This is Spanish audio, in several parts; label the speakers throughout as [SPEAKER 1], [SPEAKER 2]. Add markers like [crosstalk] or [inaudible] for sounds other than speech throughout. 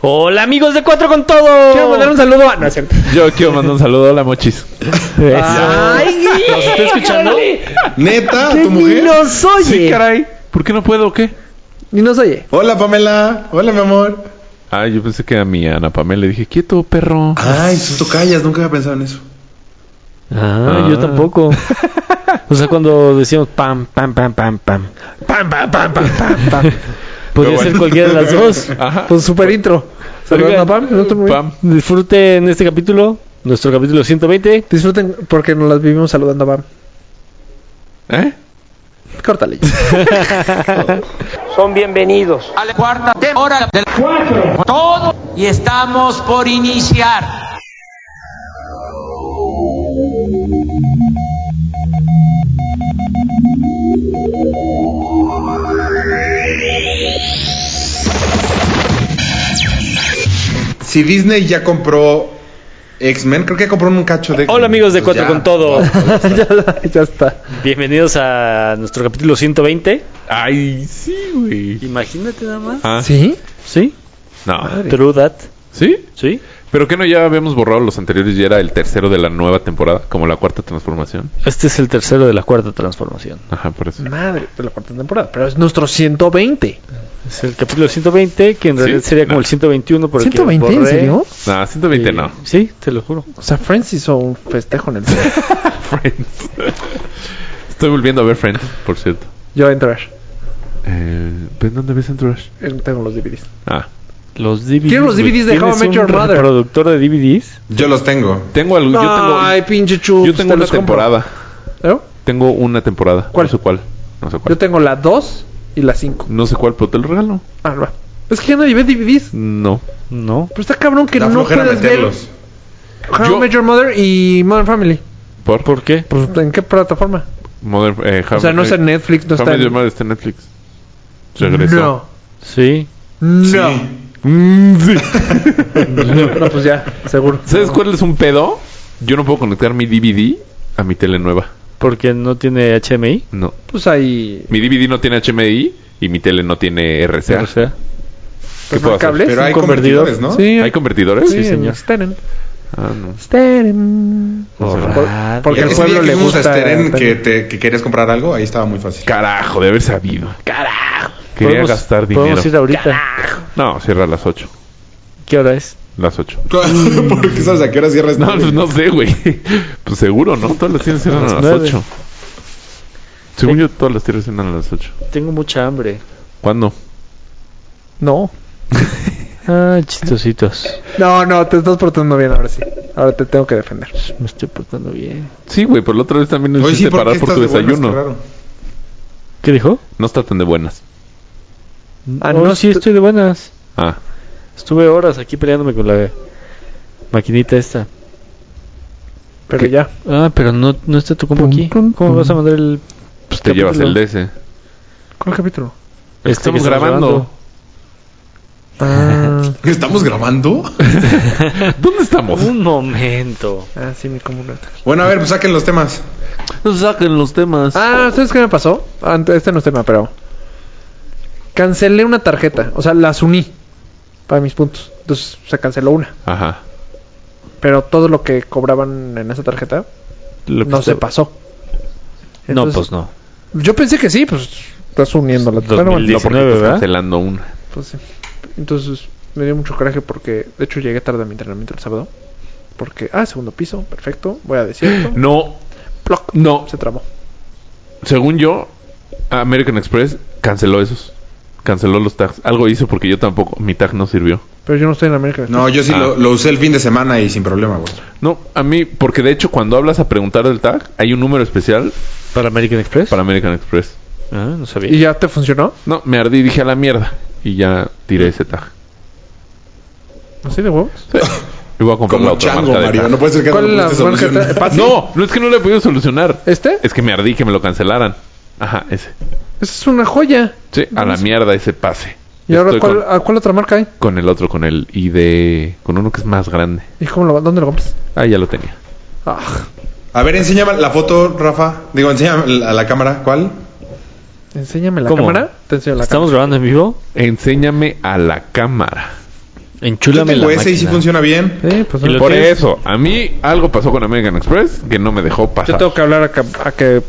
[SPEAKER 1] Hola amigos de Cuatro con Todo.
[SPEAKER 2] Quiero mandar un saludo a... No, es cierto.
[SPEAKER 3] Yo quiero mandar un saludo a la mochis.
[SPEAKER 1] Ay,
[SPEAKER 4] ¿Nos está escuchando?
[SPEAKER 1] [laughs]
[SPEAKER 5] Neta, tu
[SPEAKER 1] Ni
[SPEAKER 5] mujer.
[SPEAKER 1] nos oye.
[SPEAKER 3] Sí, caray. ¿Por qué no puedo o qué?
[SPEAKER 1] Ni nos oye.
[SPEAKER 5] Hola, Pamela. Hola, mi amor.
[SPEAKER 3] Ah, yo pensé que a mi Ana Pamela le dije, quieto, perro.
[SPEAKER 5] Ay, sus tocallas. Nunca había pensado en eso.
[SPEAKER 4] Ah, yo tampoco. O sea, cuando decíamos pam, pam, pam, pam, pam. Pam, pam, pam, pam, pam, pam. [laughs] Podría
[SPEAKER 3] bueno.
[SPEAKER 4] ser cualquiera de las dos.
[SPEAKER 3] Ajá.
[SPEAKER 1] Pues super intro. Saludos
[SPEAKER 4] Oigan,
[SPEAKER 1] a Pam. nosotros muy-
[SPEAKER 3] Pam.
[SPEAKER 4] Disfruten este capítulo, nuestro capítulo 120.
[SPEAKER 1] Disfruten porque nos las vivimos saludando a Pam.
[SPEAKER 3] ¿Eh? [laughs]
[SPEAKER 1] Córtale.
[SPEAKER 6] son bienvenidos a la cuarta tem- hora del cuatro todo y estamos por iniciar.
[SPEAKER 5] Si Disney ya compró X-Men, creo que compró un cacho de.
[SPEAKER 4] [laughs]
[SPEAKER 5] X-Men.
[SPEAKER 4] Hola amigos de
[SPEAKER 5] Pues
[SPEAKER 4] Cuatro
[SPEAKER 5] ya.
[SPEAKER 4] con Todo.
[SPEAKER 1] ya está.
[SPEAKER 4] Bienvenidos a nuestro capítulo 120.
[SPEAKER 3] Ay, sí, güey.
[SPEAKER 4] Imagínate nada más.
[SPEAKER 3] Ah,
[SPEAKER 1] ¿Sí?
[SPEAKER 4] Sí.
[SPEAKER 3] No.
[SPEAKER 4] True that.
[SPEAKER 3] ¿Sí?
[SPEAKER 4] Sí.
[SPEAKER 3] ¿Pero que no ya habíamos borrado los anteriores y era el tercero de la nueva temporada, como la cuarta transformación?
[SPEAKER 4] Este es el tercero de la cuarta transformación.
[SPEAKER 3] Ajá, por eso.
[SPEAKER 1] Madre, de la cuarta temporada. Pero es nuestro 120.
[SPEAKER 4] Es el capítulo 120, que en realidad sería como
[SPEAKER 3] no.
[SPEAKER 4] el 121 por el que
[SPEAKER 1] ¿120? ¿En
[SPEAKER 4] borré.
[SPEAKER 1] serio?
[SPEAKER 3] No, 120 no. [laughs]
[SPEAKER 4] Sí, te lo juro.
[SPEAKER 1] O sea, Friends hizo un festejo en el
[SPEAKER 3] [laughs]
[SPEAKER 1] cielo.
[SPEAKER 4] [laughs]
[SPEAKER 3] Friends. Estoy volviendo a ver Friends, por cierto.
[SPEAKER 1] Yo entrar.
[SPEAKER 3] Eh, ¿ven ¿Dónde ves Entourage?
[SPEAKER 1] Eh, Tengo los DVDs.
[SPEAKER 3] Ah.
[SPEAKER 4] Los DVDs.
[SPEAKER 1] Quiero los
[SPEAKER 4] güey.
[SPEAKER 1] DVDs de How I
[SPEAKER 4] ¿Tienes
[SPEAKER 1] Met
[SPEAKER 4] un
[SPEAKER 1] Your Mother?
[SPEAKER 4] reproductor de DVDs?
[SPEAKER 5] Yo los tengo.
[SPEAKER 3] Tengo algo. Yo
[SPEAKER 1] Ay, pues,
[SPEAKER 3] tengo,
[SPEAKER 1] pinche chup.
[SPEAKER 3] yo tengo una temporada. Tengo una temporada.
[SPEAKER 1] ¿Cuál?
[SPEAKER 3] No sé cuál. No sé
[SPEAKER 1] ¿Eh? Yo
[SPEAKER 3] cuál.
[SPEAKER 1] tengo la 2 y la 5.
[SPEAKER 3] No sé cuál, pero te lo regalo.
[SPEAKER 1] Ah, va. Es que ya nadie ve DVDs.
[SPEAKER 3] No.
[SPEAKER 4] No.
[SPEAKER 1] Pero está cabrón que
[SPEAKER 5] Da
[SPEAKER 1] no
[SPEAKER 5] flojera
[SPEAKER 1] puedes ver
[SPEAKER 5] meterlos.
[SPEAKER 1] How
[SPEAKER 3] Yo-
[SPEAKER 1] I Met Your Mother y Modern Family.
[SPEAKER 3] ¿Por? ¿Por qué?
[SPEAKER 1] Pues, ¿En qué plataforma?
[SPEAKER 3] Modern, eh,
[SPEAKER 1] O sea, no está en Netflix, no está en...
[SPEAKER 3] está en Netflix. Regresó.
[SPEAKER 1] No.
[SPEAKER 4] Sí.
[SPEAKER 1] No.
[SPEAKER 3] Mm, sí.
[SPEAKER 1] No, pues ya, seguro.
[SPEAKER 3] ¿Sabes cuál es un pedo? Yo no puedo conectar mi DVD a mi tele nueva.
[SPEAKER 4] Porque no tiene HMI.
[SPEAKER 3] No.
[SPEAKER 1] Pues ahí...
[SPEAKER 3] Mi DVD no tiene HMI y mi tele no tiene RCA.
[SPEAKER 4] O sea.
[SPEAKER 1] no hay
[SPEAKER 3] ¿Qué puedo hacer?
[SPEAKER 1] pues, cables.
[SPEAKER 5] Pero hay
[SPEAKER 4] convertidor.
[SPEAKER 5] convertidores, ¿no?
[SPEAKER 1] Sí,
[SPEAKER 3] ¿Hay convertidores?
[SPEAKER 1] sí,
[SPEAKER 4] señor.
[SPEAKER 1] Steren.
[SPEAKER 3] Ah, no.
[SPEAKER 1] Steren.
[SPEAKER 4] Alright.
[SPEAKER 1] Porque
[SPEAKER 5] Porque
[SPEAKER 1] al pueblo le gusta...
[SPEAKER 5] Steren que,
[SPEAKER 1] Steren.
[SPEAKER 5] te, que querías comprar algo, ahí estaba muy [laughs] fácil.
[SPEAKER 3] Carajo, de haber sabido.
[SPEAKER 4] Carajo.
[SPEAKER 3] Quería gastar dinero.
[SPEAKER 4] Podemos ir ahorita.
[SPEAKER 3] No, cierra a las 8.
[SPEAKER 4] ¿Qué hora es?
[SPEAKER 3] Las 8.
[SPEAKER 5] ¿Por qué sabes a qué hora cierras?
[SPEAKER 3] No, pues no sé, güey. [laughs] Pues seguro, ¿no? Todas las tiendas cierran a las
[SPEAKER 4] nueve.
[SPEAKER 3] 8. Según yo, todas las tiendas cierran a las 8.
[SPEAKER 4] Tengo mucha hambre.
[SPEAKER 3] ¿Cuándo?
[SPEAKER 1] No.
[SPEAKER 4] Ah, chistositos.
[SPEAKER 1] No, no, te estás portando bien ahora sí. Ahora te tengo que defender.
[SPEAKER 4] Me estoy portando bien.
[SPEAKER 3] Sí, güey, pero la otra vez también nos
[SPEAKER 5] Hoy sí,
[SPEAKER 3] hiciste
[SPEAKER 5] ¿por qué
[SPEAKER 3] parar por
[SPEAKER 5] estás
[SPEAKER 3] tu
[SPEAKER 5] de buenas?
[SPEAKER 3] desayuno.
[SPEAKER 5] Qué raro.
[SPEAKER 4] ¿Qué dijo?
[SPEAKER 3] no está tan de buenas.
[SPEAKER 1] Ah,
[SPEAKER 4] no,
[SPEAKER 1] no,
[SPEAKER 4] sí,
[SPEAKER 1] tú-
[SPEAKER 4] estoy de buenas.
[SPEAKER 3] Ah,
[SPEAKER 4] Estuve horas aquí peleándome con la maquinita esta.
[SPEAKER 1] Pero ya.
[SPEAKER 4] Ah, pero no, no está tu compu aquí.
[SPEAKER 1] plum,
[SPEAKER 4] ¿Cómo
[SPEAKER 1] plum.
[SPEAKER 4] vas a mandar el
[SPEAKER 3] pues te llevas el de ese.
[SPEAKER 1] ¿Cuál capítulo?
[SPEAKER 4] este que
[SPEAKER 3] Estamos grabando.
[SPEAKER 1] Ah,
[SPEAKER 5] ¿Estamos [laughs] grabando?
[SPEAKER 3] ¿Dónde estamos?
[SPEAKER 4] Un momento.
[SPEAKER 1] ah, sí, mi comuna.
[SPEAKER 5] Bueno, a ver, pues saquen los temas.
[SPEAKER 3] No saquen los temas.
[SPEAKER 1] Ah, ¿sabes qué me pasó? Ant- Este no es tema, pero... Cancelé una tarjeta. O sea, las uní. Para mis puntos. Entonces se canceló una.
[SPEAKER 3] Ajá.
[SPEAKER 1] Pero todo lo que cobraban en esa tarjeta
[SPEAKER 3] Lo que
[SPEAKER 1] no
[SPEAKER 3] está-
[SPEAKER 1] se pasó.
[SPEAKER 4] no,
[SPEAKER 1] Entonces,
[SPEAKER 4] pues no.
[SPEAKER 1] Yo pensé que sí, pues estás uniendo la tarjeta.
[SPEAKER 3] No,
[SPEAKER 4] mil-
[SPEAKER 1] Bueno,
[SPEAKER 3] porque
[SPEAKER 4] 19,
[SPEAKER 3] estás
[SPEAKER 4] ¿verdad?
[SPEAKER 3] cancelando una.
[SPEAKER 1] pues sí. Entonces me dio mucho coraje porque, de hecho, llegué tarde a mi entrenamiento el sábado. Porque, ah, segundo piso, perfecto. Voy
[SPEAKER 4] [gasps]
[SPEAKER 1] a decir.
[SPEAKER 3] No,
[SPEAKER 1] Ploc,
[SPEAKER 3] no.
[SPEAKER 1] se trabó.
[SPEAKER 3] Según yo, American Express canceló esos. Canceló los tags. Algo hizo porque yo tampoco. Mi tag no sirvió.
[SPEAKER 1] Pero yo no estoy en América.
[SPEAKER 5] No, yo sí
[SPEAKER 3] Ah.
[SPEAKER 5] lo, lo usé el fin de semana y sin problema, güey.
[SPEAKER 3] No, a mí, porque de hecho, cuando hablas a preguntar del tag, hay un número especial
[SPEAKER 4] ¿Para American Express?
[SPEAKER 3] para American Express.
[SPEAKER 4] Ah, no sabía.
[SPEAKER 1] ¿Y ya te funcionó?
[SPEAKER 3] No, me ardí y dije a la mierda. Y ya tiré ese tag.
[SPEAKER 1] ¿Así de huevos?
[SPEAKER 3] Y voy a comprar la
[SPEAKER 5] Como
[SPEAKER 3] otra
[SPEAKER 5] chango,
[SPEAKER 3] marca de
[SPEAKER 5] Mario.
[SPEAKER 3] tag. Ah,
[SPEAKER 5] No Ah, puede ser que
[SPEAKER 1] ¿Cuál
[SPEAKER 5] no
[SPEAKER 1] es la
[SPEAKER 5] pudiste
[SPEAKER 1] marca
[SPEAKER 5] solucionar.
[SPEAKER 1] tra- fácil?
[SPEAKER 3] No, no es que no lo he podido solucionar.
[SPEAKER 1] ¿Este?
[SPEAKER 3] Es que me ardí que me lo cancelaran. Ajá, ese.
[SPEAKER 1] Esa es una joya.
[SPEAKER 3] Sí, a la mierda ese pase.
[SPEAKER 1] ¿Y ahora
[SPEAKER 3] Estoy
[SPEAKER 1] cuál,
[SPEAKER 3] Con,
[SPEAKER 1] a cuál otra marca hay?
[SPEAKER 3] con el otro, con el ID. Con uno que es más grande.
[SPEAKER 1] ¿Y cómo lo, dónde lo compras?
[SPEAKER 3] Ah, ya lo tenía.
[SPEAKER 1] Ah,
[SPEAKER 5] A ver, enséñame la foto, Rafa. Digo, enséñame la- a la cámara. ¿Cuál?
[SPEAKER 1] enséñame la
[SPEAKER 4] ¿Cómo?
[SPEAKER 1] cámara. Te enseño la
[SPEAKER 4] ¿Estamos grabando en vivo?
[SPEAKER 3] Enséñame a la cámara.
[SPEAKER 5] Yo
[SPEAKER 4] Enchúlame la
[SPEAKER 5] tengo ese y sí
[SPEAKER 4] máquina.
[SPEAKER 5] funciona bien.
[SPEAKER 1] Sí, pues
[SPEAKER 4] Y
[SPEAKER 1] no.
[SPEAKER 4] lo-
[SPEAKER 3] Por
[SPEAKER 4] que es-
[SPEAKER 3] eso, a mí algo pasó con American Express que no me dejó pasar.
[SPEAKER 1] Yo tengo que hablar a que... A que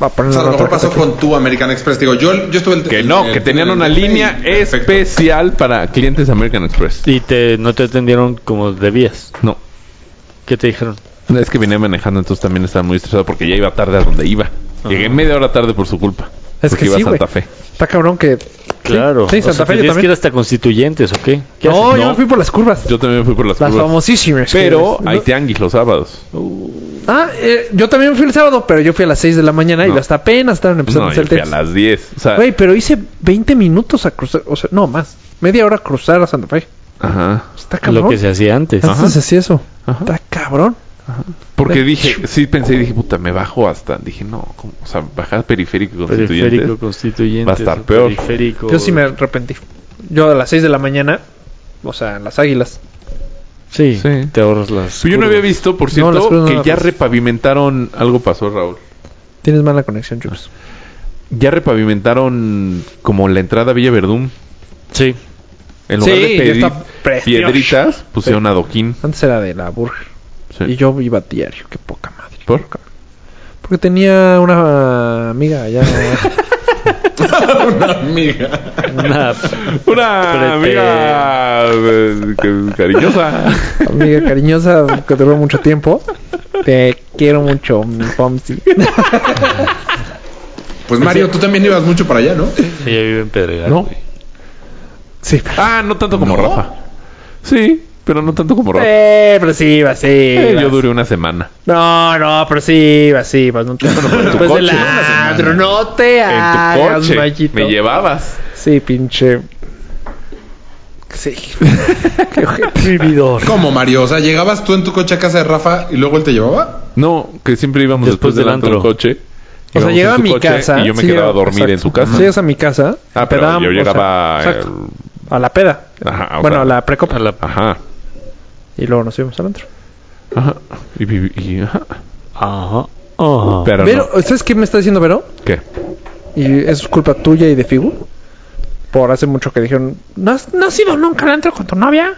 [SPEAKER 1] a poner
[SPEAKER 5] O sea, a lo
[SPEAKER 1] una
[SPEAKER 5] mejor
[SPEAKER 1] tarjeta
[SPEAKER 5] pasó
[SPEAKER 1] aquí.
[SPEAKER 5] con tu American Express. Digo, yo, yo estuve... El,
[SPEAKER 3] Que no,
[SPEAKER 5] el-
[SPEAKER 3] que
[SPEAKER 5] el-
[SPEAKER 3] tenían
[SPEAKER 5] el-
[SPEAKER 3] una
[SPEAKER 5] el-
[SPEAKER 3] línea
[SPEAKER 5] Perfecto.
[SPEAKER 3] especial para clientes American Express.
[SPEAKER 4] Y te, no te atendieron como debías.
[SPEAKER 3] No,
[SPEAKER 4] ¿Qué te dijeron?
[SPEAKER 3] es que venía manejando, entonces también estaba muy estresado porque ya iba tarde a donde iba. Llegué media hora tarde por su culpa.
[SPEAKER 1] Es que
[SPEAKER 3] porque iba
[SPEAKER 1] sí,
[SPEAKER 3] a Santa
[SPEAKER 1] güey.
[SPEAKER 3] Fe.
[SPEAKER 1] Está cabrón que...
[SPEAKER 4] Claro.
[SPEAKER 1] Sí,
[SPEAKER 4] O sea,
[SPEAKER 1] Santa
[SPEAKER 4] te
[SPEAKER 1] Fe
[SPEAKER 4] tienes
[SPEAKER 1] yo
[SPEAKER 4] que ir
[SPEAKER 1] también.
[SPEAKER 4] hasta constituyentes, ¿ok? ¿Qué
[SPEAKER 1] No,
[SPEAKER 4] haces?
[SPEAKER 1] yo me fui por las curvas.
[SPEAKER 3] Yo también fui por las,
[SPEAKER 1] las
[SPEAKER 3] curvas.
[SPEAKER 1] famosísimas.
[SPEAKER 3] Pero
[SPEAKER 1] curvas.
[SPEAKER 3] hay tianguis los sábados.
[SPEAKER 1] Ah, eh, yo también fui el sábado, pero yo fui a las 6 de la mañana
[SPEAKER 3] No.
[SPEAKER 1] y hasta apenas estaban empezando
[SPEAKER 3] No,
[SPEAKER 1] a
[SPEAKER 3] yo
[SPEAKER 1] hacer
[SPEAKER 3] fui a
[SPEAKER 1] tenis.
[SPEAKER 3] las 10. O sea,
[SPEAKER 1] pues Güey, pero hice 20 minutos a cruzar, o sea, no más. Media hora a cruzar a Santa Fe.
[SPEAKER 3] ajá.
[SPEAKER 1] Está cabrón.
[SPEAKER 4] Lo que se hacía antes.
[SPEAKER 1] Antes se hacía eso.
[SPEAKER 3] Ajá.
[SPEAKER 1] Está cabrón.
[SPEAKER 3] Porque dije, sí pensé, dije, puta, me bajo hasta. Dije, no, ¿cómo? o sea, bajar periférico y constituyentes.
[SPEAKER 4] Periférico, constituyente.
[SPEAKER 3] Va a estar peor.
[SPEAKER 4] Periférico.
[SPEAKER 1] Yo sí me arrepentí. Yo a las 6 de la mañana, o sea, en las águilas.
[SPEAKER 4] Sí,
[SPEAKER 3] Sí.
[SPEAKER 4] te ahorras las.
[SPEAKER 1] Pues
[SPEAKER 3] Yo no
[SPEAKER 4] curvas.
[SPEAKER 3] había visto, por cierto,
[SPEAKER 1] las curvas no
[SPEAKER 3] que
[SPEAKER 1] las
[SPEAKER 3] ya
[SPEAKER 1] ves.
[SPEAKER 3] repavimentaron. Algo pasó, Raúl.
[SPEAKER 1] Tienes mala conexión, chicos.
[SPEAKER 3] Ah. Ya repavimentaron como la entrada a Villa Verdún.
[SPEAKER 4] [laughs] Sí.
[SPEAKER 3] En lugar
[SPEAKER 1] Sí,
[SPEAKER 3] de
[SPEAKER 1] ya
[SPEAKER 3] pedi-
[SPEAKER 1] está precioso.
[SPEAKER 3] piedritas, pusieron adoquín.
[SPEAKER 1] Antes era de la burger.
[SPEAKER 3] Sí.
[SPEAKER 1] Y yo iba diario, qué poca madre.
[SPEAKER 3] ¿Por?
[SPEAKER 1] Porque tenía una amiga allá.
[SPEAKER 5] [laughs] Una amiga.
[SPEAKER 4] [laughs] Una- Prete-
[SPEAKER 3] Una amiga eh, que- cariñosa.
[SPEAKER 1] amiga cariñosa que duró mucho tiempo. Te quiero mucho, mi Pomsi.
[SPEAKER 5] Pues Mario, tú también ibas mucho para allá, ¿no?
[SPEAKER 4] Ella vive en Pedregal.
[SPEAKER 1] No.
[SPEAKER 4] güey.
[SPEAKER 1] Sí, pero...
[SPEAKER 3] [laughs] Ah, no tanto como
[SPEAKER 5] ¿No?
[SPEAKER 3] Rafa. Sí, pero no tanto como Rafa.
[SPEAKER 1] Eh, pero sí, va, sí.
[SPEAKER 3] Eh,
[SPEAKER 1] vas.
[SPEAKER 3] yo duré una semana.
[SPEAKER 1] No, no, pero sí, vas, sí, vas. [laughs] No te...
[SPEAKER 3] pero en tu
[SPEAKER 1] Pues
[SPEAKER 3] coche,
[SPEAKER 1] de
[SPEAKER 3] ¿no?
[SPEAKER 1] ladro, no te hagas,
[SPEAKER 3] en tu coche
[SPEAKER 1] mallito.
[SPEAKER 3] me llevabas.
[SPEAKER 1] Sí, pinche. Sí. Qué ojete.
[SPEAKER 4] Vividor.
[SPEAKER 5] ¿Cómo, Mario? O sea, llegabas tú en tu coche a casa de Rafa y luego él te llevaba.
[SPEAKER 3] No, que siempre íbamos
[SPEAKER 4] Después
[SPEAKER 3] después,
[SPEAKER 4] del
[SPEAKER 3] del antro
[SPEAKER 4] antro.
[SPEAKER 3] del coche.
[SPEAKER 1] O sea,
[SPEAKER 3] Íbamos
[SPEAKER 1] llegaba a
[SPEAKER 3] en tu
[SPEAKER 1] mi
[SPEAKER 3] coche
[SPEAKER 1] casa.
[SPEAKER 3] Y yo me
[SPEAKER 1] sí,
[SPEAKER 3] quedaba a
[SPEAKER 1] llegaba-
[SPEAKER 3] dormir en
[SPEAKER 1] exacto.
[SPEAKER 3] tu casa.
[SPEAKER 1] Sí, llegas a mi casa.
[SPEAKER 3] ah, pero
[SPEAKER 1] empedamos,
[SPEAKER 3] yo llegaba.
[SPEAKER 1] o sea, exacto,
[SPEAKER 3] el-
[SPEAKER 1] a la peda.
[SPEAKER 3] Ajá, o
[SPEAKER 1] bueno,
[SPEAKER 3] sea,
[SPEAKER 1] a la precopa.
[SPEAKER 4] A la-
[SPEAKER 3] Ajá.
[SPEAKER 1] Y luego nos íbamos al antro.
[SPEAKER 3] Ajá. Y, viví- y- ajá.
[SPEAKER 4] Ajá. Ajá.
[SPEAKER 3] Pero,
[SPEAKER 1] Vero,
[SPEAKER 3] no.
[SPEAKER 1] ¿sabes qué me está diciendo Vero?
[SPEAKER 3] ¿Qué?
[SPEAKER 1] Y eso es culpa tuya y de Figu. Por hace mucho que dijeron, ¿no has, no has ido nunca al antro con tu novia?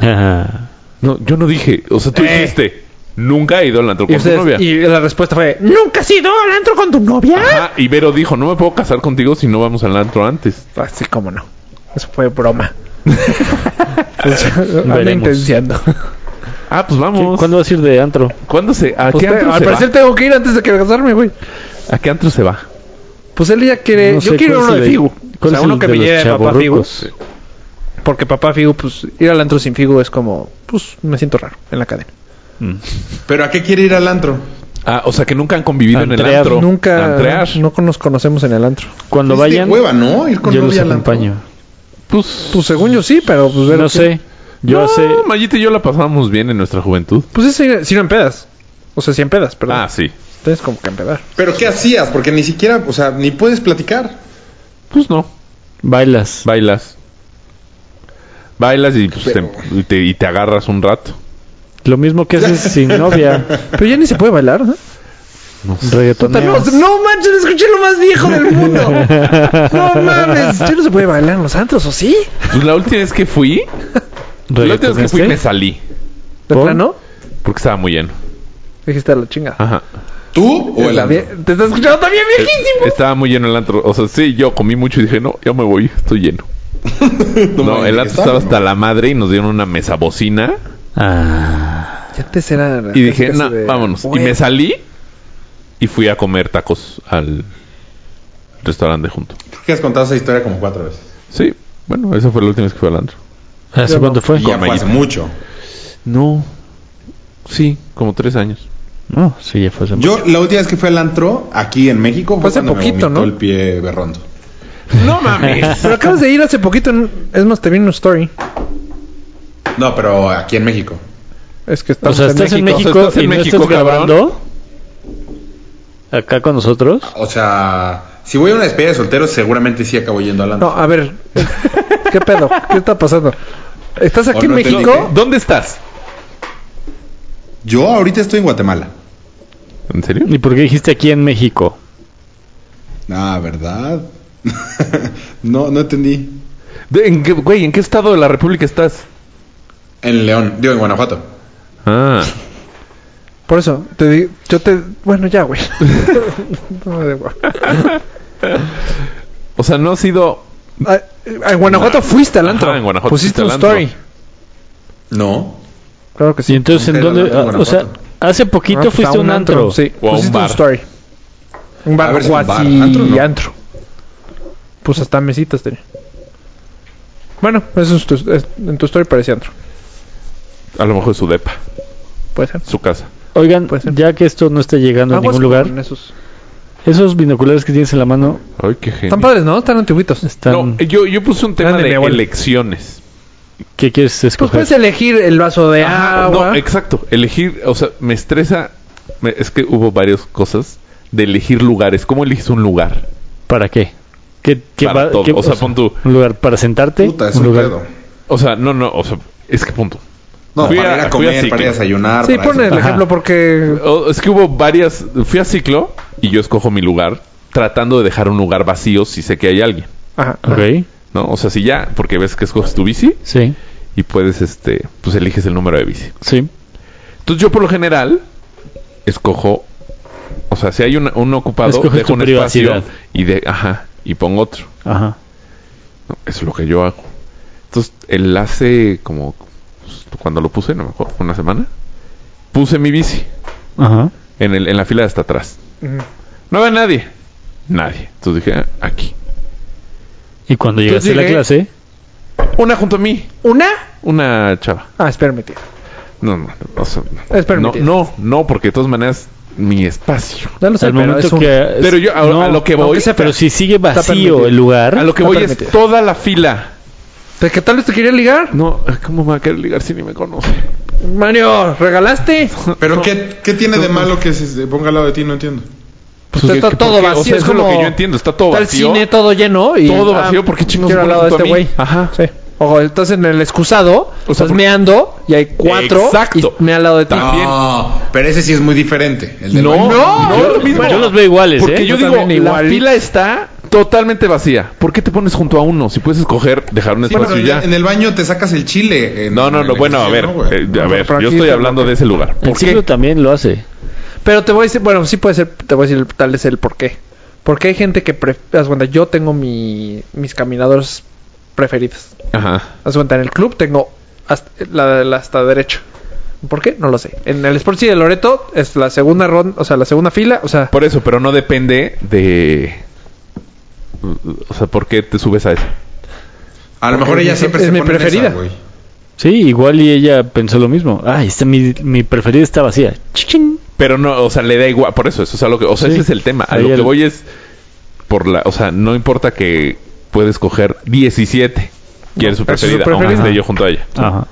[SPEAKER 4] Ajá.
[SPEAKER 3] No, yo no dije. O sea, tú
[SPEAKER 1] Eh.
[SPEAKER 3] dijiste. Nunca he ido al antro
[SPEAKER 1] Y,
[SPEAKER 3] con tu
[SPEAKER 1] ustedes-
[SPEAKER 3] novia.
[SPEAKER 1] y la respuesta fue, ¿nunca has ido al antro con tu novia?
[SPEAKER 3] Ajá. Y Vero dijo: No me puedo casar contigo si no vamos al antro antes.
[SPEAKER 1] Así como no. Eso
[SPEAKER 4] [laughs]
[SPEAKER 1] fue broma. Anda
[SPEAKER 4] Veremos.
[SPEAKER 1] intenciando.
[SPEAKER 3] Ah, pues vamos.
[SPEAKER 4] ¿Cuándo vas a ir de antro?
[SPEAKER 3] ¿Cuándo se.? ¿A
[SPEAKER 4] Pues
[SPEAKER 3] qué
[SPEAKER 1] Usted-
[SPEAKER 3] antro
[SPEAKER 1] al
[SPEAKER 3] se
[SPEAKER 1] parecer
[SPEAKER 3] va?
[SPEAKER 1] tengo que ir antes de que casarme, güey.
[SPEAKER 3] ¿A qué antro se va?
[SPEAKER 1] Pues él ya quiere...
[SPEAKER 4] No
[SPEAKER 1] yo
[SPEAKER 4] sé,
[SPEAKER 1] quiero
[SPEAKER 4] ¿cuál
[SPEAKER 1] uno
[SPEAKER 4] es
[SPEAKER 1] de
[SPEAKER 4] el de-
[SPEAKER 1] Figu. O
[SPEAKER 4] cuál
[SPEAKER 1] sea,
[SPEAKER 4] es el
[SPEAKER 1] uno que
[SPEAKER 4] de
[SPEAKER 1] me
[SPEAKER 4] los
[SPEAKER 1] lleve a papá Figu. pues,
[SPEAKER 4] chavorrucos?
[SPEAKER 1] Porque papá Figu, pues ir al antro sin Figu es como... Pues me siento raro en la cadena.
[SPEAKER 5] ¿Pero a qué quiere ir al antro?
[SPEAKER 3] Ah, o sea, que nunca han convivido en el
[SPEAKER 4] Antrear.
[SPEAKER 3] antro.
[SPEAKER 1] Nunca...
[SPEAKER 3] Antrear.
[SPEAKER 1] No nos conocemos en el antro.
[SPEAKER 4] Cuando
[SPEAKER 5] Es
[SPEAKER 4] vayan,
[SPEAKER 5] de hueva, ¿no? Ir con
[SPEAKER 4] yo los
[SPEAKER 5] novia al antro.
[SPEAKER 4] acompaño.
[SPEAKER 3] Pues.
[SPEAKER 1] Pues según yo sí, pero pues Vero
[SPEAKER 4] no
[SPEAKER 1] quiere.
[SPEAKER 4] sé. Yo
[SPEAKER 3] no,
[SPEAKER 4] hace.
[SPEAKER 3] Mayita y yo la pasábamos bien en nuestra juventud.
[SPEAKER 1] Pues es ir- si no empedas. O sea, si empedas, perdón.
[SPEAKER 3] Ah, sí.
[SPEAKER 1] Tienes como que empedar.
[SPEAKER 5] ¿Pero qué hacías? Porque ni siquiera, o sea, ni puedes platicar.
[SPEAKER 3] Pues no.
[SPEAKER 4] Bailas.
[SPEAKER 3] Bailas. Bailas y, pues, te, y, te, y te agarras un rato.
[SPEAKER 4] Lo mismo que
[SPEAKER 1] [laughs]
[SPEAKER 4] haces sin novia.
[SPEAKER 1] Pero ya ni se puede bailar, ¿no?
[SPEAKER 4] Reggaetoneas.
[SPEAKER 1] no manches, escuché lo más viejo del [laughs] mundo. No mames, ya no se puede bailar en los antros, ¿o sí?
[SPEAKER 3] [laughs] Pues la última vez que fui, la última vez que fui me
[SPEAKER 4] ¿Reggaetoneaste?
[SPEAKER 3] salí.
[SPEAKER 1] ¿De
[SPEAKER 4] ¿Por?
[SPEAKER 1] plano?
[SPEAKER 3] Porque estaba muy lleno.
[SPEAKER 1] Dijiste a la chinga.
[SPEAKER 3] Ajá.
[SPEAKER 5] ¿Tú o el
[SPEAKER 1] Está
[SPEAKER 5] antro?
[SPEAKER 1] bien. Te está escuchando
[SPEAKER 3] Eh,
[SPEAKER 1] también viejísimo.
[SPEAKER 3] Estaba muy lleno el antro. O sea, sí, yo comí mucho y dije, no, ya me voy, estoy lleno. No,
[SPEAKER 5] mames,
[SPEAKER 3] el
[SPEAKER 5] que
[SPEAKER 3] antro estaba
[SPEAKER 5] ¿no?
[SPEAKER 3] hasta la madre y nos dieron una mesa bocina.
[SPEAKER 4] Ah.
[SPEAKER 1] Ya antes era. la
[SPEAKER 3] Y dije,
[SPEAKER 1] clásica
[SPEAKER 3] no,
[SPEAKER 1] así de,
[SPEAKER 3] vámonos. Y
[SPEAKER 1] güey,
[SPEAKER 3] me salí y fui a comer tacos al restaurante junto.
[SPEAKER 5] Creo que has contado esa historia como cuatro veces.
[SPEAKER 3] Sí, bueno, esa fue la última vez que fui al antro.
[SPEAKER 4] ¿Hace
[SPEAKER 1] Yo
[SPEAKER 4] cuánto
[SPEAKER 1] no.
[SPEAKER 4] Ah, fue?
[SPEAKER 5] Y ya fue
[SPEAKER 3] Mayita.
[SPEAKER 5] hace mucho.
[SPEAKER 3] No. Sí, como tres años.
[SPEAKER 4] No, sí, ya fue hace
[SPEAKER 5] Yo la última vez que fui al antro aquí en México fue
[SPEAKER 1] Hace
[SPEAKER 5] cuando me
[SPEAKER 1] poquito,
[SPEAKER 5] vomitó
[SPEAKER 1] ¿no?
[SPEAKER 5] el pie berrondo.
[SPEAKER 3] No
[SPEAKER 4] [laughs]
[SPEAKER 3] mames.
[SPEAKER 1] Pero acabas de ir hace poquito. en- Es más, te vi en una story.
[SPEAKER 5] No, pero aquí en México.
[SPEAKER 1] Es que
[SPEAKER 4] O
[SPEAKER 1] estamos
[SPEAKER 4] sea, estás en México,
[SPEAKER 3] O sea, estás en
[SPEAKER 4] y no
[SPEAKER 3] México,
[SPEAKER 4] estás
[SPEAKER 3] cabrón.
[SPEAKER 4] grabando acá con nosotros.
[SPEAKER 5] O sea, si voy a una despedida de solteros, seguramente sí acabo yendo al antro.
[SPEAKER 1] No, a ver. ¿Qué pedo? ¿Qué está pasando? ¿Estás aquí
[SPEAKER 5] Oh, no
[SPEAKER 1] en
[SPEAKER 5] entendí.
[SPEAKER 1] México?
[SPEAKER 3] ¿Dónde estás?
[SPEAKER 5] Yo ahorita estoy en Guatemala.
[SPEAKER 3] ¿En serio?
[SPEAKER 4] ¿Y por qué dijiste aquí en México?
[SPEAKER 5] Ah, ¿verdad? [laughs] no, no entendí.
[SPEAKER 3] ¿En qué, güey, ¿en qué estado de la República estás?
[SPEAKER 5] En León, digo en Guanajuato.
[SPEAKER 3] Ah,
[SPEAKER 1] Por eso, te di- yo te... Bueno, ya, güey. [laughs] No me dé hueva.
[SPEAKER 3] o sea, no ha sido.
[SPEAKER 1] Ah, En Guanajuato fuiste al antro.
[SPEAKER 3] Ah. Ajá, en Guanajuato
[SPEAKER 1] Pusiste
[SPEAKER 3] fuiste
[SPEAKER 1] un
[SPEAKER 3] al antro.
[SPEAKER 1] story.
[SPEAKER 5] No.
[SPEAKER 1] Claro que
[SPEAKER 4] Y
[SPEAKER 1] sí.
[SPEAKER 4] entonces, ¿en
[SPEAKER 5] Nunca he ido
[SPEAKER 4] dónde?
[SPEAKER 5] al antro de
[SPEAKER 4] O sea,
[SPEAKER 5] Guanajuato.
[SPEAKER 4] hace
[SPEAKER 1] Ah,
[SPEAKER 4] poquito
[SPEAKER 1] pues,
[SPEAKER 4] fuiste
[SPEAKER 1] a
[SPEAKER 4] a un antro.
[SPEAKER 1] Sí,
[SPEAKER 3] O a un
[SPEAKER 1] pusiste un
[SPEAKER 3] bar.
[SPEAKER 1] story. Un
[SPEAKER 5] A
[SPEAKER 1] bar
[SPEAKER 5] ver si un bar,
[SPEAKER 1] guasi
[SPEAKER 5] antro, ¿no?
[SPEAKER 1] antro. Pues hasta mesitas tenía. Bueno, eso es tu- es- en tu story parecía antro.
[SPEAKER 3] A lo mejor su depa,
[SPEAKER 1] Puede ser.
[SPEAKER 3] su casa.
[SPEAKER 4] Oigan,
[SPEAKER 1] Puede ser.
[SPEAKER 4] ya que esto no está llegando
[SPEAKER 1] Aguas
[SPEAKER 4] a ningún lugar,
[SPEAKER 1] con esos.
[SPEAKER 4] esos binoculares que tienes en la mano
[SPEAKER 3] Ay, qué genio.
[SPEAKER 1] Están padres, ¿no? Están antiguitos.
[SPEAKER 4] están.
[SPEAKER 3] No, yo, yo puse un tema
[SPEAKER 1] Eran de
[SPEAKER 3] de,
[SPEAKER 1] mi abuela.
[SPEAKER 3] elecciones.
[SPEAKER 4] ¿Qué quieres
[SPEAKER 1] Pues
[SPEAKER 4] escoger?
[SPEAKER 1] puedes elegir el vaso de
[SPEAKER 3] Ajá,
[SPEAKER 1] agua.
[SPEAKER 3] No, exacto. Elegir, o sea, me estresa. me- es que hubo varias cosas de elegir lugares. ¿Cómo eliges un lugar?
[SPEAKER 4] ¿Para qué? ¿Qué, qué
[SPEAKER 3] Para
[SPEAKER 4] va-
[SPEAKER 3] todo.
[SPEAKER 4] qué-
[SPEAKER 3] O sea, pon tú-
[SPEAKER 4] Un lugar para sentarte.
[SPEAKER 5] Puta, es
[SPEAKER 4] un
[SPEAKER 5] un
[SPEAKER 4] lugar.
[SPEAKER 5] pedo.
[SPEAKER 3] O sea, no, no, o sea, es que punto.
[SPEAKER 5] No,
[SPEAKER 3] Fui
[SPEAKER 5] para
[SPEAKER 3] a-
[SPEAKER 5] ir a
[SPEAKER 3] fui a
[SPEAKER 5] comer,
[SPEAKER 3] ciclo.
[SPEAKER 5] para ir a desayunar.
[SPEAKER 1] sí,
[SPEAKER 5] para
[SPEAKER 1] pon el
[SPEAKER 5] eso.
[SPEAKER 4] Ajá.
[SPEAKER 1] ejemplo porque...
[SPEAKER 3] O- es que hubo varias. Fui a ciclo y yo escojo mi lugar tratando de dejar un lugar vacío si sé que hay alguien,
[SPEAKER 1] Ajá.
[SPEAKER 4] Ok,
[SPEAKER 3] ¿no? O sea, si ya, porque ves que escoges tu bici
[SPEAKER 4] sí,
[SPEAKER 3] y puedes, este, pues eliges el número de bici.
[SPEAKER 4] sí.
[SPEAKER 3] Entonces yo por lo general escojo, o sea, si hay un, un ocupado,
[SPEAKER 4] Escoges tu
[SPEAKER 3] dejo un
[SPEAKER 4] privacidad.
[SPEAKER 3] espacio y de, ajá, y pongo otro.
[SPEAKER 4] Ajá.
[SPEAKER 3] ¿no? Eso es lo que yo hago. Entonces, él hace como pues, cuando lo puse, no me acuerdo, una semana, puse mi bici
[SPEAKER 4] Ajá.
[SPEAKER 3] en, el, en la fila de hasta atrás.
[SPEAKER 1] Ujú.
[SPEAKER 3] No había nadie. Nadie. Entonces dije, ah, aquí.
[SPEAKER 4] Y cuando llegaste a la
[SPEAKER 1] llegué-
[SPEAKER 4] clase,
[SPEAKER 3] Una junto a mí,
[SPEAKER 1] ¿Una?
[SPEAKER 3] una chava.
[SPEAKER 1] Ah, espérame, tío.
[SPEAKER 3] No, no, no. o sea, no.
[SPEAKER 1] Es
[SPEAKER 3] no,
[SPEAKER 1] permitido.
[SPEAKER 3] no, no, porque de todas maneras, mi espacio.
[SPEAKER 1] Ya lo sé,
[SPEAKER 4] al
[SPEAKER 1] pero
[SPEAKER 4] momento
[SPEAKER 1] es un-
[SPEAKER 4] que.
[SPEAKER 3] Pero yo, a,
[SPEAKER 4] No,
[SPEAKER 3] a lo que voy,
[SPEAKER 1] aunque sea-
[SPEAKER 4] Pero si sigue vacío
[SPEAKER 1] permitido.
[SPEAKER 4] el lugar.
[SPEAKER 3] a lo que
[SPEAKER 1] está
[SPEAKER 3] voy
[SPEAKER 1] permitido.
[SPEAKER 3] es toda la fila.
[SPEAKER 1] ¿De qué tal vez te quería ligar?
[SPEAKER 3] No, ¿cómo me va a querer ligar si ni me conoce?
[SPEAKER 1] Mario, ¿regalaste?
[SPEAKER 5] Pero ¿qué, qué tiene de malo que se se ponga al lado de ti? No entiendo.
[SPEAKER 1] Pues
[SPEAKER 3] Porque-
[SPEAKER 1] está
[SPEAKER 3] porque,
[SPEAKER 1] todo
[SPEAKER 3] o sea,
[SPEAKER 1] vacío. es
[SPEAKER 3] eso es
[SPEAKER 1] como...
[SPEAKER 3] lo que yo entiendo, está todo
[SPEAKER 1] Está el
[SPEAKER 3] vacío.
[SPEAKER 1] cine todo lleno y...
[SPEAKER 3] Todo
[SPEAKER 1] ah,
[SPEAKER 3] vacío, porque chingos
[SPEAKER 1] Quiero
[SPEAKER 3] se
[SPEAKER 1] al lado de
[SPEAKER 3] ponen
[SPEAKER 1] este
[SPEAKER 3] junto a mí?
[SPEAKER 1] güey.
[SPEAKER 3] Ajá.
[SPEAKER 1] Sí. Ojo, estás en el excusado,
[SPEAKER 3] O sea,
[SPEAKER 1] estás
[SPEAKER 3] por-
[SPEAKER 1] meando y hay cuatro
[SPEAKER 3] Exacto.
[SPEAKER 1] y me al lado de ti.
[SPEAKER 3] Ah, También.
[SPEAKER 5] No, pero ese sí es muy diferente. El del
[SPEAKER 3] No,
[SPEAKER 5] baño.
[SPEAKER 3] no,
[SPEAKER 4] yo,
[SPEAKER 3] yo lo mismo.
[SPEAKER 4] yo los veo iguales,
[SPEAKER 3] Porque
[SPEAKER 4] ¿eh?
[SPEAKER 1] Yo
[SPEAKER 3] yo digo,
[SPEAKER 1] también
[SPEAKER 3] la
[SPEAKER 1] igual.
[SPEAKER 3] fila está totalmente vacía. ¿por qué te pones junto a uno? Si puedes escoger dejar un
[SPEAKER 5] Bueno,
[SPEAKER 3] espacio
[SPEAKER 5] pero
[SPEAKER 3] y ya.
[SPEAKER 5] en el baño te sacas el chile. en-
[SPEAKER 3] No, no,
[SPEAKER 5] en
[SPEAKER 3] no.
[SPEAKER 5] el
[SPEAKER 3] Bueno, a ver.
[SPEAKER 5] ejercicio, ¿no, güey?
[SPEAKER 3] eh, a ver,
[SPEAKER 1] pero
[SPEAKER 3] yo
[SPEAKER 1] aquí
[SPEAKER 3] estoy
[SPEAKER 1] está
[SPEAKER 3] hablando
[SPEAKER 1] loco.
[SPEAKER 3] de ese lugar.
[SPEAKER 4] El
[SPEAKER 3] ¿Por
[SPEAKER 4] ciclo
[SPEAKER 3] qué?
[SPEAKER 4] también lo hace.
[SPEAKER 1] Pero te voy a decir, bueno, sí puede ser, te voy a decir tal vez el por qué. Porque hay gente que, pref- haz cuenta, yo tengo mi, mis caminadores preferidos.
[SPEAKER 3] Ajá.
[SPEAKER 1] Haz cuenta, en el club tengo hasta, la, la hasta derecho. ¿Por qué? No lo sé. En el Sport City de Loreto es la segunda ronda, o sea, la segunda fila, o sea,
[SPEAKER 3] Por eso, pero no depende de. O sea, ¿por qué te subes a eso?
[SPEAKER 5] A lo mejor
[SPEAKER 1] Porque
[SPEAKER 5] ella
[SPEAKER 1] es mi-
[SPEAKER 5] siempre
[SPEAKER 1] es
[SPEAKER 5] se
[SPEAKER 1] mi
[SPEAKER 5] pone en esa,
[SPEAKER 1] preferida.
[SPEAKER 5] güey.
[SPEAKER 4] Sí, igual y ella pensó lo mismo. Ay, está mi, mi preferida está vacía. Chichín.
[SPEAKER 3] Pero no, o sea, le da igual. Por eso, eso es a lo que. O sea,
[SPEAKER 4] Sí.
[SPEAKER 3] ese es el tema. A
[SPEAKER 4] Ahí
[SPEAKER 3] lo que
[SPEAKER 4] el-
[SPEAKER 3] voy es. Por la, o sea, no importa que puedes coger 17. Quieres su
[SPEAKER 1] No, esa es su
[SPEAKER 3] preferida, aunque
[SPEAKER 1] preferida.
[SPEAKER 3] esté yo junto a ella.
[SPEAKER 4] Ajá.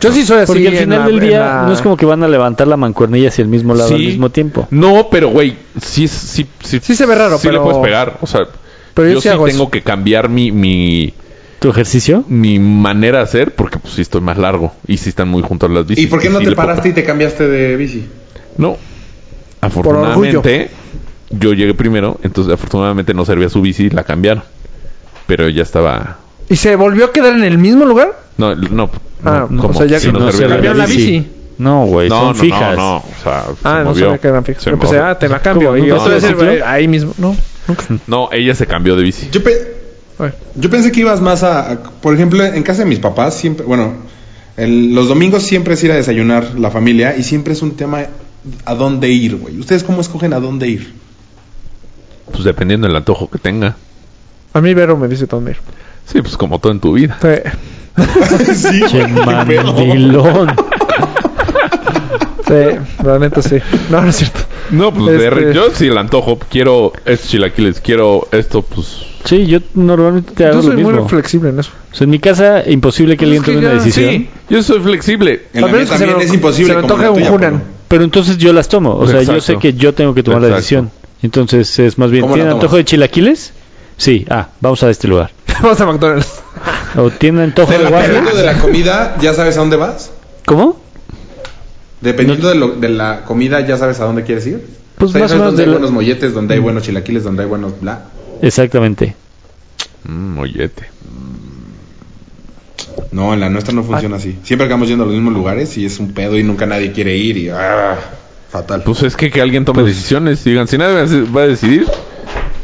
[SPEAKER 1] yo sí soy así.
[SPEAKER 4] Porque al
[SPEAKER 1] en
[SPEAKER 4] final
[SPEAKER 1] la-
[SPEAKER 4] del
[SPEAKER 1] en
[SPEAKER 4] día
[SPEAKER 1] la-
[SPEAKER 4] no es como que van a levantar la mancuernilla hacia el mismo lado
[SPEAKER 3] Sí.
[SPEAKER 4] al mismo tiempo.
[SPEAKER 3] No, pero güey, sí, es- sí, sí,
[SPEAKER 1] Sí se ve raro,
[SPEAKER 3] sí
[SPEAKER 1] pero-
[SPEAKER 3] le puedes pegar. O sea,
[SPEAKER 1] Pero yo
[SPEAKER 3] yo,
[SPEAKER 1] sí
[SPEAKER 3] sí
[SPEAKER 1] hago
[SPEAKER 3] tengo
[SPEAKER 1] eso.
[SPEAKER 3] que cambiar mi, mi,
[SPEAKER 4] ¿Tu ejercicio?
[SPEAKER 3] mi manera de hacer porque pues sí estoy más largo y sí están muy juntas las bicis.
[SPEAKER 5] ¿Y por qué no
[SPEAKER 3] sí
[SPEAKER 5] te
[SPEAKER 3] le puedo
[SPEAKER 5] paraste y te cambiaste de bici?
[SPEAKER 3] pegar. No. Afortunadamente, yo llegué primero, entonces afortunadamente no servía su bici, la cambiaron. Pero ya estaba...
[SPEAKER 1] ¿Y se volvió a quedar en el mismo lugar?
[SPEAKER 3] No, no.
[SPEAKER 1] Ah,
[SPEAKER 3] no,
[SPEAKER 1] o sea, ya
[SPEAKER 3] Sí,
[SPEAKER 1] que
[SPEAKER 3] no
[SPEAKER 1] no
[SPEAKER 3] servía la
[SPEAKER 1] cambiaron la
[SPEAKER 3] bici.
[SPEAKER 1] bici.
[SPEAKER 4] No, güey,
[SPEAKER 3] No,
[SPEAKER 4] son
[SPEAKER 3] no,
[SPEAKER 4] fijas.
[SPEAKER 3] no, no, o sea, se
[SPEAKER 1] Ah, no
[SPEAKER 3] movió.
[SPEAKER 1] sabía que eran fijas.
[SPEAKER 3] Se
[SPEAKER 1] Yo pensé,
[SPEAKER 3] movió.
[SPEAKER 1] ah, te la cambio.
[SPEAKER 4] ¿Cómo?
[SPEAKER 1] Y
[SPEAKER 4] ¿No
[SPEAKER 1] eso
[SPEAKER 4] sabes
[SPEAKER 1] es
[SPEAKER 4] el
[SPEAKER 1] el- ahí mismo, ¿no?
[SPEAKER 3] No, ella se cambió de bici.
[SPEAKER 5] Yo, pe-
[SPEAKER 1] Ay.
[SPEAKER 5] yo pensé que ibas más a, a- Por ejemplo, en casa de mis papás siempre... Bueno, el- los domingos siempre es ir a desayunar la familia y siempre es un tema a dónde ir, güey. ¿Ustedes cómo escogen a dónde
[SPEAKER 3] [laughs]
[SPEAKER 5] ir?
[SPEAKER 3] Pues dependiendo del antojo que tenga.
[SPEAKER 1] A mí Vero me dice dormir.
[SPEAKER 3] Sí, pues como todo en tu vida.
[SPEAKER 1] Sí.
[SPEAKER 5] sí,
[SPEAKER 4] Che,
[SPEAKER 5] güey, [laughs] qué pedo.
[SPEAKER 4] mandilón.
[SPEAKER 1] Sí, la neta sí. No, no es cierto.
[SPEAKER 3] No, pues de
[SPEAKER 1] Este-
[SPEAKER 3] re- yo si el antojo, quiero estos chilaquiles, quiero esto, pues
[SPEAKER 4] Sí, yo normalmente te hago
[SPEAKER 1] Yo soy
[SPEAKER 4] lo
[SPEAKER 1] muy
[SPEAKER 4] mismo.
[SPEAKER 1] flexible en eso.
[SPEAKER 4] O sea, en mi casa, imposible que
[SPEAKER 1] Pues
[SPEAKER 4] alguien
[SPEAKER 1] es que
[SPEAKER 4] tome una
[SPEAKER 1] ya-
[SPEAKER 4] decisión.
[SPEAKER 3] sí, yo soy flexible.
[SPEAKER 5] En la
[SPEAKER 1] A
[SPEAKER 5] mía
[SPEAKER 1] menos que se
[SPEAKER 5] también
[SPEAKER 1] lo-
[SPEAKER 5] es imposible.
[SPEAKER 1] se le
[SPEAKER 5] como en la
[SPEAKER 1] antoje un
[SPEAKER 5] tuya,
[SPEAKER 1] Hunan.
[SPEAKER 5] Pablo.
[SPEAKER 4] Pero entonces yo las tomo. O sea, yo
[SPEAKER 3] Exacto.
[SPEAKER 4] sé que yo tengo que tomar la
[SPEAKER 3] Exacto.
[SPEAKER 4] decisión. Entonces es más bien,
[SPEAKER 5] ¿Cómo la
[SPEAKER 4] ¿tienen
[SPEAKER 5] tomas?
[SPEAKER 4] antojo de chilaquiles? Sí, ah, vamos a este lugar.
[SPEAKER 1] [laughs] Vamos a McDonald's. [laughs]
[SPEAKER 4] ¿O tienen antojo de
[SPEAKER 5] Dependiendo
[SPEAKER 4] waffles?
[SPEAKER 5] de la comida, ¿ya sabes a dónde vas?
[SPEAKER 4] ¿Cómo?
[SPEAKER 5] Dependiendo de, lo- de la comida, ¿ya sabes a dónde quieres ir?
[SPEAKER 4] Pues
[SPEAKER 5] O sea, ya
[SPEAKER 4] más o
[SPEAKER 5] sabes
[SPEAKER 4] menos de
[SPEAKER 5] dónde hay
[SPEAKER 4] la-
[SPEAKER 5] buenos molletes, donde hay buenos chilaquiles, donde hay buenos bla.
[SPEAKER 4] Exactamente.
[SPEAKER 3] Mm, mollete.
[SPEAKER 5] No, en la nuestra
[SPEAKER 1] Ah.
[SPEAKER 5] no funciona así. Siempre acabamos yendo a los mismos lugares y es un pedo y nunca nadie quiere ir y ah, fatal.
[SPEAKER 3] Pues es que, que alguien tome decisiones y digan, si nadie va a decidir,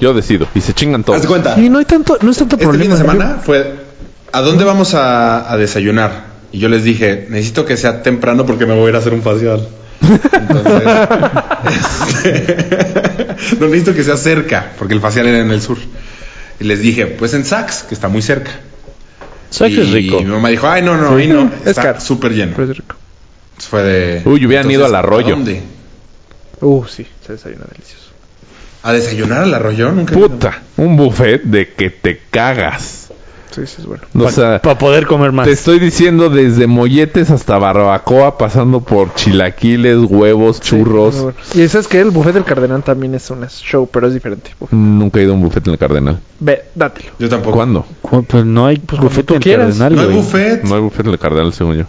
[SPEAKER 3] yo decido. Y se chingan todos.
[SPEAKER 5] Haz de cuenta.
[SPEAKER 1] Y no hay tanto, no es tanto
[SPEAKER 5] Este fin
[SPEAKER 1] problema. ¿eh?
[SPEAKER 5] de semana fue ¿a dónde vamos a, a desayunar? Y yo les dije, necesito que sea temprano porque me voy a ir a hacer un facial. Entonces, [laughs] este, [laughs] no necesito que sea cerca, porque el facial era en el sur. Y les dije, pues en Saks, que está muy cerca.
[SPEAKER 4] ¿Sabes
[SPEAKER 5] y
[SPEAKER 4] que es rico?
[SPEAKER 5] mi mamá dijo, ay, no, no, ahí no,
[SPEAKER 1] Es
[SPEAKER 5] está
[SPEAKER 1] caro.
[SPEAKER 5] súper lleno.
[SPEAKER 1] Pero es rico.
[SPEAKER 5] Fue de...
[SPEAKER 3] Uy, hubieran
[SPEAKER 5] Entonces,
[SPEAKER 3] ido al arroyo.
[SPEAKER 5] ¿A dónde?
[SPEAKER 1] Uh, sí, se desayuna delicioso.
[SPEAKER 5] ¿A desayunar al arroyo? Nunca he ido.
[SPEAKER 3] Puta, un buffet de que te cagas.
[SPEAKER 1] Sí, sí, es bueno.
[SPEAKER 3] O sea,
[SPEAKER 4] Para poder comer más.
[SPEAKER 3] te estoy diciendo desde molletes hasta barbacoa, pasando por chilaquiles, huevos, churros.
[SPEAKER 1] Sí, muy bueno. Y sabes que el buffet del Cardenal también es un show, pero es diferente. Uf.
[SPEAKER 3] Nunca he ido a un buffet en el Cardenal.
[SPEAKER 1] Ve, dátelo.
[SPEAKER 5] Yo tampoco.
[SPEAKER 3] ¿Cuándo?
[SPEAKER 4] Cu- Pues no hay pues,
[SPEAKER 1] cuando
[SPEAKER 4] buffet
[SPEAKER 1] tú
[SPEAKER 4] en
[SPEAKER 1] quieras.
[SPEAKER 4] Cardenal,
[SPEAKER 5] No hay
[SPEAKER 4] güey.
[SPEAKER 5] buffet.
[SPEAKER 3] No hay buffet en el Cardenal,
[SPEAKER 5] [laughs]
[SPEAKER 3] según yo.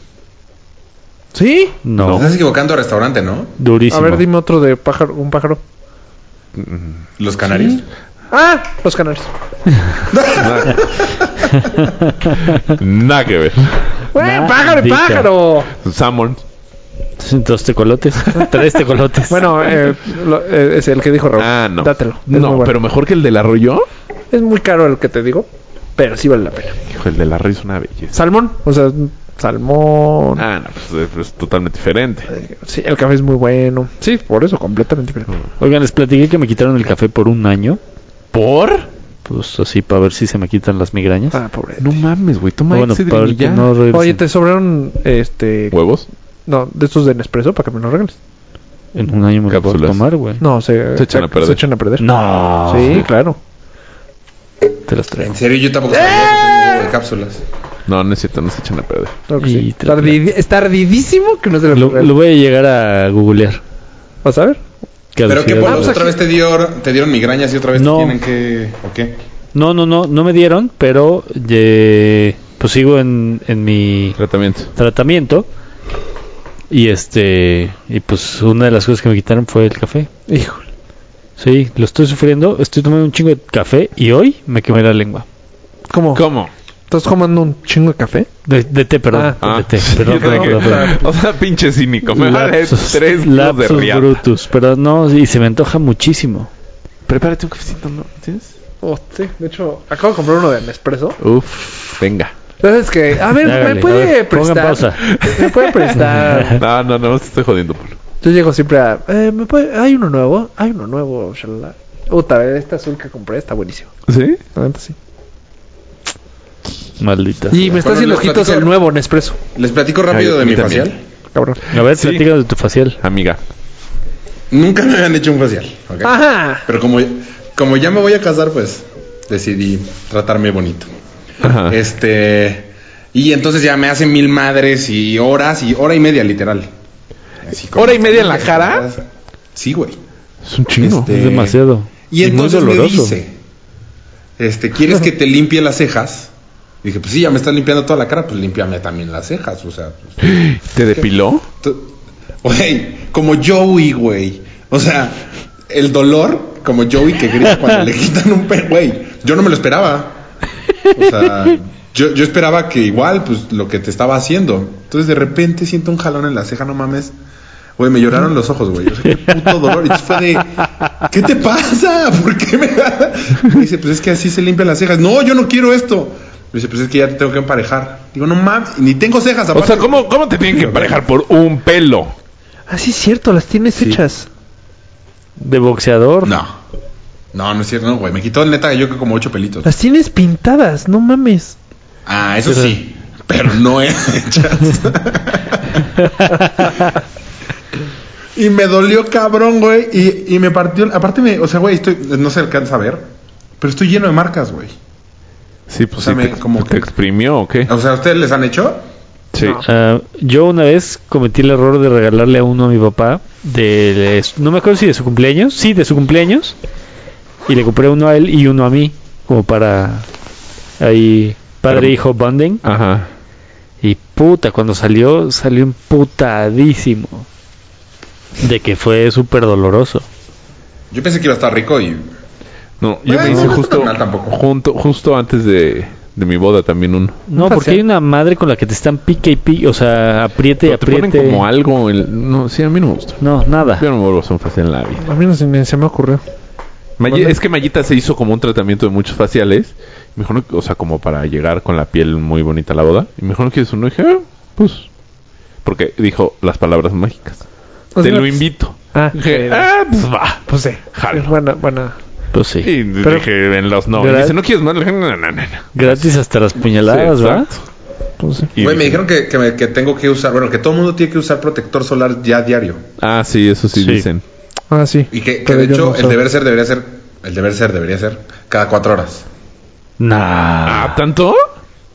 [SPEAKER 1] ¿Sí?
[SPEAKER 5] Te
[SPEAKER 4] No.
[SPEAKER 5] estás equivocando de restaurante, ¿no?
[SPEAKER 1] A
[SPEAKER 4] Durísimo.
[SPEAKER 1] ver, dime otro de pájaro, un pájaro.
[SPEAKER 5] Los canarios.
[SPEAKER 1] ¡Ah! Los canarios.
[SPEAKER 3] Nada que ver.
[SPEAKER 1] ¡Güey, pájaro,
[SPEAKER 4] Maldita.
[SPEAKER 1] pájaro!
[SPEAKER 3] Salmon.
[SPEAKER 4] [laughs] Dos tecolotes. Tres tecolotes.
[SPEAKER 1] Bueno, eh, lo- eh, es el que dijo Raúl.
[SPEAKER 3] Ah, no.
[SPEAKER 1] Dátelo. Es
[SPEAKER 3] no,
[SPEAKER 1] muy bueno.
[SPEAKER 3] pero mejor que el del arroyo.
[SPEAKER 1] Es muy caro el que te digo, pero sí vale la pena.
[SPEAKER 3] Hijo, el del arroyo es una belleza.
[SPEAKER 1] Salmón, o sea, salmón. eh,
[SPEAKER 3] Ah, no, pues es, es totalmente diferente.
[SPEAKER 1] Sí, el café es muy bueno. Sí, por eso, completamente diferente.
[SPEAKER 4] Oigan, les platiqué que me quitaron el café por un año.
[SPEAKER 3] ¿Por?
[SPEAKER 4] Pues así, para ver si se me quitan las migrañas.
[SPEAKER 1] Ah, pobre.
[SPEAKER 3] No mames, güey. Toma
[SPEAKER 4] bueno,
[SPEAKER 3] Excedrin
[SPEAKER 4] para
[SPEAKER 3] y
[SPEAKER 4] ver que
[SPEAKER 3] ya.
[SPEAKER 4] no regresen.
[SPEAKER 1] Oye, te sobraron este.
[SPEAKER 3] ¿Huevos?
[SPEAKER 1] No, de estos de Nespresso para que me los regales.
[SPEAKER 4] En un año me lo puedo
[SPEAKER 3] Cápsulas.
[SPEAKER 4] tomar, güey.
[SPEAKER 1] No, se,
[SPEAKER 3] Se echan a perder.
[SPEAKER 1] echan a perder.
[SPEAKER 4] No.
[SPEAKER 1] Sí, claro.
[SPEAKER 4] Te las traigo.
[SPEAKER 5] En serio, yo tampoco sabía que tengo un huevo de cápsulas.
[SPEAKER 3] No, no es cierto, no se echan a perder.
[SPEAKER 1] Claro que
[SPEAKER 4] Y
[SPEAKER 1] sí.
[SPEAKER 4] te
[SPEAKER 1] Está
[SPEAKER 4] la-
[SPEAKER 1] ardi- Está ardidísimo que no se lo,
[SPEAKER 4] Lo,
[SPEAKER 1] regalen.
[SPEAKER 4] lo voy a llegar a googlear.
[SPEAKER 1] ¿Vas a ver?
[SPEAKER 4] Que al
[SPEAKER 5] Pero qué
[SPEAKER 4] final-
[SPEAKER 5] polos,
[SPEAKER 1] aquí-
[SPEAKER 5] otra vez te dieron, te dieron migrañas y otra vez
[SPEAKER 4] Ah, pues No.
[SPEAKER 5] te tienen que. ¿O qué?
[SPEAKER 4] No, no, no, no me dieron, pero eh, pues sigo en, en mi
[SPEAKER 3] Tratamiento.
[SPEAKER 4] tratamiento. Y este, y pues una de las cosas que me quitaron fue el café.
[SPEAKER 1] Híjole.
[SPEAKER 4] Sí, lo estoy sufriendo, estoy tomando un chingo de café y hoy me quemé la lengua.
[SPEAKER 1] ¿Cómo?
[SPEAKER 3] ¿Cómo?
[SPEAKER 1] ¿Estás tomando un chingo de café?
[SPEAKER 4] De, de té, perdón.
[SPEAKER 1] Ah,
[SPEAKER 4] de té,
[SPEAKER 3] [laughs] sí,
[SPEAKER 4] perdón,
[SPEAKER 3] yo tenía
[SPEAKER 4] perdón,
[SPEAKER 3] que-
[SPEAKER 4] perdón, perdón.
[SPEAKER 3] O sea, pinche cínico. [laughs] Me vale
[SPEAKER 4] Lapsus-
[SPEAKER 3] tres kilos de
[SPEAKER 4] lapsus
[SPEAKER 3] riata.
[SPEAKER 4] brutus, pero no, y se me antoja muchísimo.
[SPEAKER 3] Prepárate un cafecito, ¿no? ¿Tienes?
[SPEAKER 1] Oh, sí. De hecho, acabo de comprar uno de Nespresso.
[SPEAKER 3] Uf, venga.
[SPEAKER 1] Entonces que, a ver,
[SPEAKER 4] Hágale,
[SPEAKER 1] me puede
[SPEAKER 4] a ver,
[SPEAKER 1] prestar.
[SPEAKER 4] Pongan pausa.
[SPEAKER 1] [laughs] Me puede
[SPEAKER 3] [laughs]
[SPEAKER 1] prestar.
[SPEAKER 3] No, no, no, te estoy jodiendo, Polo.
[SPEAKER 1] Yo llego siempre a, eh, ¿me puede? Hay uno nuevo, hay uno nuevo, shalala. Puta, este azul que compré está buenísimo.
[SPEAKER 3] ¿Sí?
[SPEAKER 1] La neta sí.
[SPEAKER 4] Maldita.
[SPEAKER 1] Y me está
[SPEAKER 5] Bueno,
[SPEAKER 1] haciendo
[SPEAKER 5] les
[SPEAKER 1] ojitos
[SPEAKER 5] platico-
[SPEAKER 1] el nuevo Nespresso,
[SPEAKER 5] Les platico rápido
[SPEAKER 3] Ah, yo-
[SPEAKER 5] de
[SPEAKER 3] a mí
[SPEAKER 5] mi
[SPEAKER 3] también.
[SPEAKER 5] facial.
[SPEAKER 1] cabrón.
[SPEAKER 4] A ver,
[SPEAKER 3] Sí.
[SPEAKER 4] platícanos de tu facial.
[SPEAKER 3] Amiga.
[SPEAKER 5] Nunca me habían hecho un facial. ¿ok?
[SPEAKER 1] Ah. Ajá.
[SPEAKER 5] Pero como, como ya me voy a casar, pues decidí tratarme bonito.
[SPEAKER 3] Ajá.
[SPEAKER 5] Este. Y entonces ya me hacen mil madres y horas y hora y media, literal. Así como-
[SPEAKER 3] ¿Hora y media en la cara?
[SPEAKER 5] Sí, güey.
[SPEAKER 3] Es un chingo.
[SPEAKER 5] Este-
[SPEAKER 4] Es demasiado.
[SPEAKER 5] Y,
[SPEAKER 4] muy
[SPEAKER 5] entonces me
[SPEAKER 4] doloroso.
[SPEAKER 5] dice, este, ¿quieres que te limpie las cejas? Dije, pues sí, ya me estás limpiando toda la cara, pues límpiame también las cejas, o sea, pues,
[SPEAKER 3] ¿Te depiló?
[SPEAKER 5] tú- güey, como Joey, güey. O sea, el dolor como Joey que grita cuando le quitan un pelo, güey. Yo no me lo esperaba. O sea, yo, yo esperaba que igual, pues, lo que te estaba haciendo. Entonces, de repente siento un jalón en la ceja, no mames. Güey, me lloraron los ojos, güey. O sea, qué puto dolor. Y fue de, ¿qué te pasa? ¿Por qué me da? Me dice, pues es que así se limpian las cejas. No, yo no quiero esto. Me dice, pues es que ya te tengo que emparejar. Digo, no mames, ni tengo cejas
[SPEAKER 3] O
[SPEAKER 5] aparte.
[SPEAKER 3] sea, ¿cómo, cómo te tienen que emparejar por un pelo?
[SPEAKER 1] Ah, sí, es cierto, las tienes hechas.
[SPEAKER 4] De boxeador.
[SPEAKER 5] No. No, no es cierto, no, güey. Me quitó neta yo que como ocho pelitos.
[SPEAKER 1] Las tienes pintadas, no mames.
[SPEAKER 5] Ah, eso sí. Pero no he hechas. y me dolió cabrón, güey. Y, y me partió. Aparte, me, o sea, güey, estoy, no se alcanza a ver. Pero estoy lleno de marcas, güey.
[SPEAKER 3] Sí, pues
[SPEAKER 5] O sea,
[SPEAKER 3] sí,
[SPEAKER 5] me-
[SPEAKER 3] te,
[SPEAKER 5] como
[SPEAKER 3] te
[SPEAKER 5] que-
[SPEAKER 3] exprimió o qué?
[SPEAKER 5] O sea, ¿ustedes les han hecho?
[SPEAKER 3] Sí.
[SPEAKER 4] Ah, yo una vez cometí el error de regalarle a uno a mi papá. De, de- no me acuerdo si de su cumpleaños. Sí, de su cumpleaños. Y le compré uno a él y uno a mí. Como para. Ahí. Padre-hijo bonding.
[SPEAKER 3] Ajá.
[SPEAKER 4] Y puta, cuando salió, salió emputadísimo. De que fue súper doloroso.
[SPEAKER 5] Yo pensé que iba a estar rico y.
[SPEAKER 3] No, yo
[SPEAKER 5] Bueno,
[SPEAKER 3] me hice
[SPEAKER 5] no está
[SPEAKER 3] justo,
[SPEAKER 5] tan mal tampoco.
[SPEAKER 3] junto, justo antes de, De mi boda también uno.
[SPEAKER 4] No,
[SPEAKER 1] Fácil.
[SPEAKER 4] porque hay una madre con la que te están pique y pique, o sea, apriete y
[SPEAKER 3] Pero te ponen
[SPEAKER 4] apriete.
[SPEAKER 3] como algo. el- No, sí, a mí no me gusta.
[SPEAKER 4] No, nada.
[SPEAKER 3] Yo no me vuelvo a sonfacial en la vida.
[SPEAKER 1] A mí no se me, se me ocurrió.
[SPEAKER 3] Mayi-
[SPEAKER 1] Bueno.
[SPEAKER 3] es que Mayita se hizo como un tratamiento de muchos faciales. Y me dijo, no, o sea, como para llegar con la piel muy bonita a la boda. Y me dijo, ¿no quieres uno? Y dije, "Ah, pues. Porque dijo las palabras mágicas.
[SPEAKER 1] O
[SPEAKER 3] Te
[SPEAKER 1] sea,
[SPEAKER 3] lo invito.
[SPEAKER 1] Pues
[SPEAKER 3] [laughs]
[SPEAKER 1] Ah,
[SPEAKER 3] Dije,
[SPEAKER 1] eh,
[SPEAKER 3] ah, pues va.
[SPEAKER 1] pues sí.
[SPEAKER 3] Jalo.
[SPEAKER 1] Es buena, buena.
[SPEAKER 4] Pues sí.
[SPEAKER 3] Y
[SPEAKER 4] Pero
[SPEAKER 3] dije, en los no. Y
[SPEAKER 4] ¿verdad?
[SPEAKER 3] dice, ¿no quieres más? Le dije, no, no, no, no.
[SPEAKER 4] gratis hasta las puñaladas,
[SPEAKER 3] Sí,
[SPEAKER 4] ¿verdad?
[SPEAKER 3] exacto.
[SPEAKER 1] Pues sí.
[SPEAKER 3] Y
[SPEAKER 5] Güey, me
[SPEAKER 3] dije,
[SPEAKER 5] dijeron que, que, me- que tengo que usar, bueno, que todo el mundo tiene que usar protector solar ya diario.
[SPEAKER 3] Ah, sí, eso sí,
[SPEAKER 4] Sí.
[SPEAKER 3] dicen.
[SPEAKER 1] Ah, sí.
[SPEAKER 5] Y que, que
[SPEAKER 1] Pero
[SPEAKER 5] de
[SPEAKER 1] yo
[SPEAKER 5] hecho
[SPEAKER 1] no sé.
[SPEAKER 5] el deber ser debería ser, el deber ser debería ser cada cuatro horas.
[SPEAKER 3] Ah,
[SPEAKER 4] Nah.
[SPEAKER 3] ¿tanto?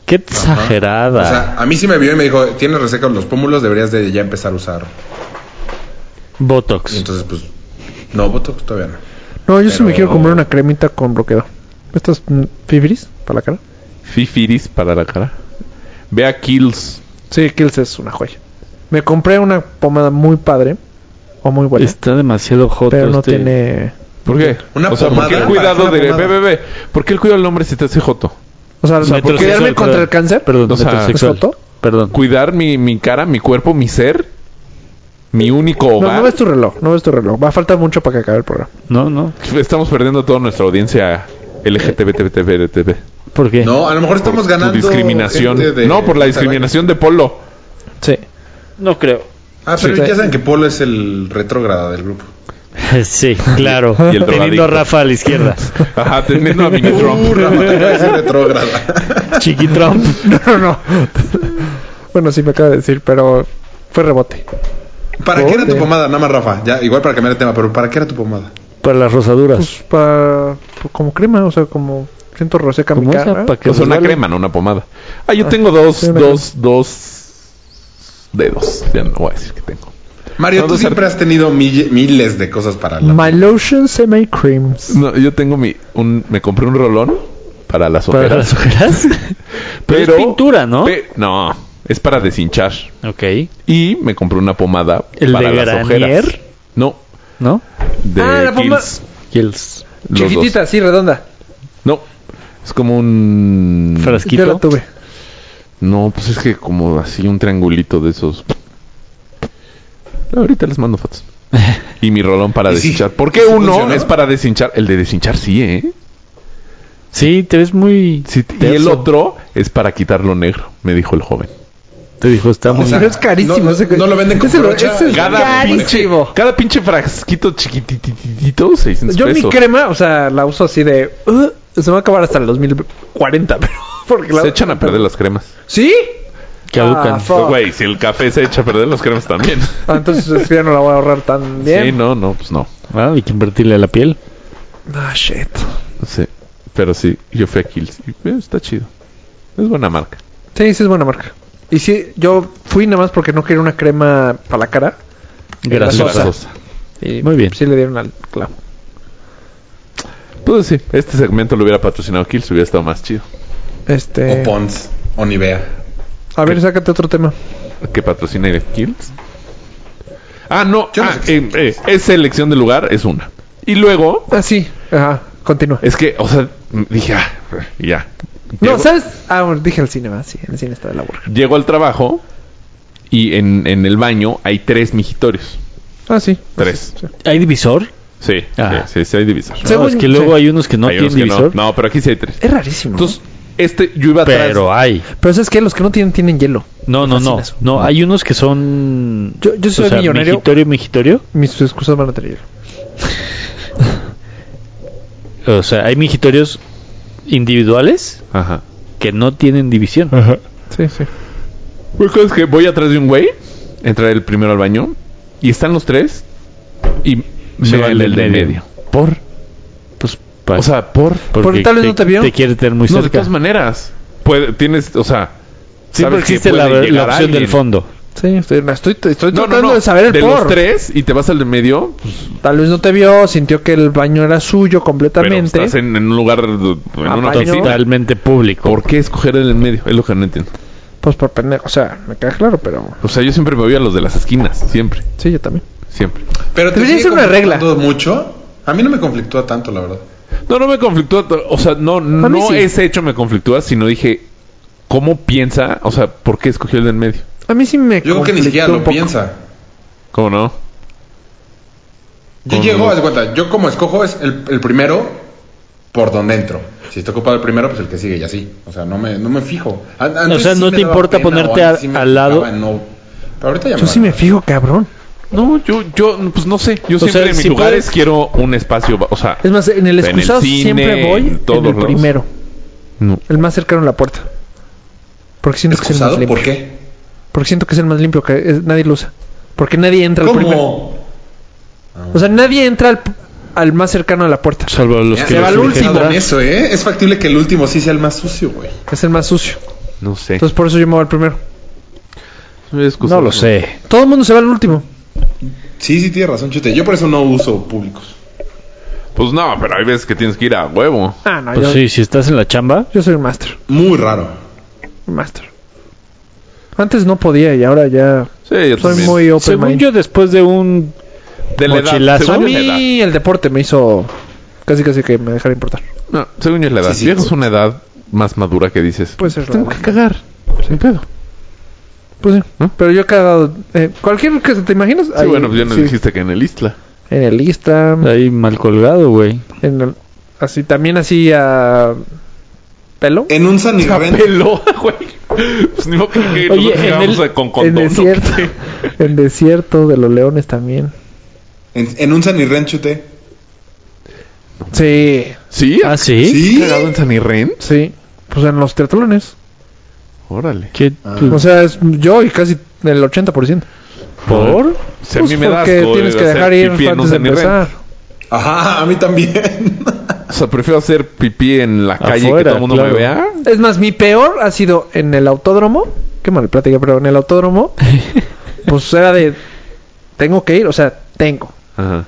[SPEAKER 4] Qué exagerada.
[SPEAKER 5] O
[SPEAKER 3] Ah.
[SPEAKER 5] sea, a mí sí me vio y me dijo, tienes resecos los pómulos, deberías de ya empezar a usar. Y
[SPEAKER 4] Botox.
[SPEAKER 5] entonces, pues, no, Botox todavía no.
[SPEAKER 1] No, yo sí me
[SPEAKER 5] Pero-
[SPEAKER 1] quiero comprar una cremita con bloqueador. Estas mm, fibris para la cara.
[SPEAKER 3] Fifiris para la cara. Vea Kills.
[SPEAKER 1] Sí, Kills es una joya. Me compré una pomada muy padre o muy buena,
[SPEAKER 4] Está demasiado hot.
[SPEAKER 1] pero no
[SPEAKER 4] este-
[SPEAKER 1] tiene.
[SPEAKER 3] ¿Por qué?
[SPEAKER 5] Una
[SPEAKER 3] o sea, ¿por qué el
[SPEAKER 5] pomada.
[SPEAKER 3] cuidado
[SPEAKER 5] Una
[SPEAKER 3] de... Ve,
[SPEAKER 5] pomada.
[SPEAKER 3] ve, ve. ¿Por qué el cuidado del hombre se te hace joto?
[SPEAKER 1] O sea,
[SPEAKER 4] Metrosexual,
[SPEAKER 1] por quedarme contra
[SPEAKER 4] perdón.
[SPEAKER 1] el cáncer.
[SPEAKER 4] Perdón,
[SPEAKER 3] O sea,
[SPEAKER 4] metrosexual.
[SPEAKER 1] ¿es joto?
[SPEAKER 4] Perdón.
[SPEAKER 3] cuidar mi, mi cara, mi cuerpo, mi ser, mi único
[SPEAKER 1] No,
[SPEAKER 3] hogar.
[SPEAKER 1] no ves tu reloj, no ves tu reloj. Va a faltar mucho para que acabe el programa.
[SPEAKER 4] No, no.
[SPEAKER 3] Estamos perdiendo toda nuestra audiencia LGTBTBTBTB.
[SPEAKER 4] ¿Por qué?
[SPEAKER 5] No, a lo mejor estamos ganando.
[SPEAKER 3] Tu discriminación.
[SPEAKER 5] gente de-
[SPEAKER 3] no, por la discriminación de Polo.
[SPEAKER 1] Sí.
[SPEAKER 4] No creo. [laughs]
[SPEAKER 5] Ah, pero
[SPEAKER 1] Sí.
[SPEAKER 5] ya saben que Polo es el retrógrada del grupo.
[SPEAKER 4] sí, claro.
[SPEAKER 3] Y el
[SPEAKER 4] Teniendo a
[SPEAKER 3] drogadicto.
[SPEAKER 4] Rafa a la
[SPEAKER 1] [laughs]
[SPEAKER 4] izquierda.
[SPEAKER 3] Ajá, teniendo a
[SPEAKER 5] [laughs]
[SPEAKER 3] Mini
[SPEAKER 5] Uh,
[SPEAKER 3] Trump.
[SPEAKER 5] Rafa, te parece
[SPEAKER 3] [laughs]
[SPEAKER 5] retrógrada.
[SPEAKER 4] Chiqui Trump.
[SPEAKER 1] No, no, no. bueno, sí me acaba de decir, pero fue rebote.
[SPEAKER 5] ¿Para qué era tu
[SPEAKER 1] Joder.
[SPEAKER 5] pomada? Nada más, Rafa. Ya, igual para cambiar de tema, pero ¿para qué era tu pomada?
[SPEAKER 4] Para las rosaduras.
[SPEAKER 1] Pues para. pues, como crema, o sea, como. Siento roseca mi
[SPEAKER 4] ¿Cómo esa?
[SPEAKER 1] cara.
[SPEAKER 4] ¿Para qué?
[SPEAKER 3] O sea, una
[SPEAKER 4] resbale.
[SPEAKER 3] crema, no una pomada. Ah, yo tengo dos,
[SPEAKER 1] sí, una
[SPEAKER 3] dos, dos dedos. Ya no voy a decir que tengo.
[SPEAKER 5] Mario,
[SPEAKER 3] No,
[SPEAKER 5] tú
[SPEAKER 3] no sé.
[SPEAKER 5] siempre has tenido mille- miles de cosas para la.
[SPEAKER 1] My lotion semi creams.
[SPEAKER 3] No, yo tengo mi... Un, me compré un rolón para las
[SPEAKER 4] Para
[SPEAKER 3] ojeras.
[SPEAKER 4] las
[SPEAKER 3] [laughs]
[SPEAKER 4] ojeras. Pero es pintura, ¿no?
[SPEAKER 3] pe- no, es para deshinchar.
[SPEAKER 4] ok.
[SPEAKER 3] Y me compré una pomada
[SPEAKER 4] ¿El
[SPEAKER 3] para
[SPEAKER 4] de
[SPEAKER 3] las
[SPEAKER 4] Granier?
[SPEAKER 3] ojeras. No,
[SPEAKER 4] ¿No?
[SPEAKER 3] de
[SPEAKER 1] Ah, la pomada.
[SPEAKER 3] Kills.
[SPEAKER 4] Kills.
[SPEAKER 3] Los
[SPEAKER 1] Chiquitita, sí, redonda.
[SPEAKER 3] dos. No. Es como un...
[SPEAKER 4] Mm. Frasquito.
[SPEAKER 1] Yo la tuve.
[SPEAKER 3] No, pues es que como así un triangulito de esos. Ahorita les
[SPEAKER 4] [laughs]
[SPEAKER 3] mando fotos. Y mi rolón para
[SPEAKER 5] ¿Y sí?
[SPEAKER 3] deshinchar. ¿Por qué
[SPEAKER 5] ¿Sí
[SPEAKER 3] uno
[SPEAKER 5] funcionó?
[SPEAKER 3] es para deshinchar? El de deshinchar sí, ¿eh?
[SPEAKER 4] Sí, te ves muy.
[SPEAKER 3] Sí, y el
[SPEAKER 4] terso.
[SPEAKER 3] otro es para quitar lo negro, me dijo el joven.
[SPEAKER 4] Te dijo, está muy.
[SPEAKER 5] O sea,
[SPEAKER 1] Pero es carísimo.
[SPEAKER 5] no-
[SPEAKER 1] ese que-
[SPEAKER 5] no lo venden con
[SPEAKER 1] ese lo-
[SPEAKER 5] brocha.
[SPEAKER 1] ese es
[SPEAKER 5] Cada
[SPEAKER 1] carísimo.
[SPEAKER 3] Cada pinche frasquito chiquitititito, 600
[SPEAKER 1] Yo mi
[SPEAKER 3] pesos.
[SPEAKER 1] crema, o sea, la uso así de... "Uh, se me va a acabar hasta el 2040, pero... Porque la-
[SPEAKER 3] Se echan a perder las cremas.
[SPEAKER 1] ¿Sí?
[SPEAKER 4] caducan.
[SPEAKER 1] Ah, fuck.
[SPEAKER 3] Güey, si el café se echa a perder las cremas también.
[SPEAKER 1] Ah, entonces es que ya no la voy a ahorrar tan bien.
[SPEAKER 3] Sí, no, no, pues no.
[SPEAKER 4] Ah, hay que invertirle a la piel.
[SPEAKER 1] Ah, shit.
[SPEAKER 3] Sí, pero sí, yo fui a Kills. y, eh, está chido. Es buena marca.
[SPEAKER 1] Sí, sí es buena marca. Y sí, yo fui nada más porque no quería una crema para la cara.
[SPEAKER 4] Grasosa.
[SPEAKER 3] Grasosa.
[SPEAKER 1] Y
[SPEAKER 4] Muy bien.
[SPEAKER 1] Sí le dieron al clavo.
[SPEAKER 3] Pues sí, este segmento lo hubiera patrocinado Kills, hubiera estado más chido.
[SPEAKER 1] Este...
[SPEAKER 5] O Pons, o Nivea.
[SPEAKER 1] A ver, sácate otro tema.
[SPEAKER 3] Que patrocina el Kills. Ah, no,
[SPEAKER 5] Yo no
[SPEAKER 3] ah,
[SPEAKER 5] sé qué
[SPEAKER 3] eh, eh, esa elección de lugar es una. Y luego,
[SPEAKER 1] Ah, sí. Eh, Ajá, continúa.
[SPEAKER 3] es que, o sea, dije, ah, ya.
[SPEAKER 1] No,
[SPEAKER 3] Llego-
[SPEAKER 1] ¿sabes? Ah, bueno, dije el cine, va. Sí, el cine está de la burger.
[SPEAKER 3] Llego al trabajo y en, en el baño hay tres mijitorios.
[SPEAKER 1] Ah, sí.
[SPEAKER 3] Tres.
[SPEAKER 1] Sí.
[SPEAKER 4] ¿Hay divisor?
[SPEAKER 3] Sí,
[SPEAKER 4] Ah.
[SPEAKER 3] sí, sí, sí, hay divisor.
[SPEAKER 1] Sí, Según-
[SPEAKER 4] no, es que luego
[SPEAKER 1] sí.
[SPEAKER 4] hay unos que no
[SPEAKER 3] Hay
[SPEAKER 4] tienen
[SPEAKER 3] unos que no.
[SPEAKER 4] divisor.
[SPEAKER 3] No, pero aquí sí hay tres.
[SPEAKER 1] Es rarísimo. ¿no?
[SPEAKER 3] Entonces, este, yo iba atrás.
[SPEAKER 4] Pero hay.
[SPEAKER 1] Pero ¿sabes qué? Los que no tienen, tienen hielo.
[SPEAKER 4] No, no, no.
[SPEAKER 1] Fascina eso.
[SPEAKER 4] No, hay unos que son.
[SPEAKER 1] Yo- yo soy millonario.
[SPEAKER 4] Migitorio, migitorio.
[SPEAKER 1] Mis excusas van a tener hielo.
[SPEAKER 4] O sea, hay migitorios individuales
[SPEAKER 3] Ajá.
[SPEAKER 4] que no tienen división.
[SPEAKER 1] Sí, sí.
[SPEAKER 3] Pues es que voy atrás de un güey, entra el primero al baño, y están los tres, y
[SPEAKER 4] Se
[SPEAKER 3] me
[SPEAKER 4] va
[SPEAKER 3] va el del medio.
[SPEAKER 4] ¿Por? Pues, para-
[SPEAKER 3] O sea, por.
[SPEAKER 4] porque
[SPEAKER 1] tal vez no te vio.
[SPEAKER 4] Te quiere tener muy
[SPEAKER 3] no, de
[SPEAKER 4] cerca.
[SPEAKER 3] todas maneras. Puede, tienes, o sea.
[SPEAKER 4] Siempre
[SPEAKER 3] sabes que
[SPEAKER 4] existe la,
[SPEAKER 3] puede
[SPEAKER 4] la
[SPEAKER 3] llegar
[SPEAKER 4] opción del
[SPEAKER 3] alguien.
[SPEAKER 4] fondo.
[SPEAKER 1] Sí, estoy, no, estoy, estoy
[SPEAKER 3] No,
[SPEAKER 1] tratando
[SPEAKER 3] no, no.
[SPEAKER 1] de saber el
[SPEAKER 3] de
[SPEAKER 1] por.
[SPEAKER 3] los tres, y te vas al del medio, pues,
[SPEAKER 1] Tal vez no te vio, sintió que el baño era suyo
[SPEAKER 3] pero
[SPEAKER 1] completamente.
[SPEAKER 3] estás en, en un lugar, en una
[SPEAKER 1] Apaño.
[SPEAKER 3] oficina.
[SPEAKER 4] Totalmente público.
[SPEAKER 3] ¿Por qué escoger el del medio? Es lo que no entiendo.
[SPEAKER 1] Pues por pendejo. O sea, me queda claro, pero
[SPEAKER 3] O sea, yo siempre me voy a los de las esquinas. Siempre,
[SPEAKER 1] sí, yo también.
[SPEAKER 3] siempre.
[SPEAKER 5] Pero te
[SPEAKER 1] Debería
[SPEAKER 5] sigue
[SPEAKER 1] ser una regla.
[SPEAKER 5] conflictando mucho. A mí no me conflictúa tanto, la verdad.
[SPEAKER 3] No, no me conflictúa. to- O sea, no, no
[SPEAKER 1] sí.
[SPEAKER 3] ese hecho me conflictúa, sino dije, ¿cómo piensa? O sea, ¿por qué escogió el de en medio?
[SPEAKER 1] A mí sí me.
[SPEAKER 5] Yo creo que ni siquiera
[SPEAKER 1] conflictó
[SPEAKER 5] lo
[SPEAKER 1] un poco.
[SPEAKER 5] piensa.
[SPEAKER 3] ¿Cómo no?
[SPEAKER 5] Yo
[SPEAKER 3] Con-
[SPEAKER 5] llego, haz de cuenta, yo como escojo es el, el primero por donde entro. Si estoy ocupado el primero, pues el que sigue y así. O sea, no me, no me fijo. An- antes
[SPEAKER 4] O sea, ¿no
[SPEAKER 5] me
[SPEAKER 4] te
[SPEAKER 5] daba
[SPEAKER 4] importa
[SPEAKER 5] pena,
[SPEAKER 4] ponerte
[SPEAKER 5] o
[SPEAKER 4] a-
[SPEAKER 5] antes me
[SPEAKER 4] al lado?
[SPEAKER 5] fijaba, no. Pero ahorita ya
[SPEAKER 1] Yo sí
[SPEAKER 5] vale.
[SPEAKER 1] me fijo, cabrón.
[SPEAKER 3] No, yo, yo, pues no sé. Yo
[SPEAKER 4] sea,
[SPEAKER 3] siempre en mis
[SPEAKER 4] si
[SPEAKER 3] lugares
[SPEAKER 4] puedes-
[SPEAKER 3] quiero un espacio, ba- o sea,
[SPEAKER 1] Es más, en el
[SPEAKER 3] En el
[SPEAKER 1] excusado
[SPEAKER 3] cine,
[SPEAKER 1] siempre voy
[SPEAKER 3] en
[SPEAKER 1] en
[SPEAKER 3] todos
[SPEAKER 1] el
[SPEAKER 3] lados.
[SPEAKER 1] primero,
[SPEAKER 3] no.
[SPEAKER 1] el más cercano a la puerta. Porque siento que es el más
[SPEAKER 5] ¿Excusado?
[SPEAKER 1] limpio.
[SPEAKER 5] ¿Por qué?
[SPEAKER 1] Porque siento que es el más limpio, que es- nadie lo usa. Porque nadie entra al primero.
[SPEAKER 5] ¿Cómo?
[SPEAKER 1] O sea, nadie entra al, al más cercano a la puerta.
[SPEAKER 4] Salvo los
[SPEAKER 5] Ya
[SPEAKER 4] que
[SPEAKER 5] Se va
[SPEAKER 4] les
[SPEAKER 5] al
[SPEAKER 4] urge
[SPEAKER 5] último
[SPEAKER 4] entrar.
[SPEAKER 5] en eso, ¿eh? Es factible que el último sí sea el más sucio, güey.
[SPEAKER 1] Es el más sucio.
[SPEAKER 3] No sé.
[SPEAKER 1] Entonces por eso yo me voy al primero.
[SPEAKER 3] Es cosa-
[SPEAKER 4] No lo sé.
[SPEAKER 1] Todo el mundo se va al último.
[SPEAKER 5] Sí, sí, tienes razón, chute. Yo por eso no uso públicos.
[SPEAKER 3] Pues no, pero hay veces que tienes que ir a huevo.
[SPEAKER 1] Ah, no,
[SPEAKER 4] Pues
[SPEAKER 1] yo,
[SPEAKER 4] sí, si estás en la chamba,
[SPEAKER 1] yo soy un máster.
[SPEAKER 5] Muy raro.
[SPEAKER 1] Un máster. Antes no podía y ahora ya
[SPEAKER 3] Sí, yo
[SPEAKER 1] soy
[SPEAKER 3] también.
[SPEAKER 1] muy open
[SPEAKER 4] según
[SPEAKER 1] mind.
[SPEAKER 4] yo después de un
[SPEAKER 3] de la edad,
[SPEAKER 4] mochilazo.
[SPEAKER 3] según
[SPEAKER 1] a
[SPEAKER 3] yo es la edad.
[SPEAKER 1] mí el deporte me hizo casi casi que me dejara importar.
[SPEAKER 3] No, según yo es la edad.
[SPEAKER 5] Sí, sí.
[SPEAKER 3] Viejo es una edad más madura que dices.
[SPEAKER 1] Puede ser la
[SPEAKER 3] Tengo
[SPEAKER 1] edad.
[SPEAKER 3] que cagar. Sin pedo.
[SPEAKER 1] Pues sí.
[SPEAKER 3] ¿No?
[SPEAKER 1] Pero yo he cagado. eh, cualquier que te imaginas.
[SPEAKER 3] Sí,
[SPEAKER 1] ahí,
[SPEAKER 3] bueno, pues ya no
[SPEAKER 1] sí.
[SPEAKER 3] dijiste Eh. que en el Isla.
[SPEAKER 1] En el lista.
[SPEAKER 4] ahí mal colgado, güey.
[SPEAKER 1] En el- así, también así a. pelo.
[SPEAKER 3] Eh,
[SPEAKER 5] En un San Miguel.
[SPEAKER 3] Peló, [laughs] güey. Pues ni modo que, que
[SPEAKER 4] Oye,
[SPEAKER 3] nosotros
[SPEAKER 4] en
[SPEAKER 3] llegamos
[SPEAKER 4] el-
[SPEAKER 3] a- con
[SPEAKER 1] en
[SPEAKER 3] condón. ¿no?
[SPEAKER 1] desierto. [laughs] en desierto de los leones también.
[SPEAKER 5] En, en un San Irren, chute.
[SPEAKER 1] Sí,
[SPEAKER 3] ¿Sí?
[SPEAKER 4] Ah, sí.
[SPEAKER 5] Sí.
[SPEAKER 3] ¿Cagado en San Irren?
[SPEAKER 1] sí. Pues en los triatlones.
[SPEAKER 3] Órale.
[SPEAKER 4] ¿Qué?
[SPEAKER 3] Ah.
[SPEAKER 1] O sea, es yo y casi el 80%.
[SPEAKER 4] ¿Por?
[SPEAKER 3] Si a
[SPEAKER 1] Pues
[SPEAKER 3] mí me da
[SPEAKER 1] porque
[SPEAKER 3] asco
[SPEAKER 1] tienes que
[SPEAKER 3] hacer
[SPEAKER 1] dejar ir
[SPEAKER 3] pipí en un
[SPEAKER 1] antes de
[SPEAKER 3] San Irren.
[SPEAKER 1] empezar.
[SPEAKER 5] Ajá, a mí también. [laughs]
[SPEAKER 3] O sea, prefiero hacer pipí en la calle que
[SPEAKER 4] Afuera,
[SPEAKER 3] todo el mundo
[SPEAKER 4] claro.
[SPEAKER 3] me vea.
[SPEAKER 1] Es más, mi peor ha sido en el autódromo. Qué mal plática, pero en el autódromo. [laughs] pues era de. Tengo que ir, o sea, tengo.
[SPEAKER 3] Ajá.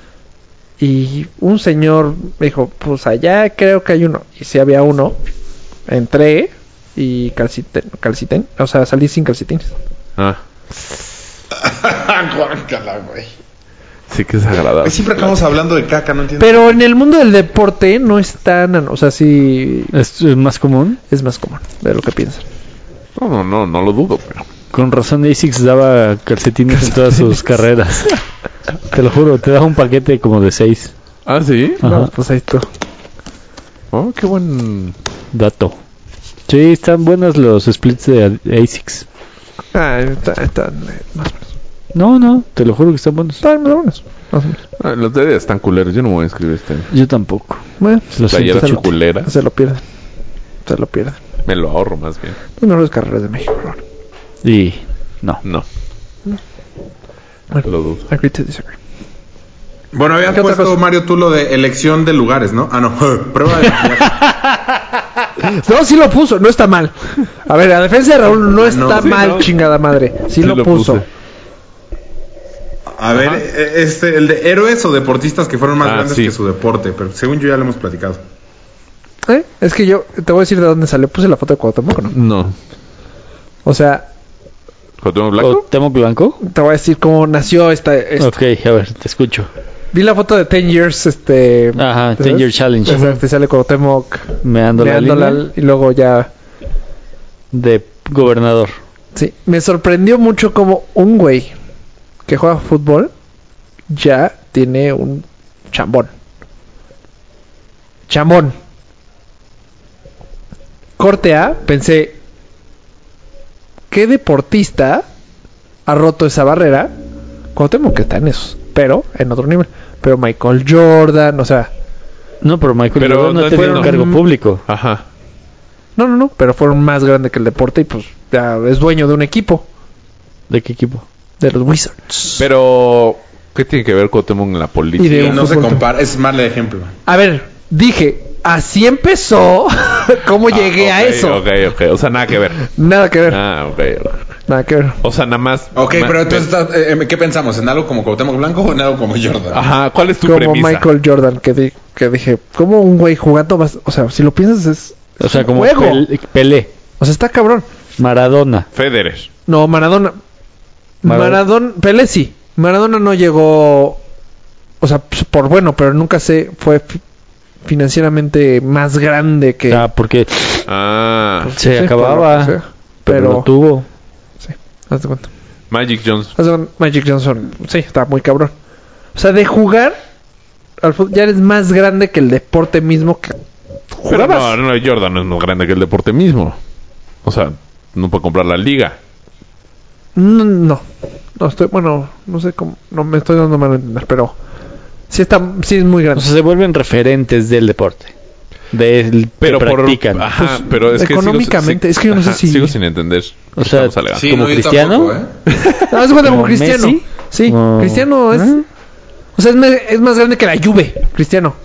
[SPEAKER 1] Y un señor me dijo, pues allá creo que hay uno. Y si había uno, entré y calciten, calciten, o sea, salí sin calcetines.
[SPEAKER 3] Ah,
[SPEAKER 5] Guácala, güey.
[SPEAKER 3] sí que es agradable.
[SPEAKER 5] Pues siempre acabamos hablando de caca, no entiendo.
[SPEAKER 1] Pero en el mundo del deporte no es tan, an- o sea, sí
[SPEAKER 4] ¿Es, es más común.
[SPEAKER 1] es más común de lo que piensan.
[SPEAKER 3] No, no, no, no lo dudo, pero...
[SPEAKER 4] Con razón Asics daba calcetines en todas sus carreras. [laughs] Te lo juro, te daba un paquete como de seis.
[SPEAKER 3] Ah, ¿sí?
[SPEAKER 4] Ajá.
[SPEAKER 1] No, pues ahí está.
[SPEAKER 3] Oh, qué buen...
[SPEAKER 4] Dato. Sí, están buenos los splits de ASICS.
[SPEAKER 1] Ah, está, está- más o menos.
[SPEAKER 4] No, no, te lo juro que están buenos.
[SPEAKER 1] Está más o menos, más o menos.
[SPEAKER 3] Ah, los de están culeros. Yo no me voy a inscribir este año.
[SPEAKER 4] Yo tampoco.
[SPEAKER 1] Bueno,
[SPEAKER 4] Lo siento.
[SPEAKER 3] Playeras
[SPEAKER 1] se lo-
[SPEAKER 3] chuculeras.
[SPEAKER 1] se lo pierden. Se lo pierden.
[SPEAKER 3] Me lo ahorro más bien.
[SPEAKER 1] Las mejores carreras de México. pero bueno.
[SPEAKER 4] Y no.
[SPEAKER 3] No.
[SPEAKER 1] Bueno.
[SPEAKER 3] Lo dudo.
[SPEAKER 1] Agree to disagree.
[SPEAKER 5] Bueno, habías
[SPEAKER 1] ¿Qué otra
[SPEAKER 5] puesto,
[SPEAKER 1] cosa?
[SPEAKER 5] Mario, tú lo de elección de lugares, ¿no? Ah, no. [laughs] Prueba de maquillaje.
[SPEAKER 1] No, sí lo puso, no está mal. A ver, a defensa de Raúl no está
[SPEAKER 3] sí,
[SPEAKER 1] mal,
[SPEAKER 3] Ah, no.
[SPEAKER 1] chingada madre. Sí, lo,
[SPEAKER 3] lo
[SPEAKER 1] puso.
[SPEAKER 3] puse.
[SPEAKER 5] A ver, eh, este, el de héroes o deportistas que fueron más
[SPEAKER 3] Ah,
[SPEAKER 5] grandes
[SPEAKER 3] sí.
[SPEAKER 5] que su deporte. Pero según yo ya lo hemos platicado.
[SPEAKER 1] ¿Eh? Es que yo te voy a decir de dónde salió. Puse la foto de Cuauhtémoc, ¿no?
[SPEAKER 3] No.
[SPEAKER 1] O sea,
[SPEAKER 3] ¿Cuauhtémoc
[SPEAKER 4] ¿O
[SPEAKER 3] Blanco? Este.
[SPEAKER 4] Temo Blanco?
[SPEAKER 1] te voy a decir cómo nació esta.
[SPEAKER 3] Ah.
[SPEAKER 1] esta.
[SPEAKER 4] Ok, a ver, te escucho.
[SPEAKER 1] Vi la foto de 10 Years, este.
[SPEAKER 3] Ah,
[SPEAKER 4] Ajá,
[SPEAKER 1] ¿te
[SPEAKER 4] 10 Year
[SPEAKER 1] sabes?
[SPEAKER 4] Challenge.
[SPEAKER 1] Exacto, y sale Cuauhtémoc
[SPEAKER 4] Me ando la
[SPEAKER 1] leándola
[SPEAKER 4] línea
[SPEAKER 1] y luego ya.
[SPEAKER 4] de gobernador.
[SPEAKER 1] Sí, me sorprendió mucho como un güey que juega fútbol ya tiene un chambón. Chambón. Corte A, pensé, ¿qué deportista ha roto esa barrera? Cuauhtémoc que está en esos, pero en otro nivel. Pero Michael Jordan, o sea,
[SPEAKER 4] No, pero Michael
[SPEAKER 3] Pero
[SPEAKER 4] Jordan no
[SPEAKER 3] no
[SPEAKER 4] tenía un
[SPEAKER 3] entiendo.
[SPEAKER 4] cargo público.
[SPEAKER 3] Ajá.
[SPEAKER 1] no, no, no, pero fueron más grande que el deporte y pues ya es dueño de un equipo,
[SPEAKER 4] ¿De qué equipo?
[SPEAKER 1] de los Wizards.
[SPEAKER 3] Pero... ¿Qué tiene que ver Cuauhtémoc en la
[SPEAKER 1] Y
[SPEAKER 3] política?
[SPEAKER 1] de-
[SPEAKER 5] No se
[SPEAKER 1] fútbol.
[SPEAKER 5] compara, es mal ejemplo.
[SPEAKER 1] A ver, dije, así empezó. [laughs] ¿Cómo
[SPEAKER 3] Ah,
[SPEAKER 1] llegué a
[SPEAKER 3] ok,
[SPEAKER 1] eso?
[SPEAKER 3] Ok, ok. O sea, nada que
[SPEAKER 1] [laughs]
[SPEAKER 3] ver.
[SPEAKER 1] Nada que ver,
[SPEAKER 3] Ah, ok.
[SPEAKER 1] nada que ver.
[SPEAKER 3] O sea, nada más...
[SPEAKER 5] Ok,
[SPEAKER 3] ma-
[SPEAKER 5] pero entonces, eh, eh, ¿qué pensamos? ¿En algo como Cuauhtémoc Blanco o en algo como Jordan?
[SPEAKER 1] Ah,
[SPEAKER 3] Ajá, ¿cuál es tu
[SPEAKER 1] Como
[SPEAKER 3] premisa?
[SPEAKER 1] Michael Jordan, que, di- que dije, ¿cómo un güey jugando vas? O sea, si lo piensas, es.
[SPEAKER 4] O
[SPEAKER 1] es
[SPEAKER 4] sea,
[SPEAKER 1] un
[SPEAKER 4] como
[SPEAKER 1] Juego.
[SPEAKER 4] Pel- Pelé,
[SPEAKER 1] O sea, está cabrón.
[SPEAKER 4] Maradona.
[SPEAKER 3] Federer.
[SPEAKER 1] No, Maradona.
[SPEAKER 4] Maradona.
[SPEAKER 1] Maradona. Pelé sí. Maradona no llegó. O sea, pues, por bueno, pero nunca se fue fi- financieramente más grande que...
[SPEAKER 4] Ah, porque
[SPEAKER 3] Ah,
[SPEAKER 4] se
[SPEAKER 1] Sí, por lo
[SPEAKER 4] acababa,
[SPEAKER 1] que sea.
[SPEAKER 4] pero no
[SPEAKER 1] Pero...
[SPEAKER 4] tuvo.
[SPEAKER 1] Haz de cuenta.
[SPEAKER 3] Magic Johnson.
[SPEAKER 1] Haz de cuenta, Magic Johnson, sí, está muy cabrón. O sea, de jugar al fútbol ya eres más grande que el deporte mismo que
[SPEAKER 3] Pero
[SPEAKER 1] jugabas.
[SPEAKER 3] no, no, Jordan no es más grande que el deporte mismo. O sea, no puede comprar la liga.
[SPEAKER 1] No, no, no estoy, bueno, no sé cómo, no me estoy dando mal a entender, pero sí está, sí es muy
[SPEAKER 4] O
[SPEAKER 1] grande.
[SPEAKER 4] sea, se vuelven referentes del deporte. Del
[SPEAKER 3] Pero
[SPEAKER 4] que
[SPEAKER 3] por.
[SPEAKER 4] practican.
[SPEAKER 3] Ajá,
[SPEAKER 1] Pues,
[SPEAKER 3] pero es que. sigo-
[SPEAKER 1] económicamente, es que yo no sé si-
[SPEAKER 3] Sigo sin entender.
[SPEAKER 4] O sea,
[SPEAKER 3] Estamos alegando.
[SPEAKER 5] Sí,
[SPEAKER 4] ¿Como
[SPEAKER 5] no, yo
[SPEAKER 4] Cristiano?
[SPEAKER 5] tampoco, ¿eh?
[SPEAKER 1] No, haz de cuenta como
[SPEAKER 4] ¿Como
[SPEAKER 1] Cristiano.
[SPEAKER 4] Messi?
[SPEAKER 1] Sí,
[SPEAKER 4] Oh.
[SPEAKER 1] Cristiano es.
[SPEAKER 4] ¿Ah?
[SPEAKER 1] O sea, es, me- es más grande que la Juve, Cristiano.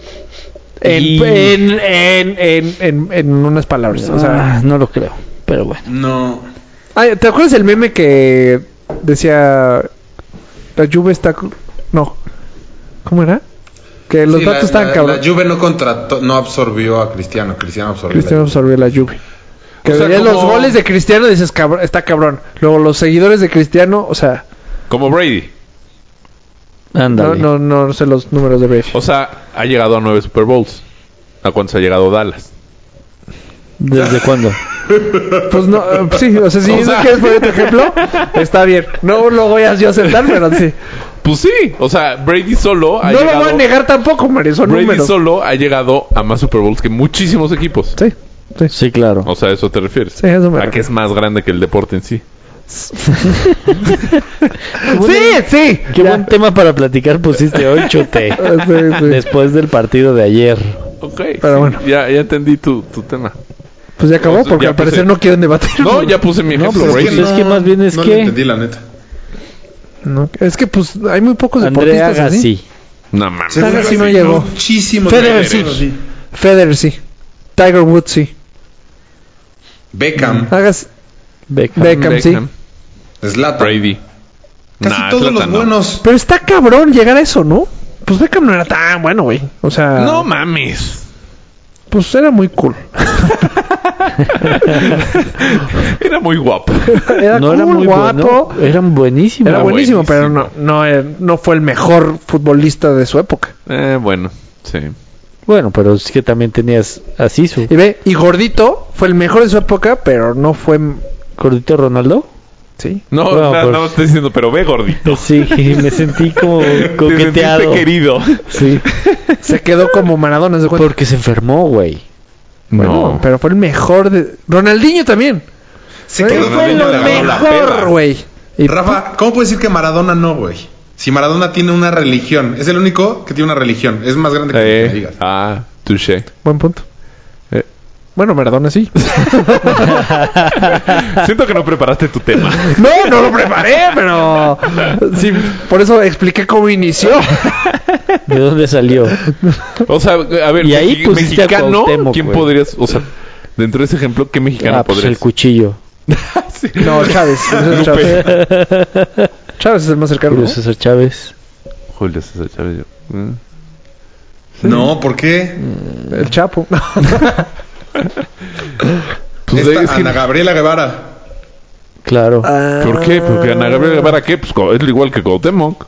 [SPEAKER 1] En,
[SPEAKER 4] Y-
[SPEAKER 1] en, en, en, en, en unas palabras. O sea,
[SPEAKER 4] Ah, no lo creo, pero bueno.
[SPEAKER 5] No.
[SPEAKER 1] Ay, Ah, ¿te acuerdas el meme que decía la Juve está. cu- No, ¿cómo era? Que los
[SPEAKER 5] Sí,
[SPEAKER 1] datos
[SPEAKER 5] la-
[SPEAKER 1] estaban
[SPEAKER 5] la-
[SPEAKER 1] cabrón.
[SPEAKER 5] La Juve no contrató, no absorbió a Cristiano. Cristiano absorbió. a la
[SPEAKER 1] Cristiano absorbió la Juve. Que
[SPEAKER 5] O sea,
[SPEAKER 1] veías los
[SPEAKER 5] como-
[SPEAKER 1] goles de Cristiano y dices, cabrón, está cabrón. Luego los seguidores de Cristiano, o sea,
[SPEAKER 3] Como Brady.
[SPEAKER 1] no,
[SPEAKER 4] Ándale.
[SPEAKER 1] no, no sé los números de Brady.
[SPEAKER 3] O sea, ha llegado a nueve Super Bowls. ¿A cuántos ha llegado Dallas?
[SPEAKER 4] ¿Desde cuándo?
[SPEAKER 1] Pues no, eh, sí, o sea, si
[SPEAKER 3] O
[SPEAKER 1] eso
[SPEAKER 3] sea-
[SPEAKER 1] quieres poner tu ejemplo, está bien. No lo voy a yo aceptar, pero sí.
[SPEAKER 3] Pues sí, o sea, Brady solo ha
[SPEAKER 1] No lo
[SPEAKER 3] llegado.
[SPEAKER 1] voy a negar tampoco, Mario, son
[SPEAKER 3] Brady
[SPEAKER 1] números.
[SPEAKER 3] solo ha llegado a más Super Bowls que muchísimos equipos.
[SPEAKER 1] Sí, sí.
[SPEAKER 4] Sí, claro.
[SPEAKER 3] O sea, ¿a eso te refieres.
[SPEAKER 1] Sí, a eso me
[SPEAKER 3] a que
[SPEAKER 1] refiero.
[SPEAKER 3] es más grande que el deporte en sí.
[SPEAKER 1] Sí, sí.
[SPEAKER 4] Qué
[SPEAKER 1] Ya.
[SPEAKER 4] buen tema para platicar pusiste hoy, chute.
[SPEAKER 1] Ah, [laughs] sí, sí.
[SPEAKER 4] Después del partido de ayer.
[SPEAKER 3] Ok.
[SPEAKER 1] Pero bueno.
[SPEAKER 3] Ya, ya entendí tu, tu tema.
[SPEAKER 1] Pues ya acabó,
[SPEAKER 3] Pues
[SPEAKER 1] porque
[SPEAKER 3] ya
[SPEAKER 1] al parecer
[SPEAKER 3] puse-
[SPEAKER 1] no quieren debatir.
[SPEAKER 3] No, ya puse mi ejemplo.
[SPEAKER 1] pues
[SPEAKER 4] pero
[SPEAKER 5] Juve.
[SPEAKER 3] Brady.
[SPEAKER 4] Pues, es que más bien es
[SPEAKER 5] no
[SPEAKER 4] que-
[SPEAKER 5] lo entendí, la neta.
[SPEAKER 1] No, es que pues hay muy pocos
[SPEAKER 4] Andrea
[SPEAKER 1] deportistas así.
[SPEAKER 4] Gassi.
[SPEAKER 3] No mames.
[SPEAKER 1] Tal vez sí no llegó.
[SPEAKER 5] Muchísimo.
[SPEAKER 1] Federer sí. Federer sí. Tiger Woods sí.
[SPEAKER 5] Beckham.
[SPEAKER 1] Hagas
[SPEAKER 4] Beckham.
[SPEAKER 1] Beckham, sí.
[SPEAKER 3] Beckham,
[SPEAKER 5] Zlatan.
[SPEAKER 3] Brady.
[SPEAKER 5] Casi
[SPEAKER 3] Nah,
[SPEAKER 5] todos los
[SPEAKER 3] Zlatan no.
[SPEAKER 5] buenos.
[SPEAKER 1] Pero está cabrón llegar a eso, ¿no? Pues Beckham no era tan bueno, güey. O sea,
[SPEAKER 3] No mames.
[SPEAKER 1] pues era
[SPEAKER 4] [laughs]
[SPEAKER 1] muy cool.
[SPEAKER 3] Era muy
[SPEAKER 1] [laughs]
[SPEAKER 3] guapo.
[SPEAKER 1] Era
[SPEAKER 4] No
[SPEAKER 1] cool,
[SPEAKER 4] era muy
[SPEAKER 1] guapo.
[SPEAKER 4] bueno. Eran buenísimos.
[SPEAKER 1] Era
[SPEAKER 3] Era
[SPEAKER 1] buenísimo, pero
[SPEAKER 3] buenísimo.
[SPEAKER 1] no, no, eh, no fue el mejor futbolista de su época.
[SPEAKER 3] Eh, bueno, sí.
[SPEAKER 4] Bueno, pero es que también tenías a Sisu.
[SPEAKER 1] Y ve, y gordito fue el mejor de su época, pero no fue. m-
[SPEAKER 4] Gordito Ronaldo.
[SPEAKER 1] Sí.
[SPEAKER 3] No,
[SPEAKER 4] Bueno,
[SPEAKER 3] na-
[SPEAKER 4] pues-
[SPEAKER 3] nada más estoy diciendo, pero ve gordito.
[SPEAKER 4] Sí, [laughs] me sentí como
[SPEAKER 3] Te sentiste
[SPEAKER 4] coqueteado.
[SPEAKER 3] querido.
[SPEAKER 4] Sí,
[SPEAKER 1] Se quedó como Maradona, ¿se cuenta?
[SPEAKER 4] porque se enfermó, güey.
[SPEAKER 1] Bueno,
[SPEAKER 3] [laughs] no,
[SPEAKER 1] pero fue el mejor de. Ronaldinho también.
[SPEAKER 5] Se
[SPEAKER 1] Él
[SPEAKER 5] quedó
[SPEAKER 1] fue
[SPEAKER 5] Ronaldinho
[SPEAKER 1] lo
[SPEAKER 5] le agarró la
[SPEAKER 1] mejor,
[SPEAKER 3] peda.
[SPEAKER 1] güey. Y
[SPEAKER 5] Rafa, ¿cómo puedes decir que Maradona no, güey? Si Maradona tiene una religión, es el único que tiene una religión, es más grande que lo que me
[SPEAKER 3] Eh,
[SPEAKER 5] digas.
[SPEAKER 3] ah, touché.
[SPEAKER 1] Buen punto.
[SPEAKER 3] Eh.
[SPEAKER 1] Bueno, Maradona sí.
[SPEAKER 3] [laughs] Siento que no preparaste tu tema.
[SPEAKER 1] [laughs] No, no lo preparé, pero sí, por eso expliqué cómo inició.
[SPEAKER 4] ¿De dónde salió?
[SPEAKER 3] O sea, a ver,
[SPEAKER 4] Y ahí
[SPEAKER 3] mexi-
[SPEAKER 4] pusiste a
[SPEAKER 3] mexicano,
[SPEAKER 4] Cuauhtémoc,
[SPEAKER 3] ¿quién
[SPEAKER 4] güey.
[SPEAKER 3] podrías, o sea, dentro de ese ejemplo, qué mexicano
[SPEAKER 4] Ah, pues el
[SPEAKER 3] podrías?
[SPEAKER 4] cuchillo.
[SPEAKER 3] Sí.
[SPEAKER 1] [laughs] No, [laughs] Chávez. Chávez.
[SPEAKER 3] Lupe.
[SPEAKER 1] Chávez es el más cercano.
[SPEAKER 4] Julio
[SPEAKER 1] ¿no?
[SPEAKER 4] César Chávez.
[SPEAKER 3] Julio César Chávez. yo. Mm.
[SPEAKER 5] No, ¿por qué?
[SPEAKER 1] El Chapo. [laughs]
[SPEAKER 3] Pues
[SPEAKER 5] Esta
[SPEAKER 3] es que-
[SPEAKER 5] Ana Gabriela Guevara.
[SPEAKER 4] Claro.
[SPEAKER 3] ¿Por qué? Porque Ana Gabriela Guevara, ¿qué? Pues co- es igual que Cuauhtémoc.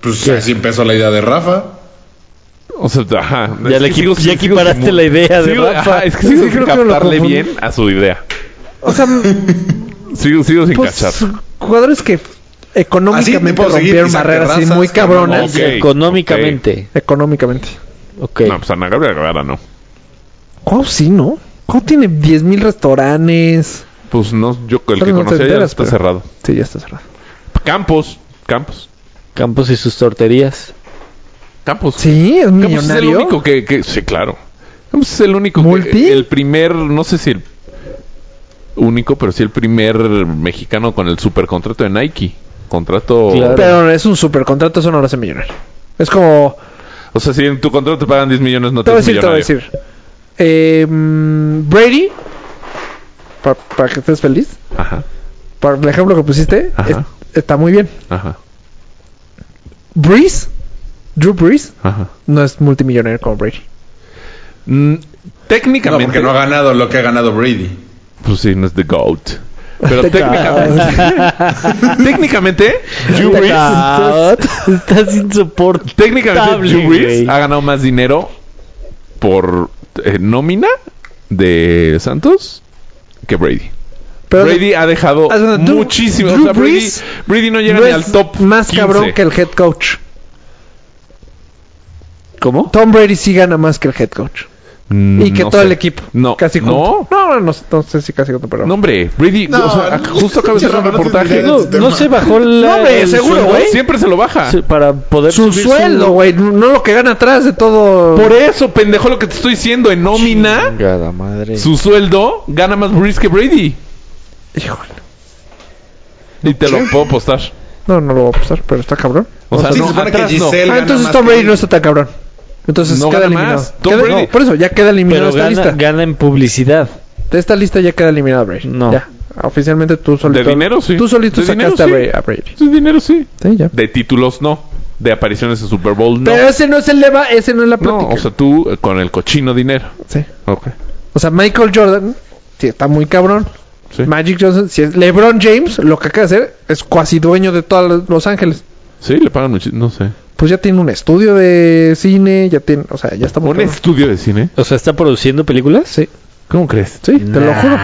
[SPEAKER 5] Pues así empezó la idea de Rafa.
[SPEAKER 3] O sea, ajá.
[SPEAKER 4] Ya
[SPEAKER 3] Es
[SPEAKER 4] le
[SPEAKER 3] que
[SPEAKER 4] equi-
[SPEAKER 3] sigo-
[SPEAKER 4] ya
[SPEAKER 3] sigo
[SPEAKER 4] equiparaste
[SPEAKER 3] sin-
[SPEAKER 4] la idea de
[SPEAKER 3] sigo-
[SPEAKER 4] Rafa.
[SPEAKER 3] ajá, es que
[SPEAKER 1] Sí,
[SPEAKER 3] sigo
[SPEAKER 1] creo
[SPEAKER 3] sin
[SPEAKER 1] que lo
[SPEAKER 3] captarle
[SPEAKER 1] confundí.
[SPEAKER 3] bien a su idea.
[SPEAKER 1] O sea,
[SPEAKER 3] Sigo, sigo sin
[SPEAKER 1] pues,
[SPEAKER 3] cachar.
[SPEAKER 1] jugadores que
[SPEAKER 5] Así, me
[SPEAKER 1] económicamente
[SPEAKER 5] puedo seguir,
[SPEAKER 1] rompieron
[SPEAKER 5] Isaac
[SPEAKER 1] barreras así
[SPEAKER 5] Terrazas,
[SPEAKER 1] muy cabronas.
[SPEAKER 3] Ok,
[SPEAKER 4] Económicamente.
[SPEAKER 1] Económicamente.
[SPEAKER 4] Ok.
[SPEAKER 3] No, pues Ana Gabriela Guevara no.
[SPEAKER 1] ¿Cuau sí, no? ¿Cuau tiene 10.000 restaurantes?
[SPEAKER 3] Pues no, yo el
[SPEAKER 1] Pero
[SPEAKER 3] que
[SPEAKER 1] no te
[SPEAKER 3] conocía ya
[SPEAKER 1] enteras,
[SPEAKER 3] está
[SPEAKER 1] pero-
[SPEAKER 3] cerrado.
[SPEAKER 1] Sí, ya está cerrado.
[SPEAKER 3] Campos, Campos,
[SPEAKER 4] Campos y sus torterías.
[SPEAKER 3] Campos.
[SPEAKER 1] Sí, es
[SPEAKER 3] Campos es el
[SPEAKER 1] millonario.
[SPEAKER 3] único que, que- sí, claro. Campos es el único que-
[SPEAKER 1] ¿Multi?
[SPEAKER 3] el primer, no sé si el único, pero sí el primer mexicano con el super contrato de Nike. Contrato,
[SPEAKER 4] Claro.
[SPEAKER 1] Pero es un super contrato, eso no lo hace millonario. Es como,
[SPEAKER 3] o sea, si en tu contrato te pagan 10 millones, no
[SPEAKER 1] te
[SPEAKER 3] te
[SPEAKER 1] voy a
[SPEAKER 3] haces
[SPEAKER 1] decir, te voy a
[SPEAKER 3] millonario.
[SPEAKER 1] decir. Eh, mm, Brady, pa- para, que estés feliz,
[SPEAKER 3] Ajá,
[SPEAKER 1] por el ejemplo que pusiste,
[SPEAKER 3] Ajá.
[SPEAKER 1] es- está muy bien.
[SPEAKER 3] ajá,
[SPEAKER 1] Breeze, Drew Breeze,
[SPEAKER 3] ajá.
[SPEAKER 1] no es multimillonario como Brady.
[SPEAKER 3] Mm,
[SPEAKER 5] No,
[SPEAKER 3] técnicamente,
[SPEAKER 5] porque no ha ganado lo que ha ganado Brady.
[SPEAKER 3] pues sí, no es The GOAT.
[SPEAKER 1] [laughs]
[SPEAKER 3] Pero
[SPEAKER 1] The
[SPEAKER 3] técnicamente, [laughs] técnicamente, [laughs] Drew Brees-
[SPEAKER 4] Estás sin soporte.
[SPEAKER 3] Técnicamente,
[SPEAKER 4] Estable,
[SPEAKER 3] Drew Brees
[SPEAKER 4] güey.
[SPEAKER 3] ha ganado más dinero por eh, nómina de Santos que Brady.
[SPEAKER 1] Pero
[SPEAKER 3] Brady ha dejado
[SPEAKER 1] Ah, bueno, Drew-
[SPEAKER 3] muchísimo.
[SPEAKER 1] Drew
[SPEAKER 3] o sea, Brady,
[SPEAKER 1] Brees
[SPEAKER 3] Brady no llega
[SPEAKER 1] no
[SPEAKER 3] ni
[SPEAKER 1] es
[SPEAKER 3] al top.
[SPEAKER 1] más
[SPEAKER 3] 15.
[SPEAKER 1] cabrón que el head coach.
[SPEAKER 4] ¿Cómo?
[SPEAKER 1] Tom Brady sí gana más que el head coach.
[SPEAKER 3] Mm,
[SPEAKER 1] Y que
[SPEAKER 3] no
[SPEAKER 1] todo
[SPEAKER 3] sé.
[SPEAKER 1] el equipo.
[SPEAKER 3] No.
[SPEAKER 1] Casi
[SPEAKER 3] no.
[SPEAKER 1] junto. No, no, no, no sé si casi junto, pero.
[SPEAKER 3] No, hombre, Brady,
[SPEAKER 5] No,
[SPEAKER 3] o sea,
[SPEAKER 5] no,
[SPEAKER 3] justo acaba de
[SPEAKER 5] ya
[SPEAKER 3] hacer un
[SPEAKER 5] no tiene
[SPEAKER 3] reportaje.
[SPEAKER 5] idea.
[SPEAKER 4] No, no se bajó la,
[SPEAKER 1] No, hombre, seguro,
[SPEAKER 4] sueldo
[SPEAKER 1] güey.
[SPEAKER 3] Siempre se lo baja.
[SPEAKER 4] se- Para poder
[SPEAKER 1] Su
[SPEAKER 4] subir
[SPEAKER 1] sueldo, güey. No lo que gana atrás de todo.
[SPEAKER 3] Por eso, pendejo, lo que te estoy diciendo, en nómina,
[SPEAKER 2] Chingada madre.
[SPEAKER 3] su sueldo gana más Breeze que Brady.
[SPEAKER 1] Híjole.
[SPEAKER 3] Y te lo puedo apostar.
[SPEAKER 1] No, no lo voy a pasar, pero está cabrón.
[SPEAKER 3] O sea,
[SPEAKER 5] Sí, se
[SPEAKER 3] no,
[SPEAKER 5] supone que
[SPEAKER 3] atrás no.
[SPEAKER 5] Giselle
[SPEAKER 1] Ah,
[SPEAKER 5] gana
[SPEAKER 1] entonces
[SPEAKER 5] más
[SPEAKER 1] Tom
[SPEAKER 5] que
[SPEAKER 1] Brady
[SPEAKER 5] él.
[SPEAKER 1] no está tan cabrón. Entonces
[SPEAKER 3] No
[SPEAKER 1] queda
[SPEAKER 3] gana
[SPEAKER 1] eliminado.
[SPEAKER 3] más. Tom
[SPEAKER 1] Queda-
[SPEAKER 3] Brady.
[SPEAKER 1] no, por eso, ya queda
[SPEAKER 4] Pero
[SPEAKER 1] eliminado esta
[SPEAKER 4] gana,
[SPEAKER 1] lista.
[SPEAKER 4] gana en publicidad.
[SPEAKER 1] De esta lista ya queda eliminado Brady.
[SPEAKER 4] No.
[SPEAKER 1] Ya. Oficialmente tú solito.
[SPEAKER 3] De dinero, sí.
[SPEAKER 1] Tú solito
[SPEAKER 3] De dinero,
[SPEAKER 1] sacaste a
[SPEAKER 3] sí.
[SPEAKER 1] Brady- a Brady.
[SPEAKER 3] Su dinero sí.
[SPEAKER 1] Sí, ya.
[SPEAKER 3] De títulos no. De apariciones en Super Bowl no.
[SPEAKER 1] Pero ese no es el leva, ese no es la
[SPEAKER 3] No,
[SPEAKER 1] plática.
[SPEAKER 3] o sea, tú eh, con el cochino dinero.
[SPEAKER 1] Sí.
[SPEAKER 3] Ok.
[SPEAKER 1] O sea, Michael Jordan sí, está muy cabrón.
[SPEAKER 3] Sí.
[SPEAKER 1] Magic Johnson, si es LeBron James, lo que acaba de hacer es cuasi dueño de todos Los Ángeles.
[SPEAKER 3] Sí, le pagan muchísimo. No sé.
[SPEAKER 1] Pues ya tiene un estudio de cine, ya tiene, o sea, ya está muy
[SPEAKER 3] ¿Un
[SPEAKER 1] cabrón.
[SPEAKER 3] estudio de cine?
[SPEAKER 4] O sea, ¿está produciendo películas?
[SPEAKER 1] Sí.
[SPEAKER 3] ¿Cómo crees?
[SPEAKER 1] Sí, te lo juro.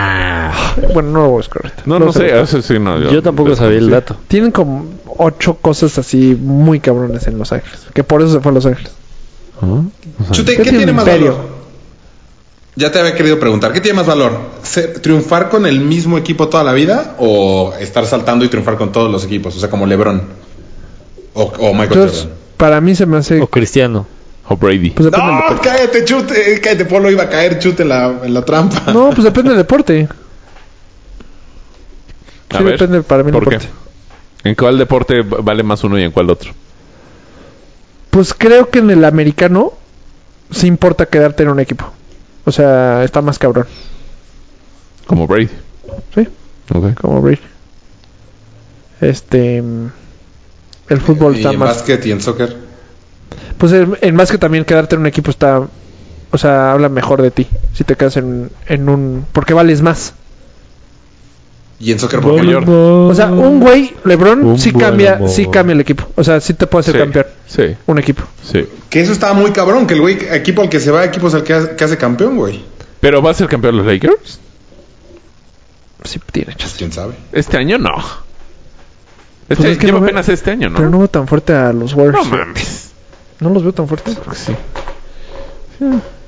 [SPEAKER 1] Bueno, no lo voy a buscar ahorita.
[SPEAKER 3] No, no,
[SPEAKER 1] lo sé.
[SPEAKER 3] sé. Eso sí, no,
[SPEAKER 4] Yo tampoco sabía el
[SPEAKER 3] sí.
[SPEAKER 4] dato.
[SPEAKER 1] Tienen como ocho cosas así muy cabrones en Los Ángeles. Que por eso se fue a Los Ángeles.
[SPEAKER 3] Ah, o sea,
[SPEAKER 5] Chute,
[SPEAKER 1] ¿Qué
[SPEAKER 5] ¿qué
[SPEAKER 1] tiene
[SPEAKER 5] tiene más
[SPEAKER 1] imperio?
[SPEAKER 5] valor? Ya te había querido preguntar, ¿qué tiene más valor? ¿Ser- ¿Triunfar con el mismo equipo toda la vida o estar saltando y triunfar con todos los equipos? O sea, como LeBron o, o Michael
[SPEAKER 1] Entonces,
[SPEAKER 5] Jordan.
[SPEAKER 1] para mí se me hace.
[SPEAKER 4] O Cristiano.
[SPEAKER 3] O Brady.
[SPEAKER 1] Pues depende del
[SPEAKER 5] No,
[SPEAKER 1] deporte.
[SPEAKER 5] cállate, chute, eh, cállate, Polo iba a caer chute en la, en la trampa.
[SPEAKER 1] No, pues depende del deporte.
[SPEAKER 3] A
[SPEAKER 1] sí,
[SPEAKER 3] ver,
[SPEAKER 1] depende para mí el
[SPEAKER 3] ¿Por qué?
[SPEAKER 1] deporte.
[SPEAKER 3] ¿En cuál deporte va- vale más uno y en cuál otro?
[SPEAKER 1] Pues creo que en el americano sí importa quedarte en un equipo. O sea, está más cabrón.
[SPEAKER 3] Como Brady.
[SPEAKER 1] Sí,
[SPEAKER 3] Ok.
[SPEAKER 1] como Brady. Este. mm, El fútbol
[SPEAKER 5] y
[SPEAKER 1] está
[SPEAKER 5] en
[SPEAKER 1] más.
[SPEAKER 5] básquet y en soccer.
[SPEAKER 1] Pues en, en básquet también quedarte en un equipo está. O sea, habla mejor de ti. Si te quedas en, en un. Porque vales más.
[SPEAKER 5] Y en soccer porque
[SPEAKER 3] Jordan.
[SPEAKER 1] O sea, un
[SPEAKER 4] Mm.
[SPEAKER 1] güey, LeBron,
[SPEAKER 4] Un
[SPEAKER 1] sí
[SPEAKER 4] buen
[SPEAKER 1] cambia
[SPEAKER 4] amor.
[SPEAKER 1] sí cambia el equipo. O sea, sí te puede hacer
[SPEAKER 3] Sí,
[SPEAKER 1] campeón.
[SPEAKER 3] Sí,
[SPEAKER 1] Un equipo.
[SPEAKER 3] sí.
[SPEAKER 5] Que eso estaba muy cabrón, que el güey, equipo al que se va, equipo es al que, ha- que hace campeón, güey.
[SPEAKER 3] ¿Pero va a ser campeón los
[SPEAKER 1] Pues,
[SPEAKER 3] Lakers?
[SPEAKER 1] Sí, tiene chance.
[SPEAKER 5] Pues quién sabe.
[SPEAKER 3] Este año no. Este,
[SPEAKER 1] Pues es que
[SPEAKER 3] lleva
[SPEAKER 1] no ve-
[SPEAKER 3] apenas este año, ¿no?
[SPEAKER 1] Pero no veo tan fuerte a los
[SPEAKER 3] No
[SPEAKER 1] Warriors.
[SPEAKER 3] mames. Pues
[SPEAKER 1] No los veo tan fuertes.
[SPEAKER 3] Sí.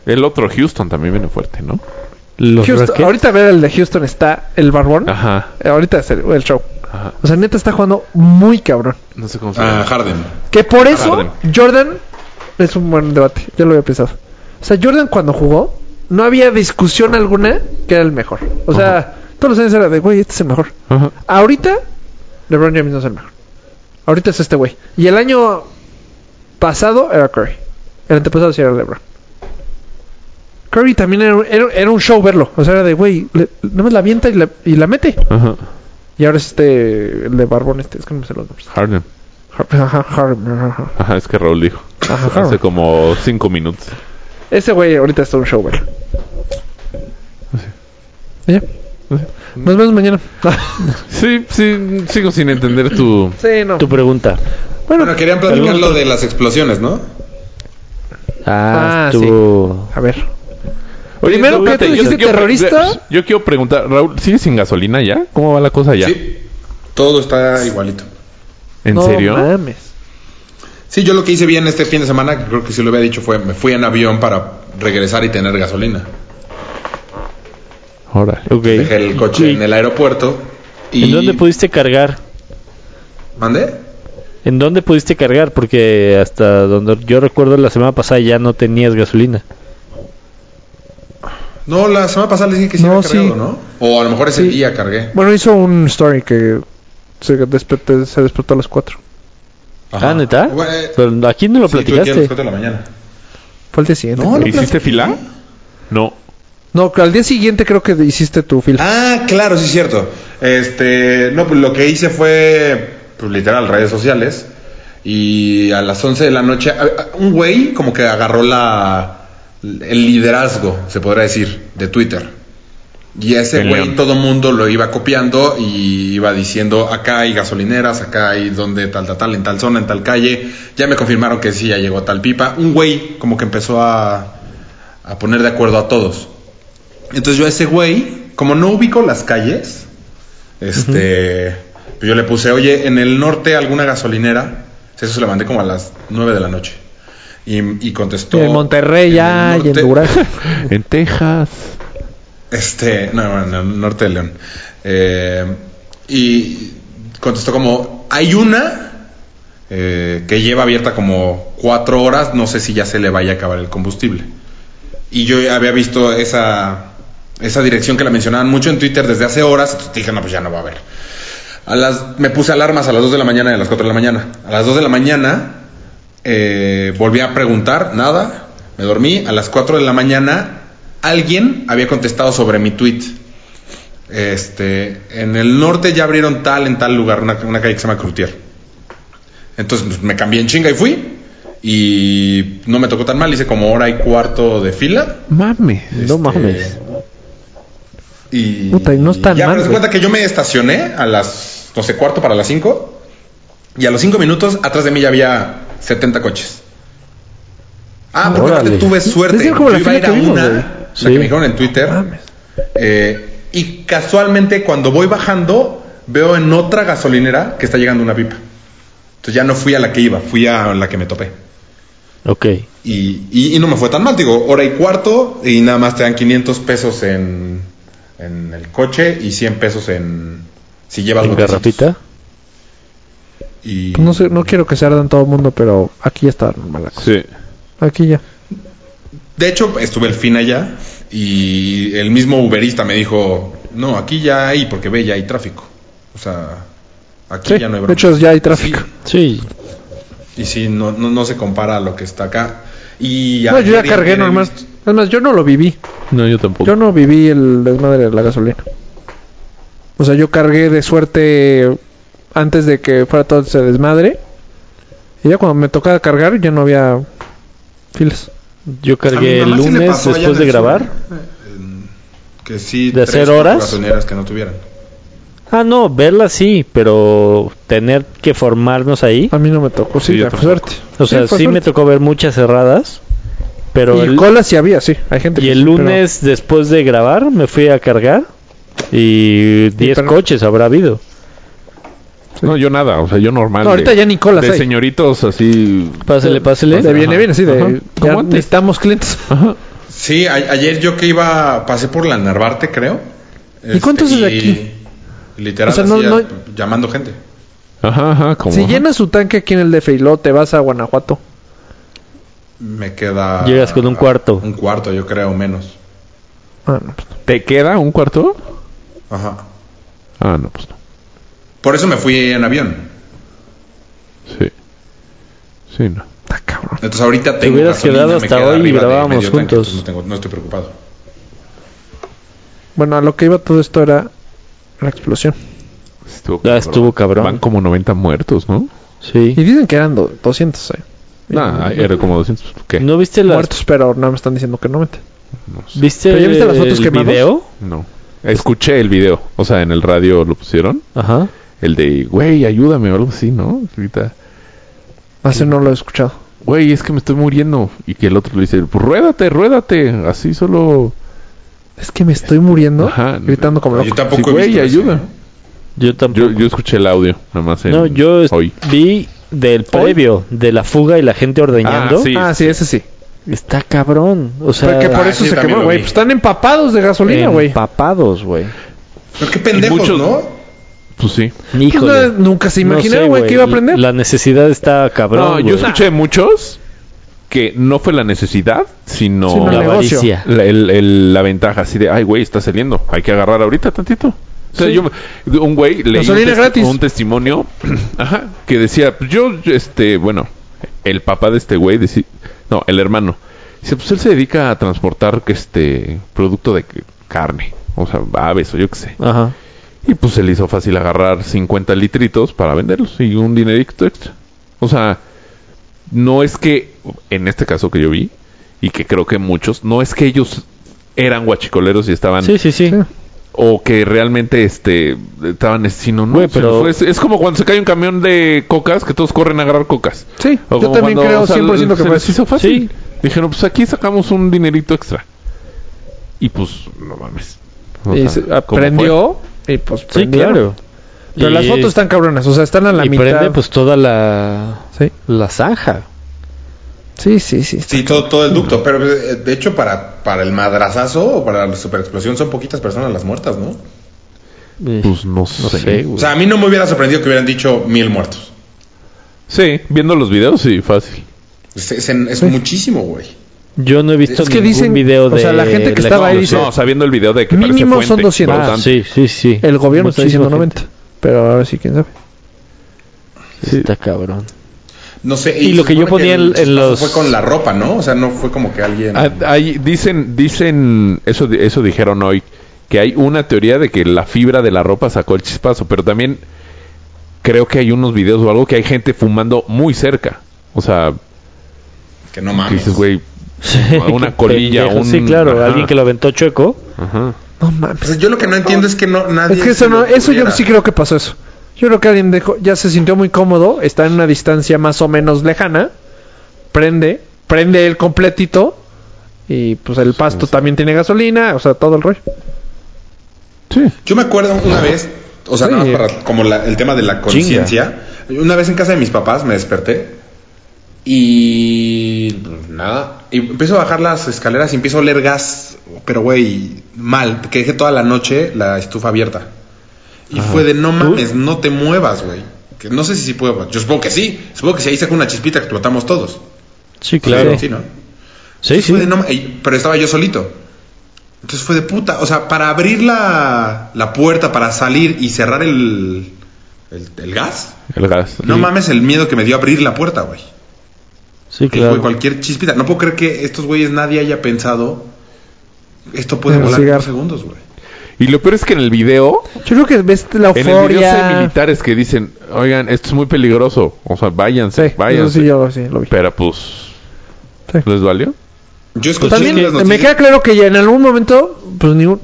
[SPEAKER 3] El otro Houston también viene fuerte, ¿no?
[SPEAKER 4] Los
[SPEAKER 1] Houston-
[SPEAKER 4] Rockets.
[SPEAKER 1] ahorita ver el de Houston está el barbón.
[SPEAKER 3] Ajá,
[SPEAKER 1] Eh, Ahorita es el, el show.
[SPEAKER 3] ajá.
[SPEAKER 1] O sea, neta está jugando muy cabrón.
[SPEAKER 3] No sé cómo se
[SPEAKER 5] Ah,
[SPEAKER 3] llama.
[SPEAKER 5] Harden.
[SPEAKER 1] Que por eso
[SPEAKER 3] Harden.
[SPEAKER 1] Jordan es un buen debate. Yo lo había pensado. O sea, Jordan cuando jugó no había discusión alguna que era el mejor. O sea, todos los años era de, güey, este es el mejor.
[SPEAKER 3] Ajá.
[SPEAKER 1] Ahorita LeBron James no es el mejor. Ahorita es este güey. Y el año pasado era Curry. El antepasado sí era LeBron. Curry también era, era- era un show verlo. O sea, era de, güey, le- nada más la avienta y la, y la mete.
[SPEAKER 3] Ajá.
[SPEAKER 1] Y ahora es este, el de Barbón, este, es que no me sé los nombres.
[SPEAKER 3] Harden.
[SPEAKER 1] Har- ajá, Harden, ajá.
[SPEAKER 3] Ajá, es que Raúl dijo.
[SPEAKER 1] Ajá,
[SPEAKER 3] Hace
[SPEAKER 1] Harden.
[SPEAKER 3] como cinco minutos.
[SPEAKER 1] Ese güey ahorita está un show verlo. Y ya. Nos vemos mañana.
[SPEAKER 3] Sí, sí, sigo sin entender tu...
[SPEAKER 1] [laughs] sí, no.
[SPEAKER 4] Tu pregunta.
[SPEAKER 5] Bueno, querían platicar lo de las explosiones, ¿no?
[SPEAKER 1] Ah,
[SPEAKER 4] Ah, estuvo-
[SPEAKER 1] A ver.
[SPEAKER 3] Oye,
[SPEAKER 1] Primero,
[SPEAKER 3] no,
[SPEAKER 1] ¿qué
[SPEAKER 3] espérate,
[SPEAKER 1] tú
[SPEAKER 3] yo
[SPEAKER 1] dijiste,
[SPEAKER 3] quiero pre-
[SPEAKER 1] terrorista?
[SPEAKER 3] Yo quiero preguntar, Raúl, ¿sigues sin gasolina ya? ¿Cómo va la cosa ya?
[SPEAKER 5] Sí. Todo está igualito.
[SPEAKER 3] ¿En
[SPEAKER 1] no
[SPEAKER 3] serio?
[SPEAKER 1] mames.
[SPEAKER 5] Sí, yo lo que hice bien este fin de semana, que creo que sí lo había dicho, fue me fui en avión para regresar y tener gasolina.
[SPEAKER 3] Órale.
[SPEAKER 4] Ok.
[SPEAKER 5] Dejé el coche
[SPEAKER 4] Sí.
[SPEAKER 5] en el aeropuerto y...
[SPEAKER 4] ¿En dónde pudiste cargar?
[SPEAKER 5] ¿Mandé?
[SPEAKER 4] ¿En dónde pudiste cargar? Porque hasta donde yo recuerdo la semana pasada ya no tenías gasolina.
[SPEAKER 5] No, la semana pasada le dije que sí
[SPEAKER 1] No,
[SPEAKER 5] había cargado,
[SPEAKER 1] sí.
[SPEAKER 5] ¿no? O a lo mejor ese
[SPEAKER 1] Sí.
[SPEAKER 5] día cargué.
[SPEAKER 1] Bueno, hizo un story que se despertó, se despertó a las 4.
[SPEAKER 5] Ajá.
[SPEAKER 4] Ah, ¿neta?
[SPEAKER 5] Bueno, eh,
[SPEAKER 4] Pero aquí no lo
[SPEAKER 5] sí, tú aquí a las
[SPEAKER 4] platicaste.
[SPEAKER 5] cuatro de la mañana.
[SPEAKER 1] Fue al día siguiente.
[SPEAKER 5] No,
[SPEAKER 1] creo.
[SPEAKER 3] ¿E ¿Hiciste fila? No.
[SPEAKER 1] No, que al día siguiente creo que hiciste tu fila.
[SPEAKER 5] Ah, claro, sí es cierto. Este, no, pues lo que hice fue, pues literal, redes sociales. Y a las 11 de la noche, a- a- un güey como que agarró la, el liderazgo, se podrá decir, de Twitter. Y ese
[SPEAKER 3] El
[SPEAKER 5] güey
[SPEAKER 3] león.
[SPEAKER 5] todo mundo lo iba copiando y iba diciendo, acá hay gasolineras, acá hay donde tal, tal, tal, en tal zona, en tal calle. Ya me confirmaron que sí, ya llegó tal pipa. Un güey como que empezó a, a poner de acuerdo a todos. Entonces yo a ese güey, como no ubico las calles, este, pues yo le puse, oye, en el norte alguna gasolinera, eso se la mandé como a las 9 de la noche. Y, y contestó...
[SPEAKER 1] En Monterrey
[SPEAKER 5] el
[SPEAKER 1] ya y en
[SPEAKER 5] norte-
[SPEAKER 1] Durango.
[SPEAKER 3] En Texas.
[SPEAKER 5] este, no, no, no, Norte de León. Eh, y contestó como, hay una eh, que lleva abierta como cuatro horas, no sé si ya se le vaya a acabar el combustible. Y yo había visto esa, esa dirección que la mencionaban mucho en Twitter desde hace horas, entonces dije, no, pues ya no va a haber. A las, me puse alarmas a las 2 de la mañana y a las 4 de la mañana. A las 2 de la mañana eh, volví a preguntar, nada, me dormí. A las 4 de la mañana alguien había contestado sobre mi tweet. Este, en el norte ya abrieron tal en tal lugar, una, una calle que se llama Crutier. Entonces pues, me cambié en chinga y fui. Y no me tocó tan mal, hice como hora y cuarto de fila.
[SPEAKER 3] Mame.
[SPEAKER 5] Este,
[SPEAKER 4] No mames.
[SPEAKER 5] Y,
[SPEAKER 1] Puta, y no es tan
[SPEAKER 5] ya,
[SPEAKER 1] mal,
[SPEAKER 5] pero haz
[SPEAKER 1] güey.
[SPEAKER 5] cuenta que yo me estacioné a las, no sé, cuarto para las 5. Y a los 5 minutos, atrás de mí ya había 70 coches. Ah, porque aparte
[SPEAKER 4] Órale.
[SPEAKER 5] tuve suerte.
[SPEAKER 1] Es como la
[SPEAKER 5] Yo iba a
[SPEAKER 1] fila
[SPEAKER 5] ir
[SPEAKER 1] que
[SPEAKER 5] a
[SPEAKER 1] vimos,
[SPEAKER 5] una,
[SPEAKER 1] güey.
[SPEAKER 5] la
[SPEAKER 4] Sí.
[SPEAKER 5] que me dijeron en Twitter. Eh, y casualmente, cuando voy bajando, veo en otra gasolinera que está llegando una pipa. Entonces ya no fui a la que iba, fui a la que me topé.
[SPEAKER 4] Ok.
[SPEAKER 5] Y, y- y no me fue tan mal, digo, hora y cuarto y nada más te dan 500 pesos en, en el coche y 100 pesos en... Si llevas
[SPEAKER 4] ¿En
[SPEAKER 5] los
[SPEAKER 4] garrafita?
[SPEAKER 5] Y,
[SPEAKER 1] Pues No sé, no quiero que se ardan todo el mundo, pero aquí ya está normal la cosa.
[SPEAKER 3] Sí.
[SPEAKER 1] Aquí ya.
[SPEAKER 5] De hecho, estuve el fin allá y el mismo Uberista me dijo, no, aquí ya hay, porque ve, ya hay tráfico. O sea, aquí
[SPEAKER 1] Sí,
[SPEAKER 5] ya no hay
[SPEAKER 1] de
[SPEAKER 5] bronca.
[SPEAKER 1] hecho ya hay tráfico.
[SPEAKER 5] Sí,
[SPEAKER 4] Sí.
[SPEAKER 5] y sí, no, no, no se compara a lo que está acá. Y
[SPEAKER 1] No, yo ya
[SPEAKER 5] ayer y
[SPEAKER 1] cargué
[SPEAKER 5] ayer he
[SPEAKER 1] normal.
[SPEAKER 5] visto-
[SPEAKER 1] Es más, yo no lo viví.
[SPEAKER 3] No, yo tampoco.
[SPEAKER 1] Yo no viví el desmadre de la gasolina. O sea, yo cargué de suerte antes de que fuera todo ese desmadre. Y ya cuando me tocaba cargar ya no había filas.
[SPEAKER 4] Yo
[SPEAKER 5] A mi
[SPEAKER 4] cargué el
[SPEAKER 5] mamá sí le
[SPEAKER 4] lunes
[SPEAKER 5] pasó allá
[SPEAKER 4] después
[SPEAKER 5] en
[SPEAKER 4] de
[SPEAKER 5] el sur,
[SPEAKER 4] grabar.
[SPEAKER 5] en- Que sí,
[SPEAKER 4] ¿De hacer
[SPEAKER 5] cuatro
[SPEAKER 4] horas?
[SPEAKER 5] gasolineras que no tuvieran.
[SPEAKER 4] Ah, no, verla sí, pero tener que formarnos ahí.
[SPEAKER 5] Ah,
[SPEAKER 1] A mí no me tocó, sí,
[SPEAKER 3] Sí, yo
[SPEAKER 1] ya, fue
[SPEAKER 3] tampoco.
[SPEAKER 1] suerte.
[SPEAKER 4] O sea,
[SPEAKER 1] fue
[SPEAKER 4] sí me
[SPEAKER 1] suerte.
[SPEAKER 4] tocó ver muchas cerradas. Pero
[SPEAKER 1] Y
[SPEAKER 4] el,
[SPEAKER 1] colas sí había, sí. Hay gente
[SPEAKER 4] y
[SPEAKER 1] que
[SPEAKER 4] el
[SPEAKER 1] sí, pero-
[SPEAKER 4] lunes después de grabar me fui a cargar y 10
[SPEAKER 1] pero-
[SPEAKER 4] coches habrá habido.
[SPEAKER 3] No, yo nada. O sea, yo normal.
[SPEAKER 1] No, ahorita
[SPEAKER 3] de-
[SPEAKER 1] ya ni colas
[SPEAKER 3] De
[SPEAKER 1] hay.
[SPEAKER 3] señoritos así.
[SPEAKER 4] Pásele, pásele.
[SPEAKER 1] De viene,
[SPEAKER 3] Ajá,
[SPEAKER 1] viene, sí.
[SPEAKER 3] ajá.
[SPEAKER 1] De, ya
[SPEAKER 3] Como antes.
[SPEAKER 1] necesitamos clientes.
[SPEAKER 4] Ah,
[SPEAKER 3] Ajá.
[SPEAKER 5] Sí, a- ayer yo que iba, pasé por la Narvarte, creo. Este,
[SPEAKER 1] cuántos es de
[SPEAKER 5] y
[SPEAKER 1] aquí?
[SPEAKER 5] Literal,
[SPEAKER 1] O sea,
[SPEAKER 5] así,
[SPEAKER 1] no- no-
[SPEAKER 5] a- llamando gente.
[SPEAKER 3] Ajá, ajá. Como,
[SPEAKER 1] Si
[SPEAKER 3] ajá.
[SPEAKER 1] llenas su tanque aquí en el DF y luego te vas a Guanajuato.
[SPEAKER 5] Me queda.
[SPEAKER 4] Llegas con un cuarto.
[SPEAKER 5] Un cuarto, yo creo, menos.
[SPEAKER 1] Ah, no, pues,
[SPEAKER 3] ¿Te queda un cuarto?
[SPEAKER 5] Ajá.
[SPEAKER 3] Ah, no, pues no.
[SPEAKER 5] Por eso me fui en avión.
[SPEAKER 3] Sí. Sí, no.
[SPEAKER 1] está cabrón.
[SPEAKER 5] Entonces ahorita tengo.
[SPEAKER 4] hubieras
[SPEAKER 5] gasolina,
[SPEAKER 4] quedado
[SPEAKER 5] me
[SPEAKER 4] hasta
[SPEAKER 5] queda
[SPEAKER 4] hoy y
[SPEAKER 5] arriba de
[SPEAKER 4] grabábamos
[SPEAKER 5] medio tanque,
[SPEAKER 4] juntos.
[SPEAKER 5] entonces no, tengo- no estoy preocupado.
[SPEAKER 1] Bueno, a lo que iba todo esto era la explosión.
[SPEAKER 3] Estuvo
[SPEAKER 4] Ya estuvo cabrón.
[SPEAKER 3] Van como 90 muertos, ¿no?
[SPEAKER 1] Y
[SPEAKER 4] Sí.
[SPEAKER 1] dicen que eran do- 200, eh.
[SPEAKER 3] Nah, Ah, era como 200. ¿Qué?
[SPEAKER 4] ¿No viste las
[SPEAKER 1] Muertos, pero no me están diciendo que no mete.
[SPEAKER 4] ¿Viste,
[SPEAKER 1] ¿Pero ya viste las fotos
[SPEAKER 4] el
[SPEAKER 1] quemadas?
[SPEAKER 4] video?
[SPEAKER 3] No. Escuché el video. O sea, en el radio lo pusieron.
[SPEAKER 4] Ajá.
[SPEAKER 3] El de, güey, ayúdame o algo así, ¿no? Grita,
[SPEAKER 1] Así Ah, no lo he escuchado.
[SPEAKER 3] güey, es que me estoy muriendo. Y que el otro le dice, "Pues ruédate, ruédate. Así solo.
[SPEAKER 1] Es que me estoy muriendo
[SPEAKER 3] Ajá.
[SPEAKER 1] gritando como
[SPEAKER 5] Ah, Yo
[SPEAKER 1] loco.
[SPEAKER 5] tampoco
[SPEAKER 3] Sí,
[SPEAKER 5] he
[SPEAKER 3] güey,
[SPEAKER 5] visto ese,
[SPEAKER 3] ayuda.
[SPEAKER 5] ¿eh?
[SPEAKER 4] Yo tampoco.
[SPEAKER 3] Yo, yo escuché el audio, nada más. en-
[SPEAKER 4] no, yo es-
[SPEAKER 3] hoy.
[SPEAKER 4] vi del previo de la fuga y la gente ordeñando.
[SPEAKER 3] Ah, sí.
[SPEAKER 1] Ah, sí, ese sí.
[SPEAKER 4] Está cabrón. O sea,
[SPEAKER 1] Porque por
[SPEAKER 5] Ah,
[SPEAKER 1] eso
[SPEAKER 5] sí,
[SPEAKER 1] se
[SPEAKER 5] también
[SPEAKER 1] quemó,
[SPEAKER 5] lo
[SPEAKER 1] güey.
[SPEAKER 5] vi.
[SPEAKER 1] Pues están empapados de gasolina, güey.
[SPEAKER 4] empapados, güey.
[SPEAKER 5] Pero qué pendejos,
[SPEAKER 3] muchos-
[SPEAKER 5] ¿no?
[SPEAKER 3] Pues sí.
[SPEAKER 1] Pues
[SPEAKER 4] Híjole.
[SPEAKER 1] no, nunca se imaginaron,
[SPEAKER 4] sé,
[SPEAKER 1] güey, que iba a aprender.
[SPEAKER 4] La necesidad está cabrón.
[SPEAKER 3] No, yo
[SPEAKER 4] güey.
[SPEAKER 3] escuché muchos que no fue la necesidad, sino,
[SPEAKER 1] Sino
[SPEAKER 4] la
[SPEAKER 1] el negocio.
[SPEAKER 4] avaricia.
[SPEAKER 3] la, el- el- la ventaja. Así de, ay, güey, está saliendo. Hay que agarrar ahorita tantito. O sea,
[SPEAKER 1] Sí.
[SPEAKER 3] yo, un güey leí un,
[SPEAKER 1] Gasolina
[SPEAKER 3] testi-
[SPEAKER 1] gratis.
[SPEAKER 3] un testimonio [clears throat] ajá, que decía, pues, yo, yo, este, bueno, el papá de este güey, deci- no, el hermano, dice, pues él se dedica a transportar que este producto de c- carne, o sea, aves o yo qué sé.
[SPEAKER 4] Ajá.
[SPEAKER 3] Y pues se le hizo fácil agarrar 50 litritos para venderlos y un dinerito extra. O sea, no es que, en este caso que yo vi, y que creo que muchos, no es que ellos eran guachicoleros y estaban,
[SPEAKER 4] Sí, sí, sí.
[SPEAKER 1] Sí.
[SPEAKER 3] o que realmente este, estaban, sino no,
[SPEAKER 4] Güey,
[SPEAKER 3] sino
[SPEAKER 4] pero-
[SPEAKER 3] fue- es, es como cuando se cae un camión de cocas, que todos corren a agarrar cocas.
[SPEAKER 1] Sí,
[SPEAKER 3] O
[SPEAKER 1] yo
[SPEAKER 3] como
[SPEAKER 1] también
[SPEAKER 3] cuando,
[SPEAKER 1] creo
[SPEAKER 3] o sea,
[SPEAKER 1] 100% que
[SPEAKER 3] se
[SPEAKER 1] fue
[SPEAKER 3] les
[SPEAKER 1] eso.
[SPEAKER 3] hizo fácil.
[SPEAKER 4] Sí.
[SPEAKER 3] Dijeron, pues aquí sacamos un dinerito extra. Y pues, no mames. O
[SPEAKER 1] Y
[SPEAKER 3] sea,
[SPEAKER 1] se- ah,
[SPEAKER 3] ¿cómo fue?
[SPEAKER 1] prendió y pues
[SPEAKER 4] Sí,
[SPEAKER 1] prendieron.
[SPEAKER 4] claro.
[SPEAKER 1] Pero
[SPEAKER 4] Y-
[SPEAKER 1] las fotos están cabronas, o sea, están a la
[SPEAKER 4] y
[SPEAKER 1] mitad.
[SPEAKER 4] prende pues toda la,
[SPEAKER 1] sí.
[SPEAKER 4] la zanja.
[SPEAKER 1] sí, sí, sí.
[SPEAKER 5] Sí, todo, todo el ducto. Pero eh, de hecho, para, para el madrazazo o para la superexplosión son poquitas personas las muertas, ¿no?
[SPEAKER 4] Eh,
[SPEAKER 3] Pues no sé.
[SPEAKER 4] no sé, güey.
[SPEAKER 5] O sea, a mí no me hubiera sorprendido que hubieran dicho mil muertos.
[SPEAKER 3] Sí, viendo los videos, sí, fácil.
[SPEAKER 5] Es, es- es muchísimo, güey.
[SPEAKER 4] Yo no he visto
[SPEAKER 1] Es que
[SPEAKER 4] ningún
[SPEAKER 1] dicen-
[SPEAKER 4] video de
[SPEAKER 1] o sea, la gente que estaba ahí dice-
[SPEAKER 3] No, o sea, viendo el video de que
[SPEAKER 1] Mínimo
[SPEAKER 3] parece
[SPEAKER 1] son
[SPEAKER 3] fuente,
[SPEAKER 1] 200.
[SPEAKER 3] no
[SPEAKER 4] Ah,
[SPEAKER 3] tanto.
[SPEAKER 4] sí, sí, sí.
[SPEAKER 1] El gobierno está
[SPEAKER 4] Muchísima
[SPEAKER 1] diciendo 90,
[SPEAKER 4] gente.
[SPEAKER 1] pero ahora sí, quién sabe.
[SPEAKER 3] Sí.
[SPEAKER 4] Está cabrón.
[SPEAKER 5] No sé.
[SPEAKER 4] Y
[SPEAKER 5] se
[SPEAKER 4] lo que yo
[SPEAKER 5] supone
[SPEAKER 4] ponía
[SPEAKER 5] el
[SPEAKER 4] en- en
[SPEAKER 5] chispazo
[SPEAKER 4] los-
[SPEAKER 5] Fue con la ropa, ¿no? O sea, no fue como que alguien.
[SPEAKER 3] Ah, hay- dicen, dicen, eso, di- eso dijeron hoy, que hay una teoría de que la fibra de la ropa sacó el chispazo, pero también creo que hay unos videos o algo que hay gente fumando muy cerca. O sea,
[SPEAKER 5] que no
[SPEAKER 3] que
[SPEAKER 5] mames.
[SPEAKER 3] dices, güey, una
[SPEAKER 4] [laughs] Qué
[SPEAKER 3] colilla,
[SPEAKER 4] pendejo.
[SPEAKER 3] un...
[SPEAKER 4] Sí, claro,
[SPEAKER 3] ajá,
[SPEAKER 4] alguien que lo aventó chueco.
[SPEAKER 3] ajá.
[SPEAKER 1] No mames.
[SPEAKER 5] O sea, yo lo que no entiendo es que no nadie.
[SPEAKER 1] Es que
[SPEAKER 5] se
[SPEAKER 1] eso
[SPEAKER 5] le
[SPEAKER 1] no, eso yo
[SPEAKER 5] ocurriera.
[SPEAKER 1] sí creo que pasó eso. Yo creo que alguien dejó, ya se sintió muy cómodo, está en una distancia más o menos lejana, prende, prende el completito y pues el pasto también tiene gasolina, o sea, todo el rollo.
[SPEAKER 3] Sí.
[SPEAKER 5] Yo me acuerdo una vez, o sea,
[SPEAKER 1] Sí.
[SPEAKER 5] nada más para como la- el tema de la conciencia. Una vez en casa de mis papás me desperté y pues, nada, y empiezo a bajar las escaleras y empiezo a oler gas, pero güey, mal, que dejé toda la noche la estufa abierta. Y fue de no mames, no te muevas, güey. Que no sé si sí puedo. Yo supongo que sí. Supongo que si ahí saca una chispita explotamos todos.
[SPEAKER 4] Sí, claro.
[SPEAKER 5] Sí, ¿no?
[SPEAKER 4] Sí, sí.
[SPEAKER 5] Fue de no ma- y- pero estaba yo solito. Entonces fue de puta. O sea, para abrir la, la puerta, para salir y cerrar el, el, el gas.
[SPEAKER 3] El gas.
[SPEAKER 5] No
[SPEAKER 3] Sí.
[SPEAKER 5] mames el miedo que me dio abrir la puerta, güey.
[SPEAKER 3] pues,
[SPEAKER 4] Sí,
[SPEAKER 5] Que
[SPEAKER 4] claro.
[SPEAKER 5] fue cualquier chispita. No puedo creer que estos güeyes nadie haya pensado. Esto puede
[SPEAKER 1] En
[SPEAKER 5] volar en
[SPEAKER 1] cigarro.
[SPEAKER 5] dos segundos, güey.
[SPEAKER 3] Y lo peor es que en el video,
[SPEAKER 1] Yo creo que ves la
[SPEAKER 3] en el video sí hay
[SPEAKER 1] euforia.
[SPEAKER 3] militares que dicen, oigan, esto es muy peligroso, o sea, váyanse,
[SPEAKER 1] Sí, eso
[SPEAKER 3] váyanse.
[SPEAKER 1] sí, yo sí lo vi.
[SPEAKER 3] Pero pues,
[SPEAKER 1] Sí.
[SPEAKER 3] ¿les valió?
[SPEAKER 5] Yo
[SPEAKER 1] Pues
[SPEAKER 5] escuché
[SPEAKER 1] También
[SPEAKER 5] en las
[SPEAKER 1] me
[SPEAKER 5] noticias-
[SPEAKER 1] queda claro que ya en algún momento, pues ni un-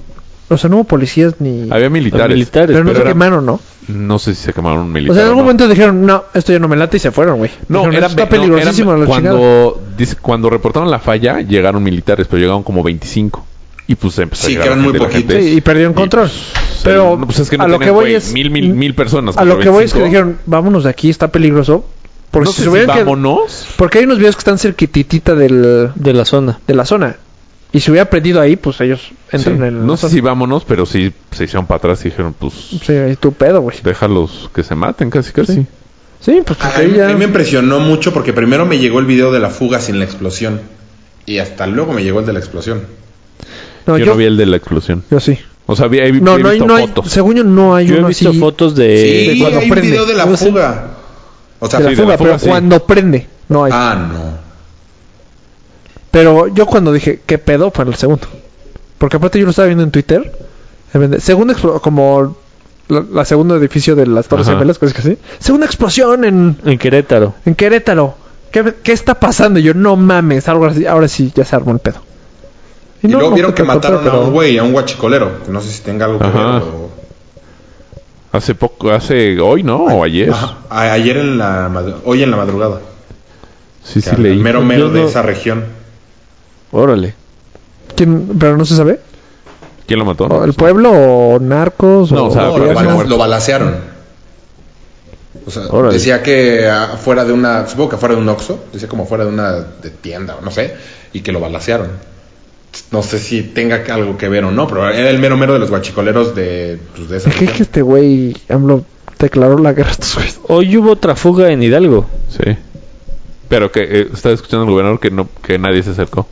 [SPEAKER 1] o sea, no hubo policías ni...
[SPEAKER 3] Había militares.
[SPEAKER 4] militares,
[SPEAKER 1] pero no se
[SPEAKER 3] era-
[SPEAKER 1] quemaron, ¿no?
[SPEAKER 3] No sé si se quemaron
[SPEAKER 1] O
[SPEAKER 3] militares.
[SPEAKER 1] sea, en algún momento dijeron, no, esto ya no me late y se fueron, güey.
[SPEAKER 3] No,
[SPEAKER 1] Dijeron,
[SPEAKER 3] era,
[SPEAKER 1] "Esto está
[SPEAKER 3] no, era-
[SPEAKER 1] peligrosísimo. la chingada".
[SPEAKER 3] cuando, dice- cuando reportaron la falla, llegaron militares, pero llegaron como 25. Y pues empezó
[SPEAKER 5] Sí,
[SPEAKER 3] a llegar
[SPEAKER 5] que eran
[SPEAKER 3] la
[SPEAKER 5] muy
[SPEAKER 3] gente, la
[SPEAKER 5] poquitos.
[SPEAKER 3] gente.
[SPEAKER 1] Sí, y perdieron
[SPEAKER 3] Y,
[SPEAKER 1] control.
[SPEAKER 3] pues,
[SPEAKER 1] Pero
[SPEAKER 3] no, pues, es que no
[SPEAKER 1] a lo
[SPEAKER 3] tenían,
[SPEAKER 1] que voy
[SPEAKER 3] güey,
[SPEAKER 1] es
[SPEAKER 3] mil, mil, mil personas.
[SPEAKER 1] A lo que voy es que
[SPEAKER 3] 25.
[SPEAKER 1] dijeron, vámonos de aquí, está peligroso. Porque,
[SPEAKER 3] no
[SPEAKER 1] si se
[SPEAKER 3] sé si
[SPEAKER 1] hubieran qued-
[SPEAKER 3] vámonos.
[SPEAKER 1] porque hay unos videos que están cerquititita del,
[SPEAKER 4] De la zona.
[SPEAKER 1] de la zona. Y si hubiera prendido ahí, pues ellos entran
[SPEAKER 3] Sí,
[SPEAKER 1] en el...
[SPEAKER 3] no sé si vámonos, pero sí se hicieron para atrás y dijeron, pues,
[SPEAKER 1] Sí, ahí tu pedo, güey.
[SPEAKER 3] déjalos que se maten casi, casi.
[SPEAKER 1] Sí, pues
[SPEAKER 5] A
[SPEAKER 1] porque
[SPEAKER 5] mí,
[SPEAKER 1] ahí ya...
[SPEAKER 5] a mí me impresionó mucho porque primero me llegó el video de la fuga sin la explosión. Y hasta luego me llegó el de la explosión.
[SPEAKER 1] No,
[SPEAKER 3] yo,
[SPEAKER 1] yo,
[SPEAKER 3] no vi el de la explosión.
[SPEAKER 1] yo sí.
[SPEAKER 3] O sea, vi, he,
[SPEAKER 1] No,
[SPEAKER 3] he
[SPEAKER 1] no hay,
[SPEAKER 3] visto
[SPEAKER 1] no hay,
[SPEAKER 3] fotos.
[SPEAKER 1] según yo no hay
[SPEAKER 4] Yo he
[SPEAKER 1] uno
[SPEAKER 4] visto
[SPEAKER 1] así
[SPEAKER 4] fotos de...
[SPEAKER 5] sí,
[SPEAKER 1] cuando
[SPEAKER 5] hay
[SPEAKER 1] prende.
[SPEAKER 5] un video de la
[SPEAKER 1] No sé.
[SPEAKER 5] fuga. O sea,
[SPEAKER 1] de la
[SPEAKER 3] Sí, de la
[SPEAKER 1] fuga,
[SPEAKER 3] fuga,
[SPEAKER 1] pero
[SPEAKER 3] sí.
[SPEAKER 1] cuando prende, no hay.
[SPEAKER 5] Ah, no.
[SPEAKER 1] Pero yo cuando dije, ¿qué pedo? Fue el segundo. Porque aparte yo lo estaba viendo en Twitter. en vez de- Segunda explo- como la, la segunda edificio de las Torres
[SPEAKER 3] Ajá.
[SPEAKER 1] Gemelas, cosas que sí. Segunda explosión en,
[SPEAKER 4] En Querétaro.
[SPEAKER 1] en Querétaro. ¿Qué, qué está pasando? Y yo, no mames, algo así, ahora sí ya se armó el pedo.
[SPEAKER 5] Y,
[SPEAKER 1] no,
[SPEAKER 5] luego
[SPEAKER 1] no
[SPEAKER 5] vieron
[SPEAKER 1] fue
[SPEAKER 5] que
[SPEAKER 1] tanto,
[SPEAKER 5] mataron
[SPEAKER 1] pero-
[SPEAKER 5] a un güey, a un guachicolero. Que no sé si tenga algo que
[SPEAKER 3] Ajá.
[SPEAKER 5] ver. o-
[SPEAKER 3] Hace poco, hace hoy, ¿no? O ayer.
[SPEAKER 5] Ajá. A- Ayer en la... madru- Hoy en la madrugada.
[SPEAKER 3] Sí, sí,
[SPEAKER 5] Al
[SPEAKER 3] leí.
[SPEAKER 5] Mero mero
[SPEAKER 4] Yo
[SPEAKER 5] de
[SPEAKER 4] no-
[SPEAKER 5] esa región.
[SPEAKER 4] Órale.
[SPEAKER 1] ¿Quién- ¿Pero no se sabe?
[SPEAKER 3] ¿Quién lo mató?
[SPEAKER 1] ¿O ¿El pueblo o narcos?
[SPEAKER 3] No, o sea,
[SPEAKER 5] No, lo,
[SPEAKER 3] pero-
[SPEAKER 5] bala-
[SPEAKER 3] muerto.
[SPEAKER 5] lo balacearon. O sea,
[SPEAKER 4] Órale.
[SPEAKER 5] decía que afuera de una... Supongo que afuera de un Oxxo. Decía como afuera de una de tienda o no sé. Y que lo balacearon. No sé si tenga que- algo que ver o no. Pero era el mero mero de los guachicoleros de, pues, de esa
[SPEAKER 1] ¿Qué es que
[SPEAKER 5] región.
[SPEAKER 1] este güey, AMLO, declaró la guerra a estos güeyes?
[SPEAKER 4] Hoy hubo otra fuga en Hidalgo.
[SPEAKER 3] Sí. Pero que eh, estaba escuchando al gobernador que no que nadie se acercó.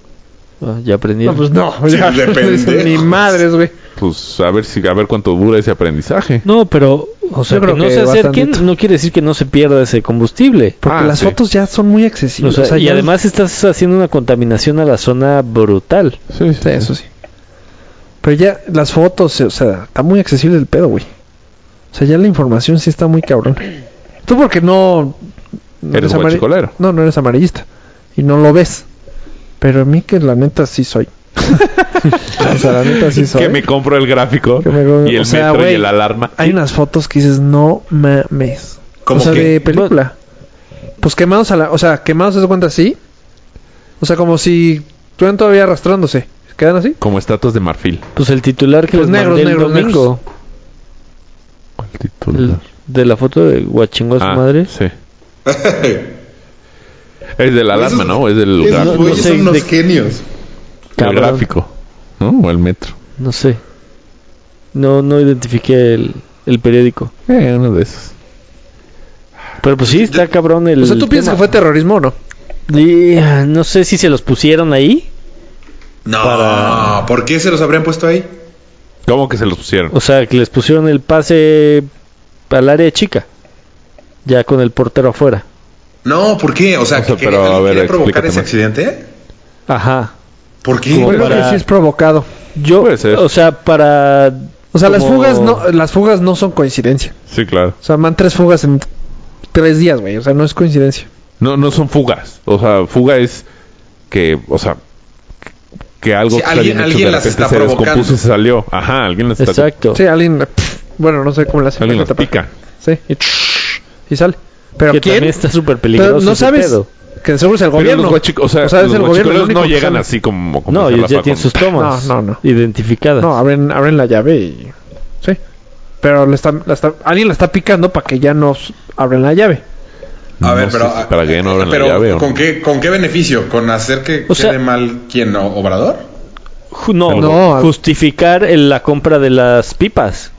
[SPEAKER 4] Ah, ya aprendí.
[SPEAKER 1] No, pues [laughs] no,
[SPEAKER 5] [laughs] Sí,
[SPEAKER 1] ya,
[SPEAKER 5] de
[SPEAKER 1] ni
[SPEAKER 5] pendejos.
[SPEAKER 1] madres, güey.
[SPEAKER 3] Pues a ver si a ver cuánto dura ese aprendizaje.
[SPEAKER 4] No, pero, o sea,
[SPEAKER 1] Yo creo
[SPEAKER 4] que no
[SPEAKER 1] que
[SPEAKER 4] se acerquen
[SPEAKER 1] bastantito.
[SPEAKER 4] no quiere decir que no se pierda ese combustible.
[SPEAKER 1] Porque
[SPEAKER 3] Ah,
[SPEAKER 1] las
[SPEAKER 3] sí.
[SPEAKER 1] fotos ya son muy
[SPEAKER 4] O
[SPEAKER 1] accesibles.
[SPEAKER 4] sea,
[SPEAKER 1] o sea,
[SPEAKER 4] y
[SPEAKER 1] ya-
[SPEAKER 4] además estás haciendo una contaminación a la zona brutal.
[SPEAKER 3] Sí,
[SPEAKER 1] Sí, eso sí. Pero ya las fotos, o sea, está muy accesible el pedo, güey. O sea, ya la información sí está muy cabrón. Tú porque no... no
[SPEAKER 3] Eres
[SPEAKER 1] amari-
[SPEAKER 3] guachicolero.
[SPEAKER 1] No, no eres amarillista. Y no lo ves. Pero a mí que la neta sí soy. [laughs] o sea, la neta sí soy.
[SPEAKER 3] Que me compro el gráfico
[SPEAKER 1] eh. Que me compro-
[SPEAKER 3] y el
[SPEAKER 1] o sea,
[SPEAKER 3] metro
[SPEAKER 1] güey,
[SPEAKER 3] y el alarma.
[SPEAKER 1] Hay unas fotos que dices, no mames.
[SPEAKER 5] ¿Cómo
[SPEAKER 1] o sea,
[SPEAKER 5] qué?
[SPEAKER 1] de película. Pues quemados a la... O sea, quemados, ¿se cuenta así? O sea, como si estuvieran todavía arrastrándose. ¿Quedan así?
[SPEAKER 3] Como estatuas de marfil.
[SPEAKER 4] Pues el titular que les
[SPEAKER 1] Pues negros,
[SPEAKER 4] mandé el
[SPEAKER 1] negros,
[SPEAKER 4] domingo
[SPEAKER 3] ¿Cuál titular?
[SPEAKER 4] el- de la foto de Guachingo a su
[SPEAKER 3] Ah,
[SPEAKER 4] madre.
[SPEAKER 3] [laughs] Sí. Es de la alarma, ¿no? Es del
[SPEAKER 5] Esos
[SPEAKER 4] no
[SPEAKER 3] gráfico.
[SPEAKER 5] güeyes
[SPEAKER 4] sé
[SPEAKER 5] son unos
[SPEAKER 4] de-
[SPEAKER 5] genios.
[SPEAKER 3] El
[SPEAKER 4] Cabrón.
[SPEAKER 3] gráfico. ¿No? O el metro.
[SPEAKER 4] No sé. No, no identifiqué el, el periódico.
[SPEAKER 3] Eh, uno de esos.
[SPEAKER 4] Pero pues sí, está cabrón el.
[SPEAKER 1] O sea, ¿tú piensas que fue terrorismo o no?
[SPEAKER 4] fue.? Y, ah, no sé si se los pusieron ahí.
[SPEAKER 5] No, ¿por qué se los habrían puesto ahí?
[SPEAKER 3] ¿Cómo que se los pusieron?
[SPEAKER 4] O sea, que les pusieron el pase al área chica. Ya con el portero afuera.
[SPEAKER 5] No, ¿por qué? O sea,
[SPEAKER 3] O sea,
[SPEAKER 5] ¿que
[SPEAKER 3] pero,
[SPEAKER 5] quería-
[SPEAKER 3] a
[SPEAKER 5] alguien
[SPEAKER 3] ver,
[SPEAKER 5] quería provocar
[SPEAKER 3] explícate
[SPEAKER 5] ese
[SPEAKER 3] más.
[SPEAKER 5] accidente?
[SPEAKER 4] Ajá.
[SPEAKER 5] ¿Por qué?
[SPEAKER 4] Como
[SPEAKER 1] Yo creo
[SPEAKER 4] para-
[SPEAKER 1] que sí es provocado.
[SPEAKER 4] Yo,
[SPEAKER 3] Puede ser.
[SPEAKER 4] o sea, para.
[SPEAKER 1] O sea, las
[SPEAKER 4] como-
[SPEAKER 1] fugas no las fugas no son coincidencia.
[SPEAKER 3] Sí, claro.
[SPEAKER 1] O sea, van tres fugas en tres días, güey. O sea, no es coincidencia.
[SPEAKER 3] No, no son fugas. O sea, fuga es que, o sea, que algo
[SPEAKER 5] Sí,
[SPEAKER 3] que está
[SPEAKER 5] alguien-
[SPEAKER 3] bien hecho
[SPEAKER 5] alguien
[SPEAKER 3] de
[SPEAKER 5] las
[SPEAKER 3] repente
[SPEAKER 5] está
[SPEAKER 3] se descompuso
[SPEAKER 5] provocando.
[SPEAKER 3] y se salió. Ajá, alguien las está-
[SPEAKER 4] Exacto.
[SPEAKER 1] Sí, alguien... pff, bueno, no sé cómo le hace.
[SPEAKER 3] alguien las
[SPEAKER 1] pero tapa.
[SPEAKER 3] pica.
[SPEAKER 1] Sí. Y, y sale. Pero
[SPEAKER 4] que
[SPEAKER 1] ¿quién?
[SPEAKER 4] también está súper peligroso.
[SPEAKER 1] Pero no
[SPEAKER 4] ese
[SPEAKER 1] sabes...
[SPEAKER 4] pedo.
[SPEAKER 1] Que seguro es el
[SPEAKER 3] Pero
[SPEAKER 1] gobierno.
[SPEAKER 3] los guachicoleros, o sea,
[SPEAKER 1] es
[SPEAKER 3] los
[SPEAKER 1] el gobierno el
[SPEAKER 3] guachicoleros
[SPEAKER 1] único
[SPEAKER 3] no
[SPEAKER 1] que
[SPEAKER 3] llegan
[SPEAKER 1] sale.
[SPEAKER 3] así como... como
[SPEAKER 4] No,
[SPEAKER 3] hacer la
[SPEAKER 4] ellos ya
[SPEAKER 3] paz
[SPEAKER 4] tienen
[SPEAKER 3] con-
[SPEAKER 4] sus tomas
[SPEAKER 1] No, no, no.
[SPEAKER 4] identificadas.
[SPEAKER 1] No, abren, abren la llave y... Sí. Pero le están, la está- alguien la está picando para que ya no s- abran la llave.
[SPEAKER 5] A ver,
[SPEAKER 3] No
[SPEAKER 5] pero.
[SPEAKER 3] sé si para que ya no abran la
[SPEAKER 5] pero,
[SPEAKER 3] llave, ¿o
[SPEAKER 5] ¿con,
[SPEAKER 3] no?
[SPEAKER 5] qué, ¿Con qué beneficio? ¿Con hacer que
[SPEAKER 4] O sea-
[SPEAKER 5] quede mal quién? ¿O- ¿Obrador?
[SPEAKER 4] Ju- No,
[SPEAKER 1] No, al-
[SPEAKER 4] justificar el- la compra de las pipas.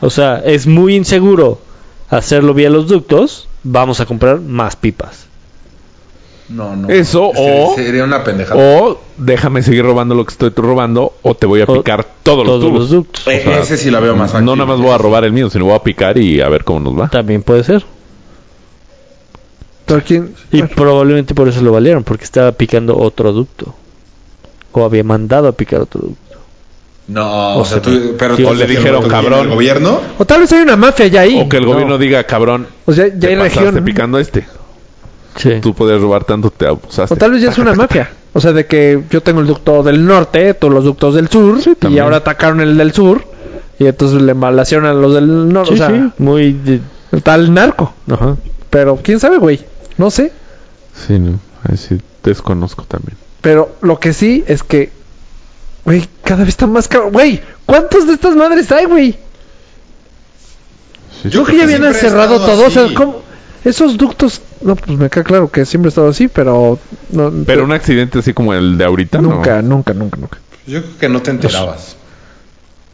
[SPEAKER 4] O sea, es muy inseguro hacerlo vía los ductos. Vamos a comprar más pipas.
[SPEAKER 5] No, no.
[SPEAKER 3] Eso,
[SPEAKER 5] Sería-
[SPEAKER 3] o-
[SPEAKER 5] Sería una pendejada.
[SPEAKER 3] O déjame seguir robando lo que estoy robando o te voy a
[SPEAKER 4] O-
[SPEAKER 3] picar todos,
[SPEAKER 4] Todos
[SPEAKER 3] los
[SPEAKER 4] los
[SPEAKER 3] tubos.
[SPEAKER 4] ductos.
[SPEAKER 5] Eh,
[SPEAKER 3] o sea,
[SPEAKER 5] ese sí la veo más
[SPEAKER 3] no
[SPEAKER 5] factible.
[SPEAKER 3] nada más voy a robar el mío, sino voy a picar y a ver cómo nos va.
[SPEAKER 4] También puede ser.
[SPEAKER 1] Pero quién...
[SPEAKER 4] Y
[SPEAKER 1] bueno,
[SPEAKER 4] probablemente por eso lo valieron, porque estaba picando otro ducto. O había mandado a picar otro ducto.
[SPEAKER 5] No, o,
[SPEAKER 4] O sea,
[SPEAKER 5] sea, tú. Pero
[SPEAKER 4] sí,
[SPEAKER 5] tú
[SPEAKER 4] o le
[SPEAKER 5] dices que
[SPEAKER 3] dijeron,
[SPEAKER 5] el
[SPEAKER 3] cabrón.
[SPEAKER 5] ¿El gobierno?
[SPEAKER 1] o tal vez hay una mafia ya ahí.
[SPEAKER 3] O que el
[SPEAKER 1] No.
[SPEAKER 3] gobierno diga, cabrón,
[SPEAKER 1] O sea, ya
[SPEAKER 3] te
[SPEAKER 1] hay
[SPEAKER 3] pasaste
[SPEAKER 1] región.
[SPEAKER 3] picando a este.
[SPEAKER 4] Sí.
[SPEAKER 3] Tú podías robar tanto, te abusaste.
[SPEAKER 1] O tal vez ya es una mafia. O sea, de que yo tengo el ducto del norte, todos los ductos del sur, y
[SPEAKER 3] también.
[SPEAKER 1] ahora atacaron el del sur, y entonces le embalación a los del norte.
[SPEAKER 4] Sí,
[SPEAKER 1] o sea,
[SPEAKER 4] sí, Muy. de-
[SPEAKER 1] está el narco.
[SPEAKER 4] Ajá.
[SPEAKER 1] Pero quién sabe, güey. No sé.
[SPEAKER 3] Sí, no. Ahí sí desconozco también.
[SPEAKER 1] Pero lo que sí es que, güey, cada vez está más caro. Güey, ¿cuántas de estas madres hay, güey?
[SPEAKER 3] Sí,
[SPEAKER 1] Yo
[SPEAKER 3] sí.
[SPEAKER 1] que ya
[SPEAKER 5] que
[SPEAKER 1] vienen
[SPEAKER 5] siempre ha
[SPEAKER 1] cerrado
[SPEAKER 5] estado
[SPEAKER 1] todo. O sea,
[SPEAKER 5] así.
[SPEAKER 1] ¿cómo? Esos ductos. No, pues me queda claro que siempre ha estado así, pero. No,
[SPEAKER 3] Pero un accidente así como el de ahorita,
[SPEAKER 1] Nunca,
[SPEAKER 3] no.
[SPEAKER 1] nunca, nunca, nunca.
[SPEAKER 5] Yo creo que no te
[SPEAKER 3] Pues,
[SPEAKER 5] enterabas.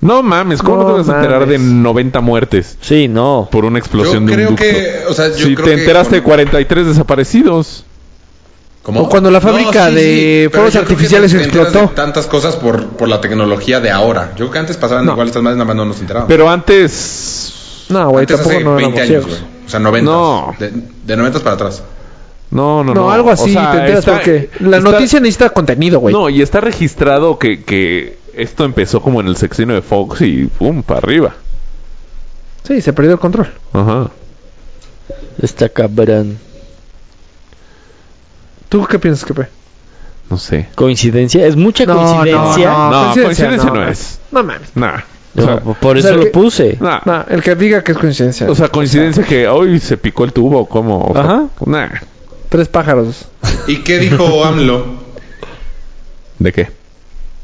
[SPEAKER 3] No mames, ¿cómo no,
[SPEAKER 1] No
[SPEAKER 3] te vas a enterar de
[SPEAKER 1] mames.
[SPEAKER 3] 90 muertes
[SPEAKER 4] Sí, no.
[SPEAKER 3] por una explosión de
[SPEAKER 5] Yo
[SPEAKER 3] un
[SPEAKER 5] creo
[SPEAKER 3] ducto?
[SPEAKER 5] que. O sea, yo
[SPEAKER 3] si
[SPEAKER 5] creo
[SPEAKER 3] te
[SPEAKER 5] que
[SPEAKER 3] enteraste de
[SPEAKER 5] con-
[SPEAKER 3] 43 desaparecidos.
[SPEAKER 5] ¿Cómo?
[SPEAKER 1] O cuando la fábrica de fuegos
[SPEAKER 5] pero yo creo que
[SPEAKER 1] artificiales
[SPEAKER 5] te enteras
[SPEAKER 1] explotó.
[SPEAKER 5] de tantas cosas por, por la tecnología de ahora. Yo creo que antes pasaban igual estas madres, nada más no nos enterábamos.
[SPEAKER 3] Pero antes...
[SPEAKER 1] No, güey,
[SPEAKER 5] Antes
[SPEAKER 1] tampoco
[SPEAKER 5] hace
[SPEAKER 1] no
[SPEAKER 5] 20
[SPEAKER 1] éramos
[SPEAKER 5] años,
[SPEAKER 1] ciegos.
[SPEAKER 5] güey. O sea, 90.
[SPEAKER 3] No.
[SPEAKER 5] De, de 90 para atrás.
[SPEAKER 3] No, no, no.
[SPEAKER 1] No, algo así,
[SPEAKER 3] O sea,
[SPEAKER 1] te enteras
[SPEAKER 3] está-
[SPEAKER 1] porque la
[SPEAKER 3] está-
[SPEAKER 1] noticia necesita contenido, güey.
[SPEAKER 3] No, y está registrado que, que esto empezó como en el sexino de Fox y pum, para arriba.
[SPEAKER 1] Sí, se perdió el control.
[SPEAKER 3] Ajá.
[SPEAKER 4] Está cabrón.
[SPEAKER 1] ¿Tú qué piensas, Kepe?
[SPEAKER 3] No sé.
[SPEAKER 4] Coincidencia. Es mucha coincidencia.
[SPEAKER 3] no, no, coincidencia no es.
[SPEAKER 1] No mames.
[SPEAKER 3] Nada. O,
[SPEAKER 4] No,
[SPEAKER 3] sea,
[SPEAKER 4] por eso
[SPEAKER 1] sea que-
[SPEAKER 4] lo puse.
[SPEAKER 3] nah.
[SPEAKER 1] No, el que diga que es coincidencia.
[SPEAKER 3] Ah. O sea, coincidencia que hoy se picó el tubo, como...
[SPEAKER 4] Ajá.
[SPEAKER 3] Nah.
[SPEAKER 1] Tres pájaros.
[SPEAKER 5] ¿Y
[SPEAKER 3] [laughs]
[SPEAKER 5] qué dijo AMLO?
[SPEAKER 3] ¿De qué?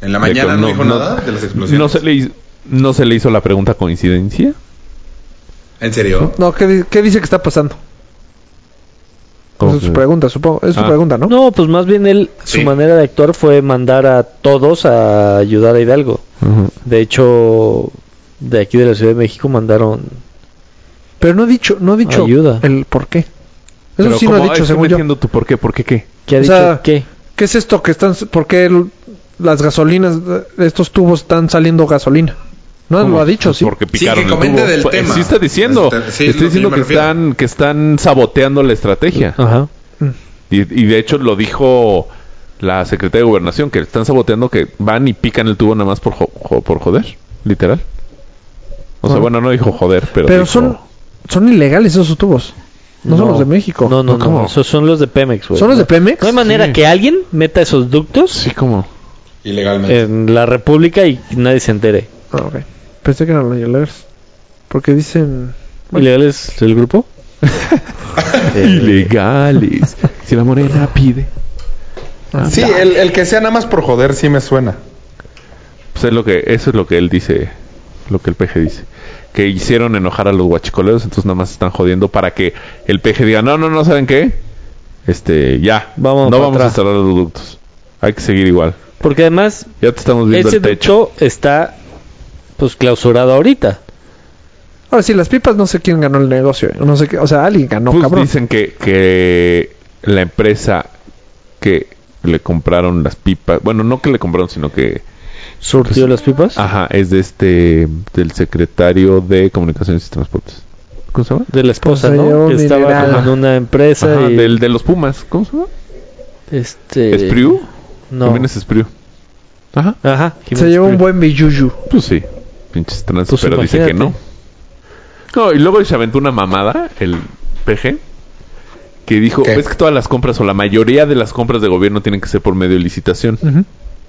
[SPEAKER 5] En la
[SPEAKER 3] De
[SPEAKER 5] mañana
[SPEAKER 3] que
[SPEAKER 5] no, dijo nada de las explosiones.
[SPEAKER 3] No se, le, hizo- no se le hizo la pregunta coincidencia.
[SPEAKER 5] ¿En serio?
[SPEAKER 1] No, ¿qué, di- qué dice que está pasando?
[SPEAKER 3] Como
[SPEAKER 1] Esa es su
[SPEAKER 3] que-
[SPEAKER 1] pregunta, supongo. Es su
[SPEAKER 3] Ah.
[SPEAKER 1] pregunta, ¿no?
[SPEAKER 4] No, pues más bien él,
[SPEAKER 5] Sí.
[SPEAKER 4] su manera de actuar fue mandar a todos a ayudar a Hidalgo.
[SPEAKER 3] Ajá.
[SPEAKER 4] De hecho, de aquí de la Ciudad de México mandaron.
[SPEAKER 1] Pero no ha dicho, no ha dicho
[SPEAKER 4] Ayuda.
[SPEAKER 1] el por qué. Eso
[SPEAKER 3] Pero
[SPEAKER 1] sí no ha
[SPEAKER 3] como-
[SPEAKER 1] dicho,
[SPEAKER 3] es que no
[SPEAKER 1] según yo.
[SPEAKER 3] entiendo tu por qué, por qué qué.
[SPEAKER 4] ¿Qué ha
[SPEAKER 1] O
[SPEAKER 4] dicho?
[SPEAKER 1] sea,
[SPEAKER 4] ¿Qué?
[SPEAKER 1] ¿Qué es esto que están, por qué el- las gasolinas, eh, estos tubos están saliendo gasolina? No
[SPEAKER 3] ¿Cómo?
[SPEAKER 1] lo ha dicho, sí.
[SPEAKER 3] Porque
[SPEAKER 5] Sí,
[SPEAKER 3] picaron
[SPEAKER 5] que
[SPEAKER 3] el
[SPEAKER 5] comente
[SPEAKER 3] tubo.
[SPEAKER 5] del
[SPEAKER 3] Pues,
[SPEAKER 5] tema.
[SPEAKER 3] Sí está diciendo.
[SPEAKER 5] Este, sí, es
[SPEAKER 3] está
[SPEAKER 5] lo que yo
[SPEAKER 3] diciendo
[SPEAKER 5] me
[SPEAKER 3] que
[SPEAKER 5] refiero.
[SPEAKER 3] están, que están saboteando la estrategia.
[SPEAKER 4] Ajá.
[SPEAKER 3] Y, y de hecho lo dijo la secretaria de Gobernación, que están saboteando que van y pican el tubo nada más por, jo- jo- por joder, literal. O sea,
[SPEAKER 1] Ah.
[SPEAKER 3] bueno, no dijo joder, pero,
[SPEAKER 1] Pero
[SPEAKER 3] dijo-
[SPEAKER 1] son, son ilegales esos tubos. No, son los de México.
[SPEAKER 4] No, no,
[SPEAKER 3] ¿Cómo?
[SPEAKER 4] no. Esos son los de Pemex, güey.
[SPEAKER 1] ¿Son los de Pemex?
[SPEAKER 4] No hay manera
[SPEAKER 3] Sí.
[SPEAKER 4] que alguien meta esos ductos
[SPEAKER 3] Sí, como... Eh,
[SPEAKER 5] Ilegalmente.
[SPEAKER 4] en la República y nadie se entere.
[SPEAKER 1] Ah, ok. Pensé que eran los ilegales. Porque dicen...
[SPEAKER 4] ¿Ilegal es el grupo?
[SPEAKER 3] Ilegales. Si la morena pide.
[SPEAKER 1] ah,
[SPEAKER 5] Sí, el, el que sea nada más por joder sí me suena.
[SPEAKER 3] Pues es lo que, eso es lo que él dice, lo que el peje dice. Que hicieron enojar a los guachicoleros, entonces nada más están jodiendo para que el peje diga, no, no, no, ¿saben qué? Este, ya,
[SPEAKER 4] Vamos
[SPEAKER 3] no
[SPEAKER 4] para
[SPEAKER 3] vamos
[SPEAKER 4] atrás".
[SPEAKER 3] a cerrar los ductos. Hay que seguir igual.
[SPEAKER 4] Porque además,
[SPEAKER 3] Ya te estamos viendo
[SPEAKER 4] ese
[SPEAKER 3] el techo.
[SPEAKER 4] ducto está pues clausurado ahorita.
[SPEAKER 1] Ahora sí, las pipas no sé quién ganó el negocio. eh. No sé qué. O sea, alguien ganó,
[SPEAKER 3] Pues
[SPEAKER 1] cabrón.
[SPEAKER 3] dicen que, que la empresa que le compraron las pipas, bueno, no que le compraron, sino que, Pues
[SPEAKER 4] Surtió las pipas
[SPEAKER 3] ajá, es de este, del secretario de Comunicaciones y Transportes. ¿Cómo se llama?
[SPEAKER 4] de la esposa,
[SPEAKER 1] Pues,
[SPEAKER 4] ¿no?
[SPEAKER 1] sería
[SPEAKER 4] Que
[SPEAKER 1] un
[SPEAKER 4] estaba
[SPEAKER 1] dineral.
[SPEAKER 4] con una empresa
[SPEAKER 3] Ajá,
[SPEAKER 4] y
[SPEAKER 3] del, de los Pumas, ¿cómo se llama?
[SPEAKER 4] este
[SPEAKER 3] ¿Espriu?
[SPEAKER 4] No.
[SPEAKER 3] Jiménez Espriu. Ajá.
[SPEAKER 4] Ajá.
[SPEAKER 1] Se
[SPEAKER 4] Jiménez
[SPEAKER 1] llevó un
[SPEAKER 4] Espriu.
[SPEAKER 1] buen billuyu.
[SPEAKER 3] Pues sí, pinches trans,
[SPEAKER 4] Pues
[SPEAKER 3] pero dice que no.
[SPEAKER 4] imagínate.
[SPEAKER 3] No, y luego se aventó una mamada, el PG, que dijo,
[SPEAKER 5] ¿Qué?
[SPEAKER 3] ves que todas las compras o la mayoría de las compras de gobierno tienen que ser por medio de licitación.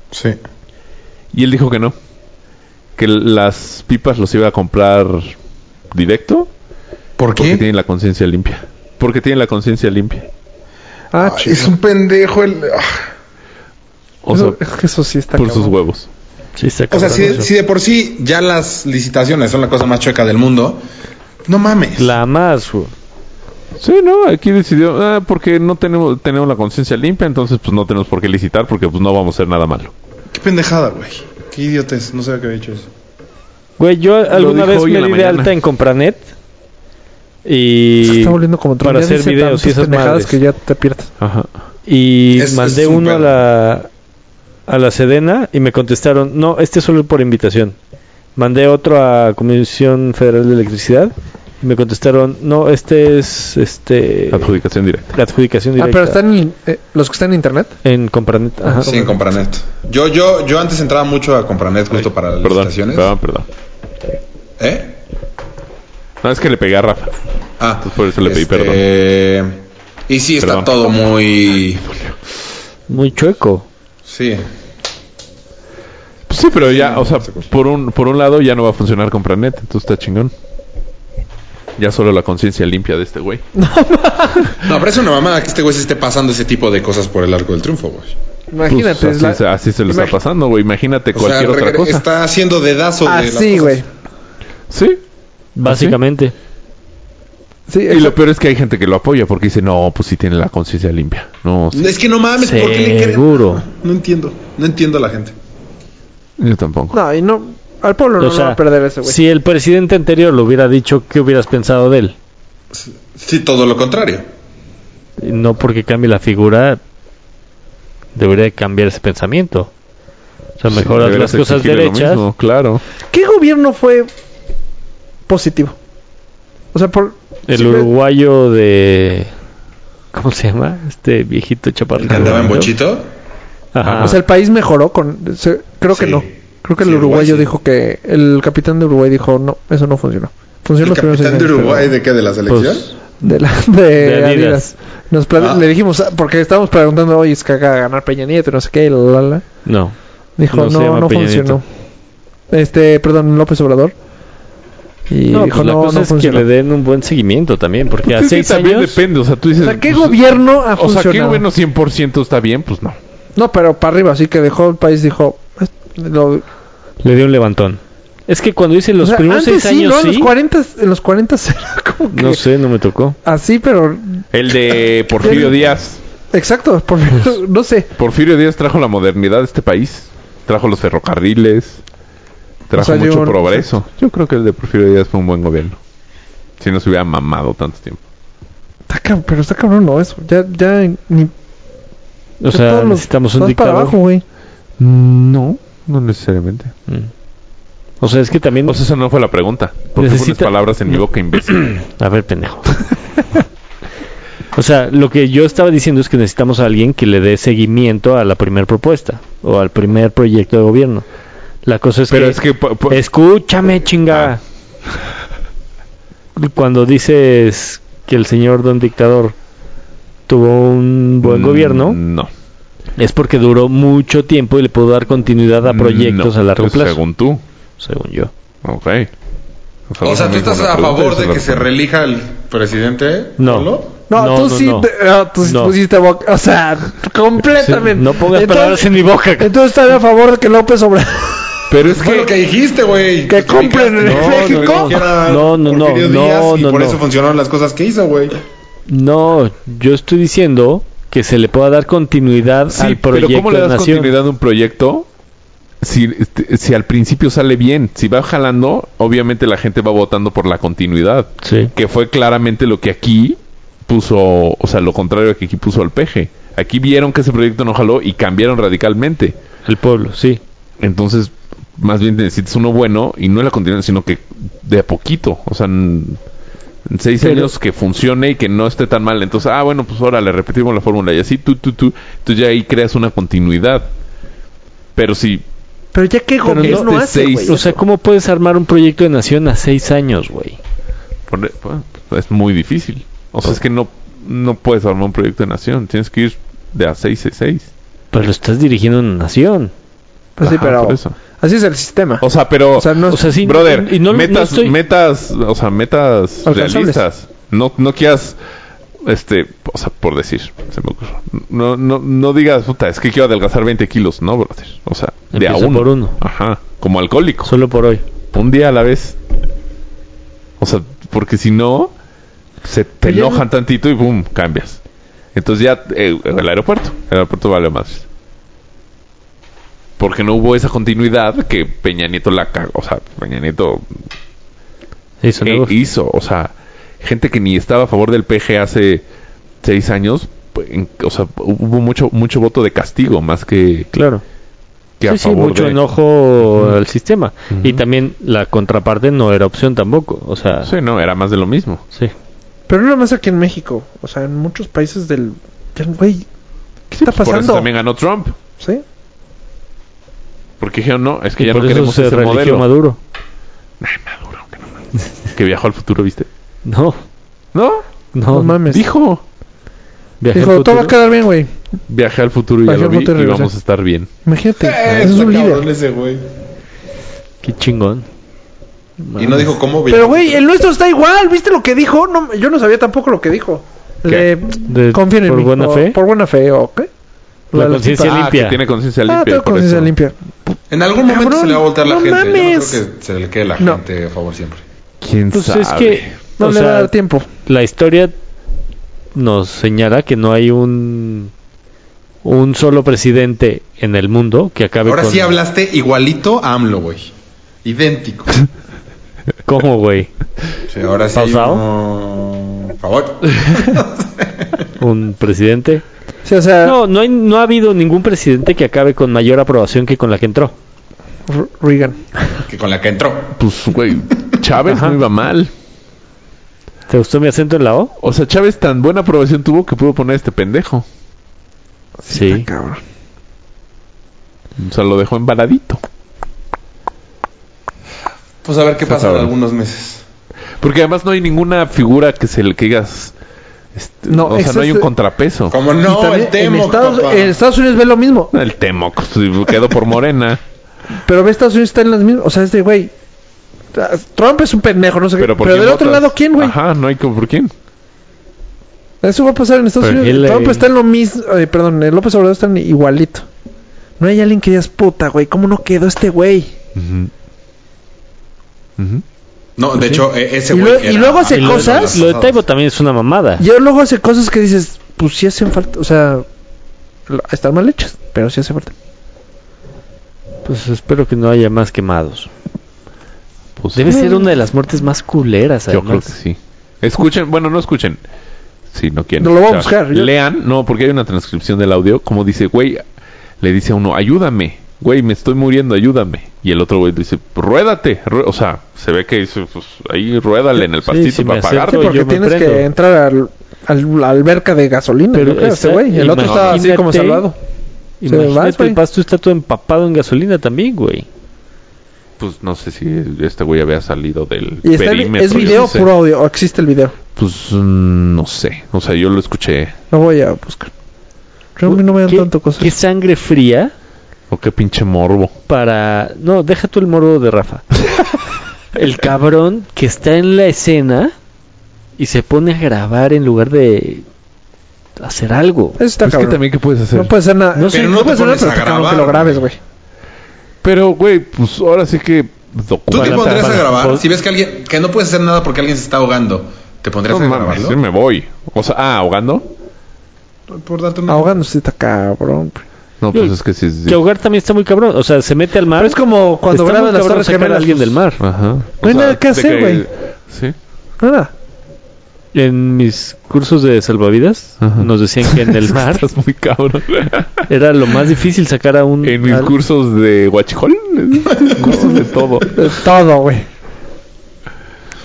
[SPEAKER 5] Sí.
[SPEAKER 3] Y él dijo que no, que las pipas los iba a comprar directo
[SPEAKER 5] ¿Por
[SPEAKER 3] porque
[SPEAKER 5] qué?
[SPEAKER 3] tienen la conciencia limpia. Porque tienen la conciencia limpia.
[SPEAKER 1] Ah,
[SPEAKER 5] Ay,
[SPEAKER 1] chido.
[SPEAKER 5] es un pendejo el... ah.
[SPEAKER 3] O
[SPEAKER 1] Eso-
[SPEAKER 3] sea,
[SPEAKER 1] es que eso sí está
[SPEAKER 3] por
[SPEAKER 1] cabrón.
[SPEAKER 3] sus huevos.
[SPEAKER 4] Sí, está
[SPEAKER 5] O sea,
[SPEAKER 4] cabrón
[SPEAKER 5] si de,
[SPEAKER 4] eso.
[SPEAKER 5] si de por sí ya las licitaciones son la cosa más chueca del mundo, no mames.
[SPEAKER 4] la más güey.
[SPEAKER 3] Sí, no, aquí decidió, ah, porque no tenemos, tenemos la conciencia limpia, entonces pues no tenemos por qué licitar porque pues no vamos a hacer nada malo.
[SPEAKER 5] Qué pendejada, güey. Qué idiotes. No sé qué había hecho eso.
[SPEAKER 4] Güey, yo alguna
[SPEAKER 3] dijo
[SPEAKER 4] vez
[SPEAKER 3] hoy
[SPEAKER 4] me
[SPEAKER 3] en la
[SPEAKER 4] di de
[SPEAKER 3] mañana.
[SPEAKER 4] alta en Compranet
[SPEAKER 1] Se
[SPEAKER 4] y
[SPEAKER 1] está volviendo como Trump.
[SPEAKER 4] para
[SPEAKER 1] Ya
[SPEAKER 4] hacer
[SPEAKER 1] dice
[SPEAKER 4] videos y
[SPEAKER 1] tantas
[SPEAKER 4] esas
[SPEAKER 1] pendejadas
[SPEAKER 4] madres.
[SPEAKER 1] que ya te pierdes. Ah,
[SPEAKER 3] Ajá.
[SPEAKER 4] y
[SPEAKER 5] Es- es
[SPEAKER 4] mandé
[SPEAKER 5] un
[SPEAKER 4] uno a
[SPEAKER 5] pedo.
[SPEAKER 4] la a la Sedena y me contestaron, "No, este es solo por invitación." Mandé otro a Comisión Federal de Electricidad y me contestaron, "No, este es este
[SPEAKER 3] Adjudicación directa.
[SPEAKER 4] la adjudicación
[SPEAKER 1] Ah,
[SPEAKER 4] directa."
[SPEAKER 1] pero están en- eh, los que están en internet.
[SPEAKER 4] en Compranet. Ajá.
[SPEAKER 5] Sí, en Compranet. Yo, yo, yo antes entraba mucho a Compranet justo para las
[SPEAKER 3] Perdón,
[SPEAKER 5] licitaciones.
[SPEAKER 3] perdón, perdón.
[SPEAKER 5] ¿Eh?
[SPEAKER 3] No, es que le pegué a Rafa.
[SPEAKER 5] Ah,
[SPEAKER 3] Pues por eso le pedí
[SPEAKER 5] perdón. Y sí, está
[SPEAKER 3] Perdón.
[SPEAKER 5] todo muy...
[SPEAKER 4] Muy chueco.
[SPEAKER 1] ¿Ah,
[SPEAKER 5] Sí.
[SPEAKER 3] Pues sí, pero ya,
[SPEAKER 5] no,
[SPEAKER 3] o sea,
[SPEAKER 5] se escucha.
[SPEAKER 3] por un, por un lado ya no va a funcionar con Planet, entonces está chingón. Ya solo la conciencia limpia de este güey.
[SPEAKER 5] No, pero es una mamada que este güey se esté pasando ese tipo de cosas por el arco del triunfo, güey.
[SPEAKER 3] Pues,
[SPEAKER 1] Imagínate.
[SPEAKER 3] así,
[SPEAKER 1] es la-
[SPEAKER 3] se- así se lo está
[SPEAKER 1] Imag-
[SPEAKER 3] pasando, güey. Imagínate
[SPEAKER 5] O
[SPEAKER 3] cualquier
[SPEAKER 5] sea,
[SPEAKER 3] otra
[SPEAKER 5] regre-
[SPEAKER 3] cosa.
[SPEAKER 5] está haciendo dedazo de las
[SPEAKER 1] Así,
[SPEAKER 5] cosas.
[SPEAKER 1] Ah, güey.
[SPEAKER 3] Sí.
[SPEAKER 4] Básicamente.
[SPEAKER 1] Sí,
[SPEAKER 3] Y lo
[SPEAKER 1] exacto.
[SPEAKER 3] peor es que hay gente que lo apoya porque dice, no, pues sí tiene la conciencia limpia. No, sí.
[SPEAKER 5] Es que no mames, ¿por qué le creen?
[SPEAKER 4] Seguro.
[SPEAKER 5] No entiendo. No entiendo a la gente.
[SPEAKER 3] yo tampoco.
[SPEAKER 1] No, y no. Al pueblo no
[SPEAKER 4] O
[SPEAKER 1] lo va
[SPEAKER 4] sea,
[SPEAKER 1] a perder ese, güey.
[SPEAKER 4] si el presidente anterior lo hubiera dicho, ¿qué hubieras pensado de él?
[SPEAKER 5] Sí, todo lo contrario.
[SPEAKER 4] No porque cambie la figura, debería cambiar ese pensamiento. O sea, mejorar
[SPEAKER 3] Deberías
[SPEAKER 4] las cosas
[SPEAKER 3] exigirle lo
[SPEAKER 4] derechas.
[SPEAKER 3] mismo, claro.
[SPEAKER 1] ¿Qué gobierno fue positivo? O sea, por.
[SPEAKER 4] El
[SPEAKER 1] sí,
[SPEAKER 4] uruguayo de... ¿Cómo se llama? Este viejito
[SPEAKER 5] Que
[SPEAKER 4] chaparrito.
[SPEAKER 5] andaba en
[SPEAKER 4] ¿no?
[SPEAKER 5] bochito.
[SPEAKER 4] Ajá.
[SPEAKER 1] Ah, O sea, el país mejoró con. se- creo que
[SPEAKER 5] Sí.
[SPEAKER 1] no. Creo que el
[SPEAKER 5] Sí, Uruguay
[SPEAKER 1] uruguayo
[SPEAKER 5] sí.
[SPEAKER 1] dijo que. El capitán de Uruguay dijo, no, eso no funcionó. Funcionó
[SPEAKER 5] El
[SPEAKER 1] los primeros
[SPEAKER 5] capitán
[SPEAKER 1] seis
[SPEAKER 5] de
[SPEAKER 1] años,
[SPEAKER 5] Uruguay,
[SPEAKER 1] pero-
[SPEAKER 5] ¿de qué? ¿De la selección?
[SPEAKER 4] Pues,
[SPEAKER 1] de, la, de,
[SPEAKER 4] De Adidas.
[SPEAKER 1] Adidas. Nos plane-
[SPEAKER 5] Ah.
[SPEAKER 1] Le dijimos, ah, porque estábamos preguntando, oye, es que acaba de ganar Peña Nieto, y no sé qué, y la, la, la.
[SPEAKER 4] no.
[SPEAKER 1] Dijo,
[SPEAKER 4] No
[SPEAKER 1] no,
[SPEAKER 4] se
[SPEAKER 1] no,
[SPEAKER 4] llama Peña
[SPEAKER 1] funcionó.
[SPEAKER 4] Nieto.
[SPEAKER 1] Este, perdón, López Obrador. Y
[SPEAKER 4] No,
[SPEAKER 1] dijo,
[SPEAKER 4] pues la
[SPEAKER 1] no,
[SPEAKER 4] cosa
[SPEAKER 1] no
[SPEAKER 4] es que
[SPEAKER 1] funcionó.
[SPEAKER 4] le den un buen seguimiento también, porque a
[SPEAKER 3] Pues Es que
[SPEAKER 4] seis
[SPEAKER 3] también
[SPEAKER 4] años...
[SPEAKER 3] depende, o sea, tú dices...
[SPEAKER 1] O sea, ¿qué
[SPEAKER 3] pues,
[SPEAKER 1] gobierno ha
[SPEAKER 3] O sea, ¿qué
[SPEAKER 1] funcionado?
[SPEAKER 3] gobierno 100% está bien? Pues no.
[SPEAKER 1] No, pero para arriba, así que dejó el país, dijo... "Eh, lo-
[SPEAKER 4] Le dio un levantón. Es que cuando hice los
[SPEAKER 1] o sea,
[SPEAKER 4] primeros
[SPEAKER 1] antes
[SPEAKER 4] seis años,
[SPEAKER 1] ¿no?
[SPEAKER 4] sí.
[SPEAKER 1] En los 40, en los 40 era [laughs] como que...
[SPEAKER 4] No sé, no me tocó.
[SPEAKER 1] Así, pero...
[SPEAKER 3] El
[SPEAKER 1] [laughs]
[SPEAKER 3] de Porfirio Díaz.
[SPEAKER 1] Exacto, por- no sé.
[SPEAKER 3] Porfirio Díaz trajo la modernidad a este país. Trajo los ferrocarriles. Trajo
[SPEAKER 1] O sea, yo-
[SPEAKER 3] mucho progreso. Yo creo que el de Porfirio Díaz fue un buen gobierno. Si no se hubiera mamado tanto tiempo.
[SPEAKER 1] Está cab- pero está cabrón, no, eso. Ya, ya... Ni,
[SPEAKER 4] O sea,
[SPEAKER 1] Pues todos los-
[SPEAKER 4] necesitamos un
[SPEAKER 1] vas para abajo,
[SPEAKER 4] dictador.
[SPEAKER 1] güey.
[SPEAKER 3] No, no necesariamente.
[SPEAKER 4] Mm. O sea, es que también...
[SPEAKER 3] O sea, esa no fue la pregunta. Porque pones
[SPEAKER 4] Necesita- Mm.
[SPEAKER 3] palabras en mi boca, imbécil.
[SPEAKER 4] A ver,
[SPEAKER 1] [laughs]
[SPEAKER 4] pendejo. o sea, lo que yo estaba diciendo es que necesitamos a alguien que le dé seguimiento a la primera propuesta o al primer proyecto de gobierno. La cosa es
[SPEAKER 3] Pero
[SPEAKER 4] que...
[SPEAKER 3] es que... po- Ah. po-
[SPEAKER 4] Escúchame, chinga. Cuando dices que el señor don dictador tuvo un buen
[SPEAKER 3] mm,
[SPEAKER 4] gobierno,
[SPEAKER 3] No.
[SPEAKER 4] es porque duró mucho tiempo y le pudo dar continuidad a proyectos
[SPEAKER 3] Mm, No,
[SPEAKER 4] a largo
[SPEAKER 3] pues,
[SPEAKER 4] plazo, según,
[SPEAKER 3] Según tú.
[SPEAKER 4] yo.
[SPEAKER 3] Ok.
[SPEAKER 5] O sea, ¿tú estás a favor de que se
[SPEAKER 3] relija
[SPEAKER 5] relija el presidente?
[SPEAKER 4] No,
[SPEAKER 5] Polo?
[SPEAKER 1] No,
[SPEAKER 4] No,
[SPEAKER 1] tú
[SPEAKER 4] no,
[SPEAKER 1] sí,
[SPEAKER 4] no.
[SPEAKER 1] te- no, tú sí
[SPEAKER 4] No.
[SPEAKER 1] pusiste boca. O sea, completamente.
[SPEAKER 4] No pongas palabras en mi boca.
[SPEAKER 1] Entonces estaré a favor de que López Obrador.
[SPEAKER 3] Pero es
[SPEAKER 5] Fue lo
[SPEAKER 3] que
[SPEAKER 5] que dijiste, güey.
[SPEAKER 1] Que compren en
[SPEAKER 5] Justificaste
[SPEAKER 1] México.
[SPEAKER 5] que era
[SPEAKER 4] No, no, no,
[SPEAKER 5] Porfirio Díaz
[SPEAKER 4] no,
[SPEAKER 5] y
[SPEAKER 4] no,
[SPEAKER 5] por
[SPEAKER 4] no.
[SPEAKER 5] eso funcionaron las cosas que hizo,
[SPEAKER 1] Eh,
[SPEAKER 5] güey.
[SPEAKER 4] No, yo estoy diciendo que se le pueda dar continuidad
[SPEAKER 3] sí,
[SPEAKER 4] al proyecto
[SPEAKER 3] pero ¿cómo le
[SPEAKER 4] de
[SPEAKER 3] das
[SPEAKER 4] nación.
[SPEAKER 3] continuidad a un proyecto si, este, si al principio sale bien? Si va jalando, obviamente la gente va votando por la continuidad.
[SPEAKER 4] Sí.
[SPEAKER 3] Que fue claramente lo que aquí puso, o sea, lo contrario a que aquí puso al peje. Aquí vieron que ese proyecto no jaló y cambiaron radicalmente.
[SPEAKER 4] El pueblo, sí.
[SPEAKER 3] Entonces, más bien necesitas uno bueno y no la continuidad, sino que de a poquito. O sea, en en seis
[SPEAKER 1] Pero-
[SPEAKER 3] años que funcione y que no esté tan mal. Entonces, ah, bueno, pues ahora le repetimos la fórmula y así, tú, tú, tú. Tú ya ahí creas una continuidad. Pero si
[SPEAKER 1] Pero ya que
[SPEAKER 3] no
[SPEAKER 1] gobierno
[SPEAKER 3] de
[SPEAKER 1] hace,
[SPEAKER 3] seis.
[SPEAKER 1] güey.
[SPEAKER 4] O sea, ¿cómo puedes armar un proyecto de nación a seis años, güey?
[SPEAKER 3] pone- e, bueno, es muy difícil. O sea, es que no, no puedes armar un proyecto de nación. Tienes que ir de a seis a seis.
[SPEAKER 4] Pero lo estás dirigiendo a una nación.
[SPEAKER 1] Pues sí,
[SPEAKER 3] Ajá,
[SPEAKER 1] pero
[SPEAKER 3] por eso.
[SPEAKER 1] así es el sistema.
[SPEAKER 3] O sea, pero...
[SPEAKER 1] O sea, no-
[SPEAKER 4] O sea, sí,
[SPEAKER 3] Brother,
[SPEAKER 4] y no, no
[SPEAKER 3] metas,
[SPEAKER 4] estoy-
[SPEAKER 3] metas, o sea, metas
[SPEAKER 1] Alcanzables.
[SPEAKER 3] realistas. No, no quieras, este, o sea, por decir, se me ocurrió. No, no, no digas, puta, es que quiero adelgazar 20 kilos, no, brother. O sea, de a
[SPEAKER 4] Empieza
[SPEAKER 3] uno.
[SPEAKER 4] por uno.
[SPEAKER 3] Ajá, como alcohólico.
[SPEAKER 4] solo por hoy.
[SPEAKER 3] Un día a la vez. O sea, porque si no, se te
[SPEAKER 1] Pero ya
[SPEAKER 3] enojan tantito y boom, cambias. Entonces ya, eh, el aeropuerto. El aeropuerto vale más. Porque no hubo esa continuidad que Peña Nieto la cagó. O sea, Peña Nieto
[SPEAKER 4] Eso,
[SPEAKER 3] eh, hizo. O sea, gente que ni estaba a favor del PG hace seis años, pues, en- o sea, hubo mucho mucho voto de castigo más que,
[SPEAKER 4] claro.
[SPEAKER 3] que a
[SPEAKER 4] sí, sí,
[SPEAKER 3] favor
[SPEAKER 4] mucho
[SPEAKER 3] de...
[SPEAKER 4] enojo al sistema. Y también la contraparte no era opción tampoco. O sea, sí.
[SPEAKER 3] Sí, no, era más de lo mismo.
[SPEAKER 1] Pero no nada más aquí en México. O sea, en muchos países del. ya, Güey, ¿qué está
[SPEAKER 3] Por eso
[SPEAKER 1] pasando?
[SPEAKER 3] también ganó Trump.
[SPEAKER 1] ¿Sí?
[SPEAKER 3] Porque dijeron, no, es que
[SPEAKER 4] Y
[SPEAKER 3] ya no
[SPEAKER 4] por eso
[SPEAKER 3] queremos
[SPEAKER 4] se
[SPEAKER 3] ese
[SPEAKER 4] religió
[SPEAKER 3] modelo.
[SPEAKER 4] Maduro.
[SPEAKER 3] Ay, Maduro, que no mames. que viajó al futuro, ¿viste?
[SPEAKER 4] No,
[SPEAKER 3] No,
[SPEAKER 4] no.
[SPEAKER 1] No mames.
[SPEAKER 3] dijo.
[SPEAKER 4] Viajé al
[SPEAKER 1] Dijo, todo va a
[SPEAKER 4] futuro.
[SPEAKER 1] quedar bien, güey.
[SPEAKER 3] Viajé al futuro y
[SPEAKER 1] Viajé
[SPEAKER 3] ya lo
[SPEAKER 1] al
[SPEAKER 3] vi
[SPEAKER 1] futuro y
[SPEAKER 3] y
[SPEAKER 1] regresé.
[SPEAKER 3] vamos a estar bien.
[SPEAKER 1] Imagínate.
[SPEAKER 5] Eh,
[SPEAKER 1] ese es
[SPEAKER 5] está
[SPEAKER 1] un
[SPEAKER 5] cabrón
[SPEAKER 1] líder.
[SPEAKER 5] ese, güey.
[SPEAKER 4] Qué chingón.
[SPEAKER 5] Y no dijo cómo,
[SPEAKER 1] Pero, güey, el nuestro está igual. ¿Viste lo que dijo? No, yo no sabía tampoco lo que dijo.
[SPEAKER 3] ¿Qué?
[SPEAKER 1] De, confíen en
[SPEAKER 4] ¿Por
[SPEAKER 1] mí,
[SPEAKER 4] buena
[SPEAKER 1] o-
[SPEAKER 4] fe?
[SPEAKER 1] Por buena fe, ¿o qué?
[SPEAKER 4] La
[SPEAKER 1] de
[SPEAKER 4] conciencia
[SPEAKER 1] tipas.
[SPEAKER 3] Ah,
[SPEAKER 4] limpia.
[SPEAKER 3] que tiene conciencia
[SPEAKER 1] Ah,
[SPEAKER 3] limpia.
[SPEAKER 1] tengo
[SPEAKER 3] por
[SPEAKER 1] conciencia
[SPEAKER 3] eso.
[SPEAKER 1] limpia.
[SPEAKER 5] En algún momento
[SPEAKER 1] Cabrón,
[SPEAKER 5] se le va a voltar la
[SPEAKER 1] no
[SPEAKER 5] gente. Yo
[SPEAKER 1] mames.
[SPEAKER 5] no creo que se le quede la
[SPEAKER 1] No.
[SPEAKER 5] gente a favor siempre.
[SPEAKER 3] ¿Quién
[SPEAKER 4] Pues
[SPEAKER 3] sabe?
[SPEAKER 4] es que
[SPEAKER 1] No
[SPEAKER 4] o
[SPEAKER 1] le va a
[SPEAKER 4] sea,
[SPEAKER 1] dar tiempo.
[SPEAKER 4] la historia nos señala que no hay un un solo presidente en el mundo que acabe
[SPEAKER 5] Ahora
[SPEAKER 4] con
[SPEAKER 5] sí hablaste igualito a AMLO, güey.
[SPEAKER 4] [laughs]
[SPEAKER 5] Idéntico.
[SPEAKER 4] ¿Cómo, güey?
[SPEAKER 5] Sí, ahora sí.
[SPEAKER 4] ¿Pausado?
[SPEAKER 5] no- Por favor.
[SPEAKER 4] Un presidente.
[SPEAKER 1] Sí, o sea,
[SPEAKER 4] No, no hay, no ha habido ningún presidente que acabe con mayor aprobación que con la que entró.
[SPEAKER 1] R- Reagan.
[SPEAKER 5] que con la que entró.
[SPEAKER 3] Pues, güey, Chávez no iba mal.
[SPEAKER 4] ¿Te gustó mi acento en la O?
[SPEAKER 3] O sea, Chávez tan buena aprobación tuvo que pudo poner a este pendejo.
[SPEAKER 4] Sí.
[SPEAKER 1] Cabrón.
[SPEAKER 3] O sea, lo dejó embaladito.
[SPEAKER 5] Pues a ver qué pasa en
[SPEAKER 3] cabrón.
[SPEAKER 5] algunos meses.
[SPEAKER 3] Porque además no hay ninguna figura que se le que digas. este,
[SPEAKER 1] No,
[SPEAKER 3] o sea,
[SPEAKER 1] ese
[SPEAKER 3] no hay
[SPEAKER 1] es-
[SPEAKER 3] un contrapeso.
[SPEAKER 5] Como
[SPEAKER 1] Y
[SPEAKER 5] no,
[SPEAKER 1] también
[SPEAKER 5] el tema.
[SPEAKER 1] en, Estados, en Estados Unidos ve lo mismo.
[SPEAKER 3] El Temoc sí, quedó por Morena.
[SPEAKER 1] Pero ve Estados Unidos está en las mismas. O sea, es de, güey. Trump es un pendejo, no sé
[SPEAKER 3] Pero,
[SPEAKER 1] qué. [laughs]
[SPEAKER 3] ¿por
[SPEAKER 1] Pero del
[SPEAKER 3] quién
[SPEAKER 1] otro
[SPEAKER 3] votas?
[SPEAKER 1] lado, ¿quién, güey?
[SPEAKER 3] Ajá, no hay como por quién.
[SPEAKER 1] Eso va a pasar en Estados
[SPEAKER 4] Pero
[SPEAKER 1] Unidos.
[SPEAKER 4] Hillary-
[SPEAKER 1] Trump está en lo mismo. eh, perdón, eh, López Obrador está en igualito. No hay alguien que digas, puta, güey, ¿cómo no quedó este güey?
[SPEAKER 3] Ujú. Ujú.
[SPEAKER 5] No, de hecho, eh, ese
[SPEAKER 1] Y
[SPEAKER 5] güey.
[SPEAKER 1] lo-
[SPEAKER 5] era-
[SPEAKER 1] y luego hace
[SPEAKER 5] Ah,
[SPEAKER 1] cosas.
[SPEAKER 4] Lo de Taibo también es una mamada.
[SPEAKER 1] Yo luego hace cosas que dices, pues sí hacen falta. O sea, lo- están mal hechas, pero sí hace falta.
[SPEAKER 4] Pues espero que no haya más quemados.
[SPEAKER 3] Pues,
[SPEAKER 4] Debe ser una de las muertes más culeras,
[SPEAKER 3] Yo creo
[SPEAKER 4] además.
[SPEAKER 3] que sí. Escuchen, bueno, no escuchen. Si no quieren.
[SPEAKER 1] Lo voy a
[SPEAKER 3] O sea,
[SPEAKER 1] buscar, yo-
[SPEAKER 3] Lean, no, porque hay una transcripción del audio. Como dice, güey, le dice a uno, ayúdame. Güey, me estoy muriendo, ayúdame. Y el otro güey dice, ruédate. rue-". O sea, se ve que dice, pues ahí ruédale en el
[SPEAKER 4] Sí,
[SPEAKER 3] pastito
[SPEAKER 4] si me
[SPEAKER 3] para
[SPEAKER 4] acerco,
[SPEAKER 3] pagarte.
[SPEAKER 1] Sí,
[SPEAKER 4] yo
[SPEAKER 1] porque
[SPEAKER 4] me
[SPEAKER 1] tienes
[SPEAKER 4] prendo.
[SPEAKER 1] que entrar al, al- la alberca de gasolina.
[SPEAKER 4] Pero
[SPEAKER 1] yo creo,
[SPEAKER 4] está-
[SPEAKER 1] este güey. El otro estaba así como
[SPEAKER 4] imagínate-
[SPEAKER 1] salvado. Se va,
[SPEAKER 4] Imagínate,
[SPEAKER 1] güey.
[SPEAKER 4] el pasto está todo empapado en gasolina también, güey.
[SPEAKER 3] Pues no sé si este güey había salido del
[SPEAKER 1] Y está en-
[SPEAKER 3] perímetro.
[SPEAKER 1] es
[SPEAKER 3] yo
[SPEAKER 1] video
[SPEAKER 3] no sé.
[SPEAKER 1] puro audio, o existe el video.
[SPEAKER 3] Pues mm, no sé. O sea, yo lo escuché.
[SPEAKER 1] Lo voy a buscar. Creo que no me dan
[SPEAKER 4] ¿Qué-
[SPEAKER 1] tanto cosas.
[SPEAKER 4] Qué sangre fría
[SPEAKER 3] O Oh, qué pinche morbo.
[SPEAKER 4] para... No, deja tú el
[SPEAKER 1] [laughs]
[SPEAKER 4] morbo de Rafa. el cabrón que está en la escena y se pone a grabar en lugar de hacer algo.
[SPEAKER 1] Eso está
[SPEAKER 3] es
[SPEAKER 1] cabrón.
[SPEAKER 3] que también, ¿qué puedes hacer?
[SPEAKER 1] No pues- puede ser nada. No,
[SPEAKER 5] sé,
[SPEAKER 1] sé,
[SPEAKER 5] no
[SPEAKER 1] no
[SPEAKER 5] te
[SPEAKER 1] puede ser nada,
[SPEAKER 5] pones
[SPEAKER 1] pero
[SPEAKER 5] a
[SPEAKER 1] está cabrón que
[SPEAKER 5] grabar.
[SPEAKER 1] lo grabes, güey.
[SPEAKER 3] Pero, güey, pues ahora sí que...
[SPEAKER 5] ¿Tú
[SPEAKER 4] Para-
[SPEAKER 5] te
[SPEAKER 3] documenta.
[SPEAKER 5] pondrías
[SPEAKER 4] para-
[SPEAKER 5] a
[SPEAKER 4] para-
[SPEAKER 5] grabar? Si ves que alguien que no puedes hacer nada porque alguien se está ahogando, ¿te pondrías
[SPEAKER 3] No
[SPEAKER 5] a
[SPEAKER 3] mames,
[SPEAKER 5] grabarlo?
[SPEAKER 3] sí me voy. O sea, ah, ahogando.
[SPEAKER 5] Por darte una...
[SPEAKER 1] Ahogándose está cabrón. güey.
[SPEAKER 3] No, pues es que sí. sí.
[SPEAKER 4] Que ahogar también está muy cabrón. O sea, se mete al mar.
[SPEAKER 1] Pero es como cuando
[SPEAKER 4] Está muy
[SPEAKER 1] grabas las
[SPEAKER 4] cabrón
[SPEAKER 1] torres
[SPEAKER 4] sacar a
[SPEAKER 1] gemelas. pues.
[SPEAKER 4] alguien del mar.
[SPEAKER 3] Ajá.
[SPEAKER 1] No hay
[SPEAKER 3] O sea,
[SPEAKER 1] nada que
[SPEAKER 3] de
[SPEAKER 1] hacer, güey.
[SPEAKER 3] Sí.
[SPEAKER 1] Nada.
[SPEAKER 4] En mis cursos de salvavidas
[SPEAKER 3] Ajá.
[SPEAKER 4] nos decían que en
[SPEAKER 3] [laughs]
[SPEAKER 4] el
[SPEAKER 1] [laughs]
[SPEAKER 4] mar
[SPEAKER 3] Estás muy cabrón.
[SPEAKER 4] era lo más difícil sacar a un
[SPEAKER 3] en mis
[SPEAKER 4] al-
[SPEAKER 3] cursos de guachicol, cursos de todo.
[SPEAKER 1] De todo, güey.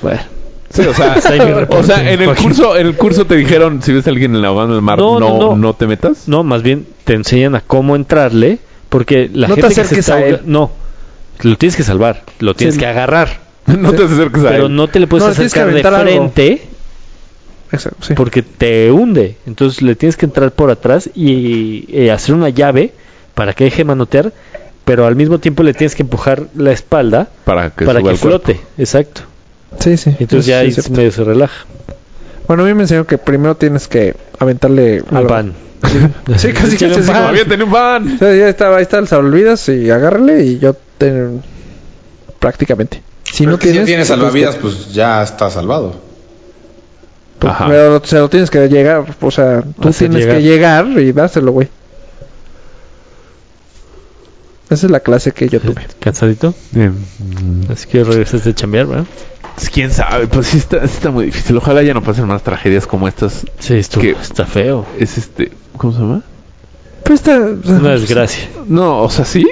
[SPEAKER 4] Bueno,
[SPEAKER 3] Sí, o
[SPEAKER 1] [laughs]
[SPEAKER 3] sea,
[SPEAKER 4] ahí mi reporte,
[SPEAKER 3] o sea, en el
[SPEAKER 4] Joaquín.
[SPEAKER 3] curso, en el curso te dijeron si ves a alguien en la banda del mar,
[SPEAKER 4] No,
[SPEAKER 3] no,
[SPEAKER 4] no,
[SPEAKER 3] no,
[SPEAKER 4] no.
[SPEAKER 3] te metas.
[SPEAKER 4] no, más bien te enseñan a cómo entrarle porque la
[SPEAKER 1] No te
[SPEAKER 4] gente que se
[SPEAKER 1] acerques
[SPEAKER 4] está
[SPEAKER 1] a él.
[SPEAKER 4] ahoga- no lo tienes que salvar, lo tienes
[SPEAKER 1] Sí.
[SPEAKER 4] que agarrar,
[SPEAKER 3] [laughs] No te acerques a
[SPEAKER 4] pero
[SPEAKER 3] él.
[SPEAKER 4] no te le puedes
[SPEAKER 1] No, le tienes que
[SPEAKER 4] acercar de
[SPEAKER 1] aventar algo.
[SPEAKER 4] frente
[SPEAKER 1] Exacto, sí.
[SPEAKER 4] porque te hunde. Entonces le tienes que entrar por atrás y eh, hacer una llave para que deje de manotear, pero al mismo tiempo le tienes que empujar la espalda
[SPEAKER 3] para que
[SPEAKER 4] para
[SPEAKER 3] suba
[SPEAKER 4] que
[SPEAKER 3] al cuerpo.
[SPEAKER 4] flote. Exacto.
[SPEAKER 1] Sí, sí.
[SPEAKER 4] Entonces
[SPEAKER 1] Sí,
[SPEAKER 4] ya ahí
[SPEAKER 1] sí, sí.
[SPEAKER 4] medio se relaja.
[SPEAKER 1] Bueno, a mí me enseñaron que primero tienes que aventarle
[SPEAKER 4] Al
[SPEAKER 1] algo.
[SPEAKER 4] pan.
[SPEAKER 1] Sí, [laughs] casi
[SPEAKER 4] Échale
[SPEAKER 1] casi.
[SPEAKER 4] un
[SPEAKER 1] así
[SPEAKER 4] pan.
[SPEAKER 1] como-
[SPEAKER 3] Había tenido un fan.
[SPEAKER 1] O sea, ya estaba, ahí está el salvavidas y agárrale y yo te... prácticamente. Si
[SPEAKER 5] Pero
[SPEAKER 1] no
[SPEAKER 5] es que si
[SPEAKER 1] tienes,
[SPEAKER 5] ya tienes
[SPEAKER 1] pues,
[SPEAKER 5] salvavidas, pues ya está salvado.
[SPEAKER 1] pues,
[SPEAKER 3] Ajá.
[SPEAKER 1] pero se lo tienes que llegar, o sea, tú
[SPEAKER 4] Hacer
[SPEAKER 1] tienes que llegar y dárselo, güey. Esa es la clase que yo tuve.
[SPEAKER 4] ¿Cansadito?
[SPEAKER 3] Bien.
[SPEAKER 4] Así que regresaste a chambear, ¿verdad?
[SPEAKER 3] Pues, quién sabe, pues sí está, sí está muy difícil. Ojalá ya no pasen más tragedias como estas.
[SPEAKER 4] Sí, estuvo,
[SPEAKER 3] ¿Qué?
[SPEAKER 4] está feo.
[SPEAKER 3] Es este, ¿cómo se llama?
[SPEAKER 1] Pero esta, o sea,
[SPEAKER 4] Una desgracia.
[SPEAKER 3] No, o sea, sí.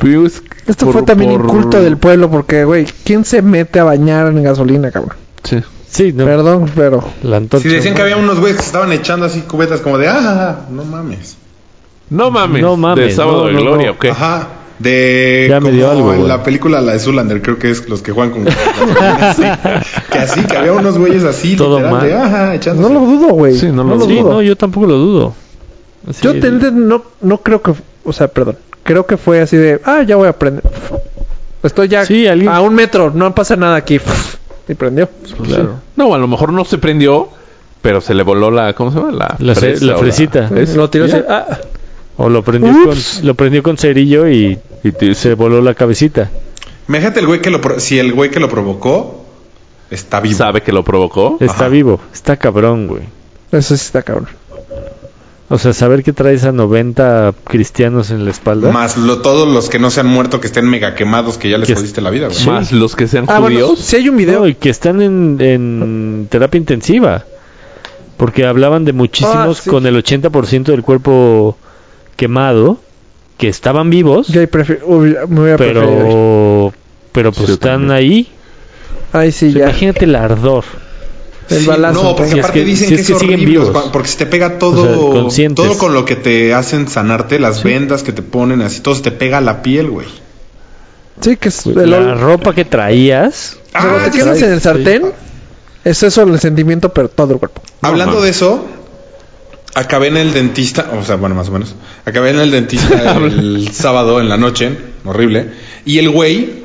[SPEAKER 3] Pero es
[SPEAKER 1] esto
[SPEAKER 3] por-
[SPEAKER 1] fue también
[SPEAKER 3] por-
[SPEAKER 1] inculto del pueblo porque, güey, ¿quién se mete a bañar en gasolina, cabrón?
[SPEAKER 3] Sí.
[SPEAKER 4] Sí, no.
[SPEAKER 1] Perdón, pero...
[SPEAKER 4] La antorcha
[SPEAKER 5] Si decían que había unos güeyes que se estaban echando así cubetas como de, ah, no mames.
[SPEAKER 3] No mames.
[SPEAKER 4] No mames,
[SPEAKER 3] De sábado
[SPEAKER 4] no,
[SPEAKER 3] de
[SPEAKER 4] no,
[SPEAKER 3] gloria,
[SPEAKER 4] no.
[SPEAKER 3] ¿o qué?
[SPEAKER 5] Ajá. De
[SPEAKER 4] Ya me
[SPEAKER 5] como
[SPEAKER 4] dio algo,
[SPEAKER 5] en
[SPEAKER 4] güey.
[SPEAKER 5] la película la de Zulander, creo que es los
[SPEAKER 4] [laughs]
[SPEAKER 5] que juegan con [laughs] Sí. que así, que había unos güeyes así,
[SPEAKER 4] Todo
[SPEAKER 5] literal,
[SPEAKER 4] mal.
[SPEAKER 5] de ajá, echándose.
[SPEAKER 1] No lo dudo, güey.
[SPEAKER 3] Sí, no lo
[SPEAKER 1] lo
[SPEAKER 3] dudo.
[SPEAKER 4] Sí,
[SPEAKER 1] dudo.
[SPEAKER 4] no, yo tampoco lo dudo. Sí,
[SPEAKER 1] Yo tendré- no, no creo que, o sea, perdón, creo que fue así de, ah, ya voy a prender. Estoy ya
[SPEAKER 4] Sí, alguien-
[SPEAKER 1] a un metro, no pasa nada aquí. Y prendió.
[SPEAKER 4] claro.
[SPEAKER 3] No, a lo mejor no se prendió, pero se le voló la. ¿Cómo se llama? La,
[SPEAKER 4] La fre-
[SPEAKER 3] fresa
[SPEAKER 4] la
[SPEAKER 3] o
[SPEAKER 4] fresita.
[SPEAKER 3] es-
[SPEAKER 1] Lo tiró así,
[SPEAKER 3] ya.
[SPEAKER 1] ah,
[SPEAKER 4] O lo prendió,
[SPEAKER 1] Ups.
[SPEAKER 4] con, lo prendió con cerillo y
[SPEAKER 3] Y te-
[SPEAKER 4] se voló la cabecita.
[SPEAKER 5] Imagínate el güey que lo pro- si el güey que lo provocó está vivo.
[SPEAKER 3] sabe que lo provocó.
[SPEAKER 4] Está
[SPEAKER 5] Ajá.
[SPEAKER 4] vivo. Está cabrón, güey.
[SPEAKER 1] Eso sí está cabrón.
[SPEAKER 4] O sea, saber que traes a 90 cristianos en la espalda.
[SPEAKER 5] Más lo- todos los que no se han muerto, que estén mega quemados, que ya les
[SPEAKER 4] Que-
[SPEAKER 5] jodiste la vida, güey.
[SPEAKER 3] Más los que sean
[SPEAKER 1] Ah, bueno,
[SPEAKER 3] judíos.
[SPEAKER 1] si hay un video.
[SPEAKER 4] No, y que están en, en terapia intensiva. Porque hablaban de muchísimos
[SPEAKER 1] Ah, sí.
[SPEAKER 4] con el 80% del cuerpo quemado, que estaban vivos,
[SPEAKER 1] Yo ahí prefi- hubiera- me hubiera preferido ir.
[SPEAKER 4] pero pero pues
[SPEAKER 3] Sí, yo
[SPEAKER 4] están
[SPEAKER 3] también.
[SPEAKER 4] ahí.
[SPEAKER 1] Ahí sí,
[SPEAKER 4] O sea,
[SPEAKER 1] ya.
[SPEAKER 4] imagínate el ardor.
[SPEAKER 1] El
[SPEAKER 5] Sí,
[SPEAKER 1] balazo.
[SPEAKER 5] No, porque
[SPEAKER 1] entonces.
[SPEAKER 4] es
[SPEAKER 5] aparte
[SPEAKER 4] que-
[SPEAKER 5] dicen
[SPEAKER 4] pues. si
[SPEAKER 5] que
[SPEAKER 4] es
[SPEAKER 5] es,
[SPEAKER 4] que siguen
[SPEAKER 5] horrible,
[SPEAKER 4] vivos.
[SPEAKER 5] o sea, porque se te pega todo,
[SPEAKER 4] O sea, conscientes.
[SPEAKER 5] todo con lo que te hacen sanarte, las vendas que te ponen, así todo se te pega a la piel, güey.
[SPEAKER 1] Sí, que es el
[SPEAKER 4] La
[SPEAKER 1] ol-
[SPEAKER 4] ropa que traías.
[SPEAKER 1] Cuando
[SPEAKER 5] Ah,
[SPEAKER 1] te
[SPEAKER 5] ya
[SPEAKER 1] quedas
[SPEAKER 5] sé.
[SPEAKER 1] en el sartén, es eso el sentimiento, pero todo el cuerpo.
[SPEAKER 5] Hablando
[SPEAKER 3] mames.
[SPEAKER 5] de eso, acabé en el dentista, o sea, bueno, más o menos. Acabé en el dentista el sábado en la noche, horrible. Y el güey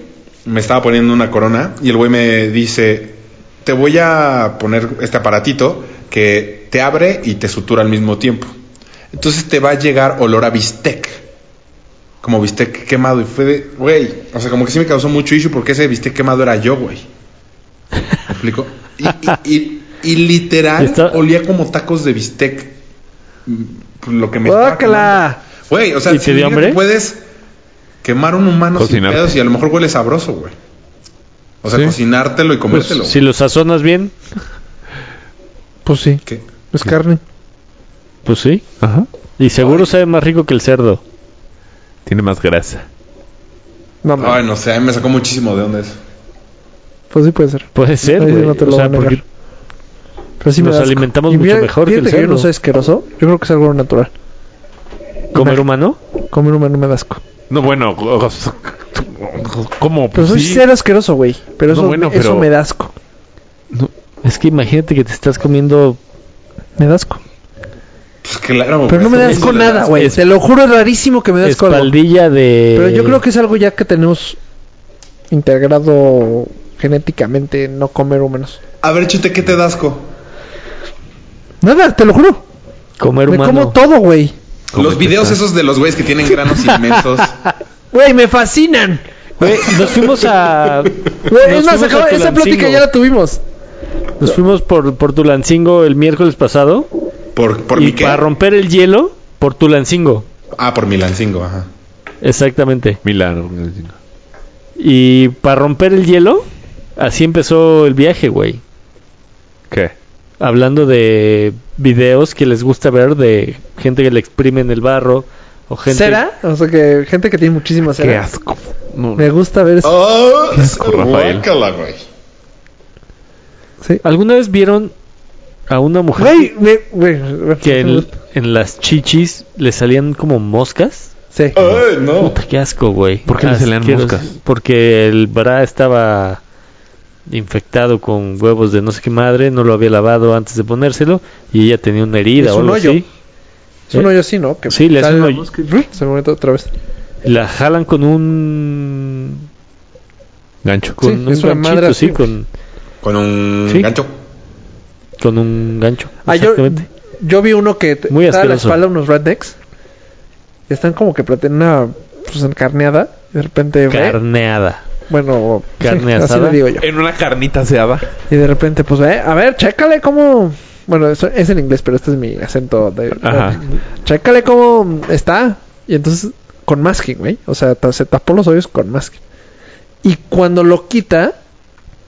[SPEAKER 5] me estaba poniendo una corona y el güey me dice, te voy a poner este aparatito que te abre y te sutura al mismo tiempo. Entonces te va a llegar olor a bistec. Como bistec quemado y fue de, güey, o sea, como que sí me causó mucho issue porque ese bistec quemado era yo, güey. ¿Me explico? Y, y- y- y literal
[SPEAKER 4] Está-
[SPEAKER 5] olía como tacos de bistec. Mm, Lo que me estaba
[SPEAKER 1] ¡Guácala!
[SPEAKER 5] quemando. Güey, o sea,
[SPEAKER 4] ¿Y te dio
[SPEAKER 5] imagínate,
[SPEAKER 4] hambre?
[SPEAKER 5] puedes quemar un humano sin
[SPEAKER 3] Cocinarte.
[SPEAKER 5] pedos y a lo mejor huele sabroso, güey. O sea,
[SPEAKER 3] Sí.
[SPEAKER 5] cocinártelo y
[SPEAKER 4] Pues,
[SPEAKER 5] comértelo.
[SPEAKER 4] si
[SPEAKER 5] güey.
[SPEAKER 4] lo sazonas bien,
[SPEAKER 1] Pues sí,
[SPEAKER 5] ¿Qué?
[SPEAKER 1] es carne.
[SPEAKER 4] pues sí.
[SPEAKER 3] Ajá.
[SPEAKER 4] Y seguro sabe más rico que el cerdo.
[SPEAKER 3] Tiene más grasa.
[SPEAKER 1] No,
[SPEAKER 5] Ay,
[SPEAKER 1] mames.
[SPEAKER 5] no sé, a mí me sacó muchísimo de dónde es.
[SPEAKER 1] Pues sí puede ser.
[SPEAKER 4] Puede ser,
[SPEAKER 1] Ahí
[SPEAKER 4] güey.
[SPEAKER 1] no te lo
[SPEAKER 4] O sea,
[SPEAKER 1] voy a negar.
[SPEAKER 4] porque-
[SPEAKER 1] Pero sí me
[SPEAKER 4] Nos
[SPEAKER 1] da asco.
[SPEAKER 4] alimentamos
[SPEAKER 1] Y
[SPEAKER 4] mucho
[SPEAKER 1] mira-
[SPEAKER 4] mejor que
[SPEAKER 1] fíjate
[SPEAKER 4] el
[SPEAKER 1] yo no
[SPEAKER 4] cerdo.
[SPEAKER 1] soy asqueroso. Yo creo que es algo natural.
[SPEAKER 4] ¿Comer humano?
[SPEAKER 1] Comer humano me da asco.
[SPEAKER 3] No, bueno. [laughs] o sea, ¿Cómo?
[SPEAKER 1] Pero
[SPEAKER 3] Pues
[SPEAKER 1] soy
[SPEAKER 3] sí.
[SPEAKER 1] cero asqueroso, güey. Pero
[SPEAKER 3] No,
[SPEAKER 1] eso,
[SPEAKER 3] bueno,
[SPEAKER 1] eso
[SPEAKER 3] pero-
[SPEAKER 1] me da asco.
[SPEAKER 4] Es que imagínate que te estás comiendo
[SPEAKER 1] Me da asco.
[SPEAKER 5] Pues claro, güey.
[SPEAKER 1] Pero no me da
[SPEAKER 5] Eso
[SPEAKER 1] asco
[SPEAKER 5] le da
[SPEAKER 1] nada,
[SPEAKER 5] asco.
[SPEAKER 1] güey. Te lo juro, es rarísimo que me da asco algo.
[SPEAKER 4] espaldilla de...
[SPEAKER 1] Pero yo creo que es algo ya que tenemos integrado genéticamente no comer humanos.
[SPEAKER 5] A ver, chute, ¿qué te da asco?
[SPEAKER 1] Nada, te lo juro.
[SPEAKER 4] Comer
[SPEAKER 1] Me
[SPEAKER 4] humano.
[SPEAKER 1] como todo, güey.
[SPEAKER 5] Los videos esos de los güeyes que
[SPEAKER 4] [laughs]
[SPEAKER 5] tienen granos inmensos.
[SPEAKER 1] Güey, me fascinan.
[SPEAKER 4] Güey, nos fuimos a.
[SPEAKER 1] [laughs] Güey,
[SPEAKER 4] nos
[SPEAKER 1] es más,
[SPEAKER 4] fuimos
[SPEAKER 1] acabo-
[SPEAKER 4] a
[SPEAKER 1] esa
[SPEAKER 4] Tulancingo.
[SPEAKER 1] plática ya la tuvimos.
[SPEAKER 4] Nos fuimos por, por Tulancingo el miércoles pasado.
[SPEAKER 5] ¿Por, por
[SPEAKER 4] y
[SPEAKER 5] mi qué?
[SPEAKER 4] para romper el hielo, por Tulancingo.
[SPEAKER 5] Ah, por Milancingo, ajá.
[SPEAKER 4] Exactamente.
[SPEAKER 3] Milán.
[SPEAKER 4] Y para romper el hielo, así empezó el viaje, güey.
[SPEAKER 3] ¿Qué?
[SPEAKER 4] Hablando de videos que les gusta ver de gente que le exprime en el barro. O gente.
[SPEAKER 1] ¿Cera? O sea, que gente que tiene muchísima cera.
[SPEAKER 3] Qué asco. No,
[SPEAKER 1] Me gusta ver eso.
[SPEAKER 5] Oh,
[SPEAKER 3] asco, Rafael.
[SPEAKER 5] guácala, güey.
[SPEAKER 1] Sí.
[SPEAKER 4] ¿Alguna vez vieron a una mujer
[SPEAKER 1] Güey, me- güey, güey.
[SPEAKER 4] que en, en las chichis le salían como moscas?
[SPEAKER 1] Sí.
[SPEAKER 4] Ah.
[SPEAKER 5] Ay, no.
[SPEAKER 4] Puta, qué asco, güey.
[SPEAKER 3] ¿Por qué le salían
[SPEAKER 4] Asqueroso.
[SPEAKER 3] moscas?
[SPEAKER 4] Porque el bra estaba infectado con huevos de no sé qué madre, no lo había lavado antes de ponérselo y ella tenía una herida
[SPEAKER 1] Es
[SPEAKER 4] o
[SPEAKER 1] un
[SPEAKER 4] algo
[SPEAKER 1] hoyo.
[SPEAKER 4] así.
[SPEAKER 1] Es un hoyo así, ¿no? Que
[SPEAKER 4] Sí, le hace
[SPEAKER 1] sale
[SPEAKER 4] un
[SPEAKER 1] la
[SPEAKER 4] hoyo.
[SPEAKER 1] mosca y- Se mueve otra vez.
[SPEAKER 4] La jalan con un
[SPEAKER 3] Gancho.
[SPEAKER 4] con
[SPEAKER 1] Sí,
[SPEAKER 4] un
[SPEAKER 1] es una
[SPEAKER 4] ganchito,
[SPEAKER 1] madre
[SPEAKER 4] sí,
[SPEAKER 1] así.
[SPEAKER 4] con,
[SPEAKER 5] Con un
[SPEAKER 4] Sí.
[SPEAKER 5] gancho.
[SPEAKER 4] con un gancho.
[SPEAKER 1] Ah, yo,
[SPEAKER 4] exactamente.
[SPEAKER 1] yo vi uno que te-
[SPEAKER 4] Muy
[SPEAKER 1] trae a la
[SPEAKER 4] asqueroso.
[SPEAKER 1] espalda unos rednecks. Y están como que pretenden una pues, encarneada. Y de repente. ve-
[SPEAKER 4] Carneada.
[SPEAKER 1] bueno,
[SPEAKER 4] [laughs] carne
[SPEAKER 1] sí,
[SPEAKER 4] asada.
[SPEAKER 1] Así le digo yo.
[SPEAKER 3] En una carnita aseada.
[SPEAKER 1] Y de repente, pues, ve, a ver, chécale cómo. Bueno, eso es en inglés, pero este es mi acento. De,
[SPEAKER 3] Ajá.
[SPEAKER 1] Chécale cómo está. Y entonces, con masking, güey. O sea, ta- se tapó los hoyos con masking. Y cuando lo quita,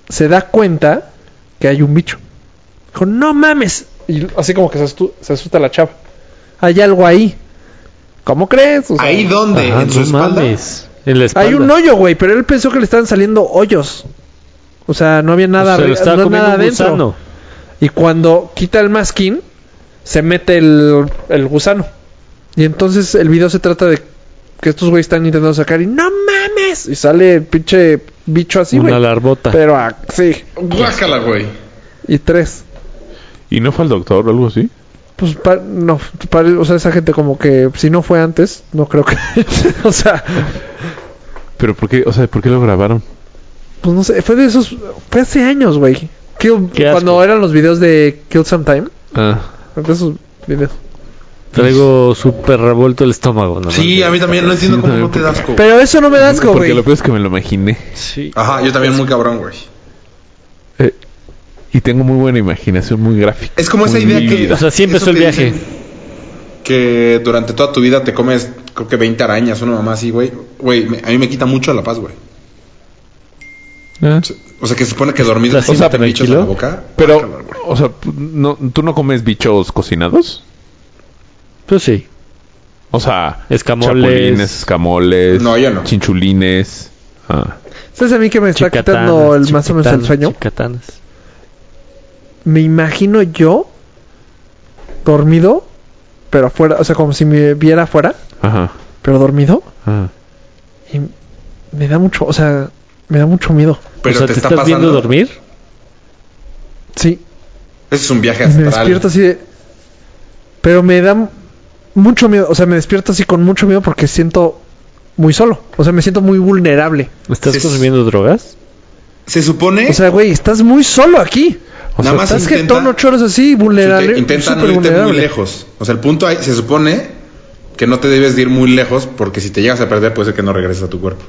[SPEAKER 1] se da cuenta que hay un bicho. Dijo, no mames. Y así como que se, astu- se asusta la chava. Hay algo ahí. ¿Cómo crees? O sea,
[SPEAKER 5] ¿Ahí dónde?
[SPEAKER 4] Ah,
[SPEAKER 5] ¿En su
[SPEAKER 4] no
[SPEAKER 5] espalda?
[SPEAKER 4] mames. En la espalda.
[SPEAKER 1] hay un hoyo, güey, pero él pensó que le estaban saliendo hoyos. O sea, no había nada,
[SPEAKER 4] Se lo
[SPEAKER 1] arri-
[SPEAKER 4] estaba
[SPEAKER 1] no
[SPEAKER 4] comiendo
[SPEAKER 1] nada
[SPEAKER 4] un
[SPEAKER 1] adentro.
[SPEAKER 4] gusano.
[SPEAKER 1] Y cuando quita el masking, se mete el, el gusano. Y entonces el video se trata de que estos güeyes están intentando sacar y ¡No mames! Y sale el pinche bicho así,
[SPEAKER 4] una
[SPEAKER 1] güey.
[SPEAKER 4] larbota.
[SPEAKER 1] Pero ah, sí.
[SPEAKER 5] Guácala, güey.
[SPEAKER 1] Y tres.
[SPEAKER 3] ¿Y no fue al doctor o algo así?
[SPEAKER 1] Pues pa- no, pa- o sea, esa gente como que si no fue antes, no creo que... [laughs] o sea,
[SPEAKER 3] Pero ¿por qué? O sea, ¿por qué lo grabaron?
[SPEAKER 1] pues no sé, fue de esos... Fue hace años, güey. Kill-
[SPEAKER 4] Qué asco.
[SPEAKER 1] Cuando eran los videos de Kill Sometime,
[SPEAKER 3] Ah.
[SPEAKER 1] de esos videos. pues,
[SPEAKER 4] Traigo súper revuelto el estómago, ¿no?
[SPEAKER 5] Sí, a mí también no entiendo cómo no te das asco.
[SPEAKER 1] Pero eso no me da asco,
[SPEAKER 3] Porque
[SPEAKER 1] güey.
[SPEAKER 3] lo peor es que me lo imaginé.
[SPEAKER 5] ah,
[SPEAKER 4] Sí.
[SPEAKER 5] Ajá, yo también muy cabrón, güey.
[SPEAKER 3] Eh, y tengo muy buena imaginación, muy gráfica.
[SPEAKER 5] Es como esa
[SPEAKER 3] Muy
[SPEAKER 5] idea que.
[SPEAKER 3] vívida.
[SPEAKER 4] O sea, sí empezó
[SPEAKER 5] eso
[SPEAKER 4] el
[SPEAKER 5] que
[SPEAKER 4] viaje.
[SPEAKER 5] dicen Que durante toda tu vida te comes, creo que 20 arañas, una mamá así, güey. Güey, me- a mí me quita mucho la paz, güey.
[SPEAKER 3] Ah.
[SPEAKER 5] O sea, que se supone que dormir
[SPEAKER 4] ¿Estás
[SPEAKER 5] te
[SPEAKER 4] así
[SPEAKER 5] meten bichos en la
[SPEAKER 4] tranquilo?
[SPEAKER 5] boca.
[SPEAKER 3] Pero,
[SPEAKER 5] Guácala, güey.
[SPEAKER 3] o sea, no, ¿tú no comes bichos cocinados?
[SPEAKER 4] Pues sí.
[SPEAKER 3] O sea,
[SPEAKER 4] Escamoles.
[SPEAKER 3] chapulines, escamoles,
[SPEAKER 5] No, yo no.
[SPEAKER 3] chinchulines. Ah.
[SPEAKER 1] ¿Sabes a mí que me está
[SPEAKER 4] Chicatanas,
[SPEAKER 1] quitando el, más o menos el
[SPEAKER 4] chicatanas,
[SPEAKER 1] sueño?
[SPEAKER 4] chicatanas.
[SPEAKER 1] me imagino yo dormido, pero afuera, o sea, como si me viera afuera,
[SPEAKER 3] Ajá.
[SPEAKER 1] pero dormido,
[SPEAKER 3] Ah.
[SPEAKER 1] y me da mucho, o sea, me da mucho miedo.
[SPEAKER 5] Pero
[SPEAKER 4] o sea,
[SPEAKER 5] te,
[SPEAKER 4] ¿te,
[SPEAKER 5] está
[SPEAKER 4] estás viendo
[SPEAKER 5] pasando.
[SPEAKER 4] dormir?
[SPEAKER 1] Sí,
[SPEAKER 5] Ese es un viaje
[SPEAKER 1] y me
[SPEAKER 5] astral.
[SPEAKER 1] despierto así de. Pero me da m- mucho miedo, o sea, me despierto así con mucho miedo porque siento muy solo, o sea, me siento muy vulnerable.
[SPEAKER 4] ¿Estás
[SPEAKER 5] Sí, sí.
[SPEAKER 4] consumiendo drogas?
[SPEAKER 5] Se supone.
[SPEAKER 1] O sea, güey, estás muy solo aquí.
[SPEAKER 3] O
[SPEAKER 5] ¿Eh? Nada
[SPEAKER 3] sea,
[SPEAKER 5] más
[SPEAKER 1] Estás
[SPEAKER 5] intenta-
[SPEAKER 1] jetón ocho horas así, vulnerable.
[SPEAKER 5] Chute, intenta no
[SPEAKER 1] súper
[SPEAKER 5] irte muy
[SPEAKER 1] vulnerable.
[SPEAKER 5] lejos. O sea, el punto ahí se supone que no te debes de ir muy lejos porque si te llegas a perder puede ser que no regreses a tu cuerpo.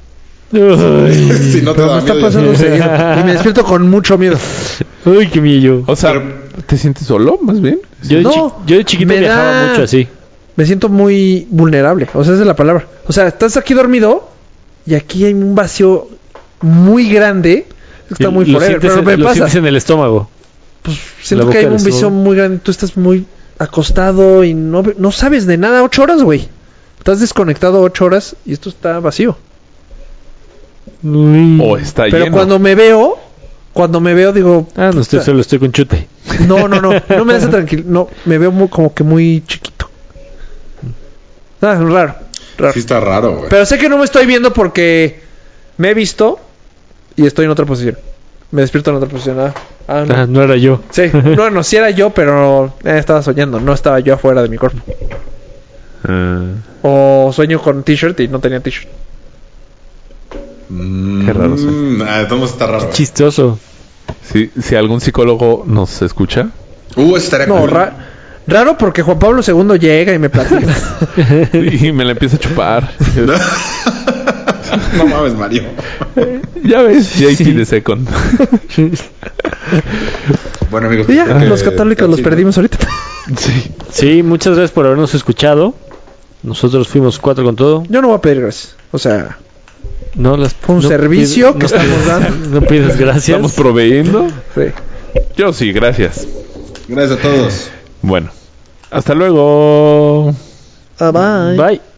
[SPEAKER 5] [laughs]
[SPEAKER 4] Ay,
[SPEAKER 5] si no te
[SPEAKER 1] Pero
[SPEAKER 5] da
[SPEAKER 1] me está
[SPEAKER 5] miedo, ya-
[SPEAKER 1] pasando seguido. Y me despierto con mucho miedo.
[SPEAKER 4] ay, qué miedo.
[SPEAKER 3] o sea, ¿te sientes solo más bien?
[SPEAKER 4] Yo de,
[SPEAKER 1] no,
[SPEAKER 4] chi- yo de chiquito
[SPEAKER 1] me
[SPEAKER 4] viajaba
[SPEAKER 1] da-
[SPEAKER 4] mucho así.
[SPEAKER 1] me siento muy vulnerable. O sea, esa es la palabra. O sea, estás aquí dormido y aquí hay un vacío muy grande. Está muy
[SPEAKER 4] lo
[SPEAKER 1] forever,
[SPEAKER 4] sientes,
[SPEAKER 1] pero
[SPEAKER 4] en,
[SPEAKER 1] me
[SPEAKER 4] lo
[SPEAKER 1] pasa.
[SPEAKER 4] sientes en el estómago.
[SPEAKER 1] Siento
[SPEAKER 4] la
[SPEAKER 1] que hay
[SPEAKER 4] boca
[SPEAKER 1] un
[SPEAKER 4] del
[SPEAKER 1] vacío
[SPEAKER 4] estómago.
[SPEAKER 1] muy grande. Tú estás muy acostado y no, ve- no sabes de nada. Ocho horas, güey. Estás desconectado ocho horas y esto está vacío.
[SPEAKER 3] O está
[SPEAKER 1] pero
[SPEAKER 3] lleno.
[SPEAKER 1] cuando me veo, cuando me veo digo...
[SPEAKER 4] Ah, no estoy
[SPEAKER 1] "Puta".
[SPEAKER 4] solo, estoy con chute.
[SPEAKER 1] No, no, no. No me hace tranquilo. No, me veo muy- como que muy chiquito. Ah, raro. Raro.
[SPEAKER 5] Sí está raro, güey.
[SPEAKER 1] Pero sé que no me estoy viendo porque me he visto y estoy en otra posición. Me despierto en otra posición. Ah, ah, no.
[SPEAKER 4] Ah, no era yo.
[SPEAKER 1] Sí, no, no, sí era yo, pero eh, estaba soñando. No estaba yo afuera de mi cuerpo.
[SPEAKER 3] Ah,
[SPEAKER 1] O sueño con t-shirt y no tenía t-shirt.
[SPEAKER 5] Mm,
[SPEAKER 3] Qué
[SPEAKER 1] mm,
[SPEAKER 3] raro, sí.
[SPEAKER 5] ah, todo está raro. güey.
[SPEAKER 4] Chistoso.
[SPEAKER 3] si, si algún psicólogo nos escucha,
[SPEAKER 5] Uh, eso estaría
[SPEAKER 1] No,
[SPEAKER 5] cool.
[SPEAKER 1] ra- raro porque Juan Pablo II llega y me platica.
[SPEAKER 3] Y me la empieza a chupar.
[SPEAKER 5] [laughs]
[SPEAKER 1] [laughs]
[SPEAKER 5] No mames, Mario.
[SPEAKER 3] ya ves, JP de Second.
[SPEAKER 5] Bueno, amigos.
[SPEAKER 1] y ya,
[SPEAKER 5] creo que-
[SPEAKER 1] los católicos los
[SPEAKER 5] sí,
[SPEAKER 1] perdimos ahorita. [laughs]
[SPEAKER 3] sí.
[SPEAKER 4] Sí, muchas gracias por habernos escuchado. Nosotros fuimos cuatro con todo.
[SPEAKER 1] Yo no voy a pedir gracias. O sea,
[SPEAKER 4] No las
[SPEAKER 1] fue un
[SPEAKER 4] no
[SPEAKER 1] servicio
[SPEAKER 4] pido- [laughs]
[SPEAKER 1] que estamos dando.
[SPEAKER 4] No pides gracias.
[SPEAKER 3] Estamos proveyendo.
[SPEAKER 1] Sí.
[SPEAKER 3] Yo sí, gracias.
[SPEAKER 5] Gracias a todos.
[SPEAKER 3] Bueno, hasta luego.
[SPEAKER 1] Ah, bye.
[SPEAKER 4] Bye.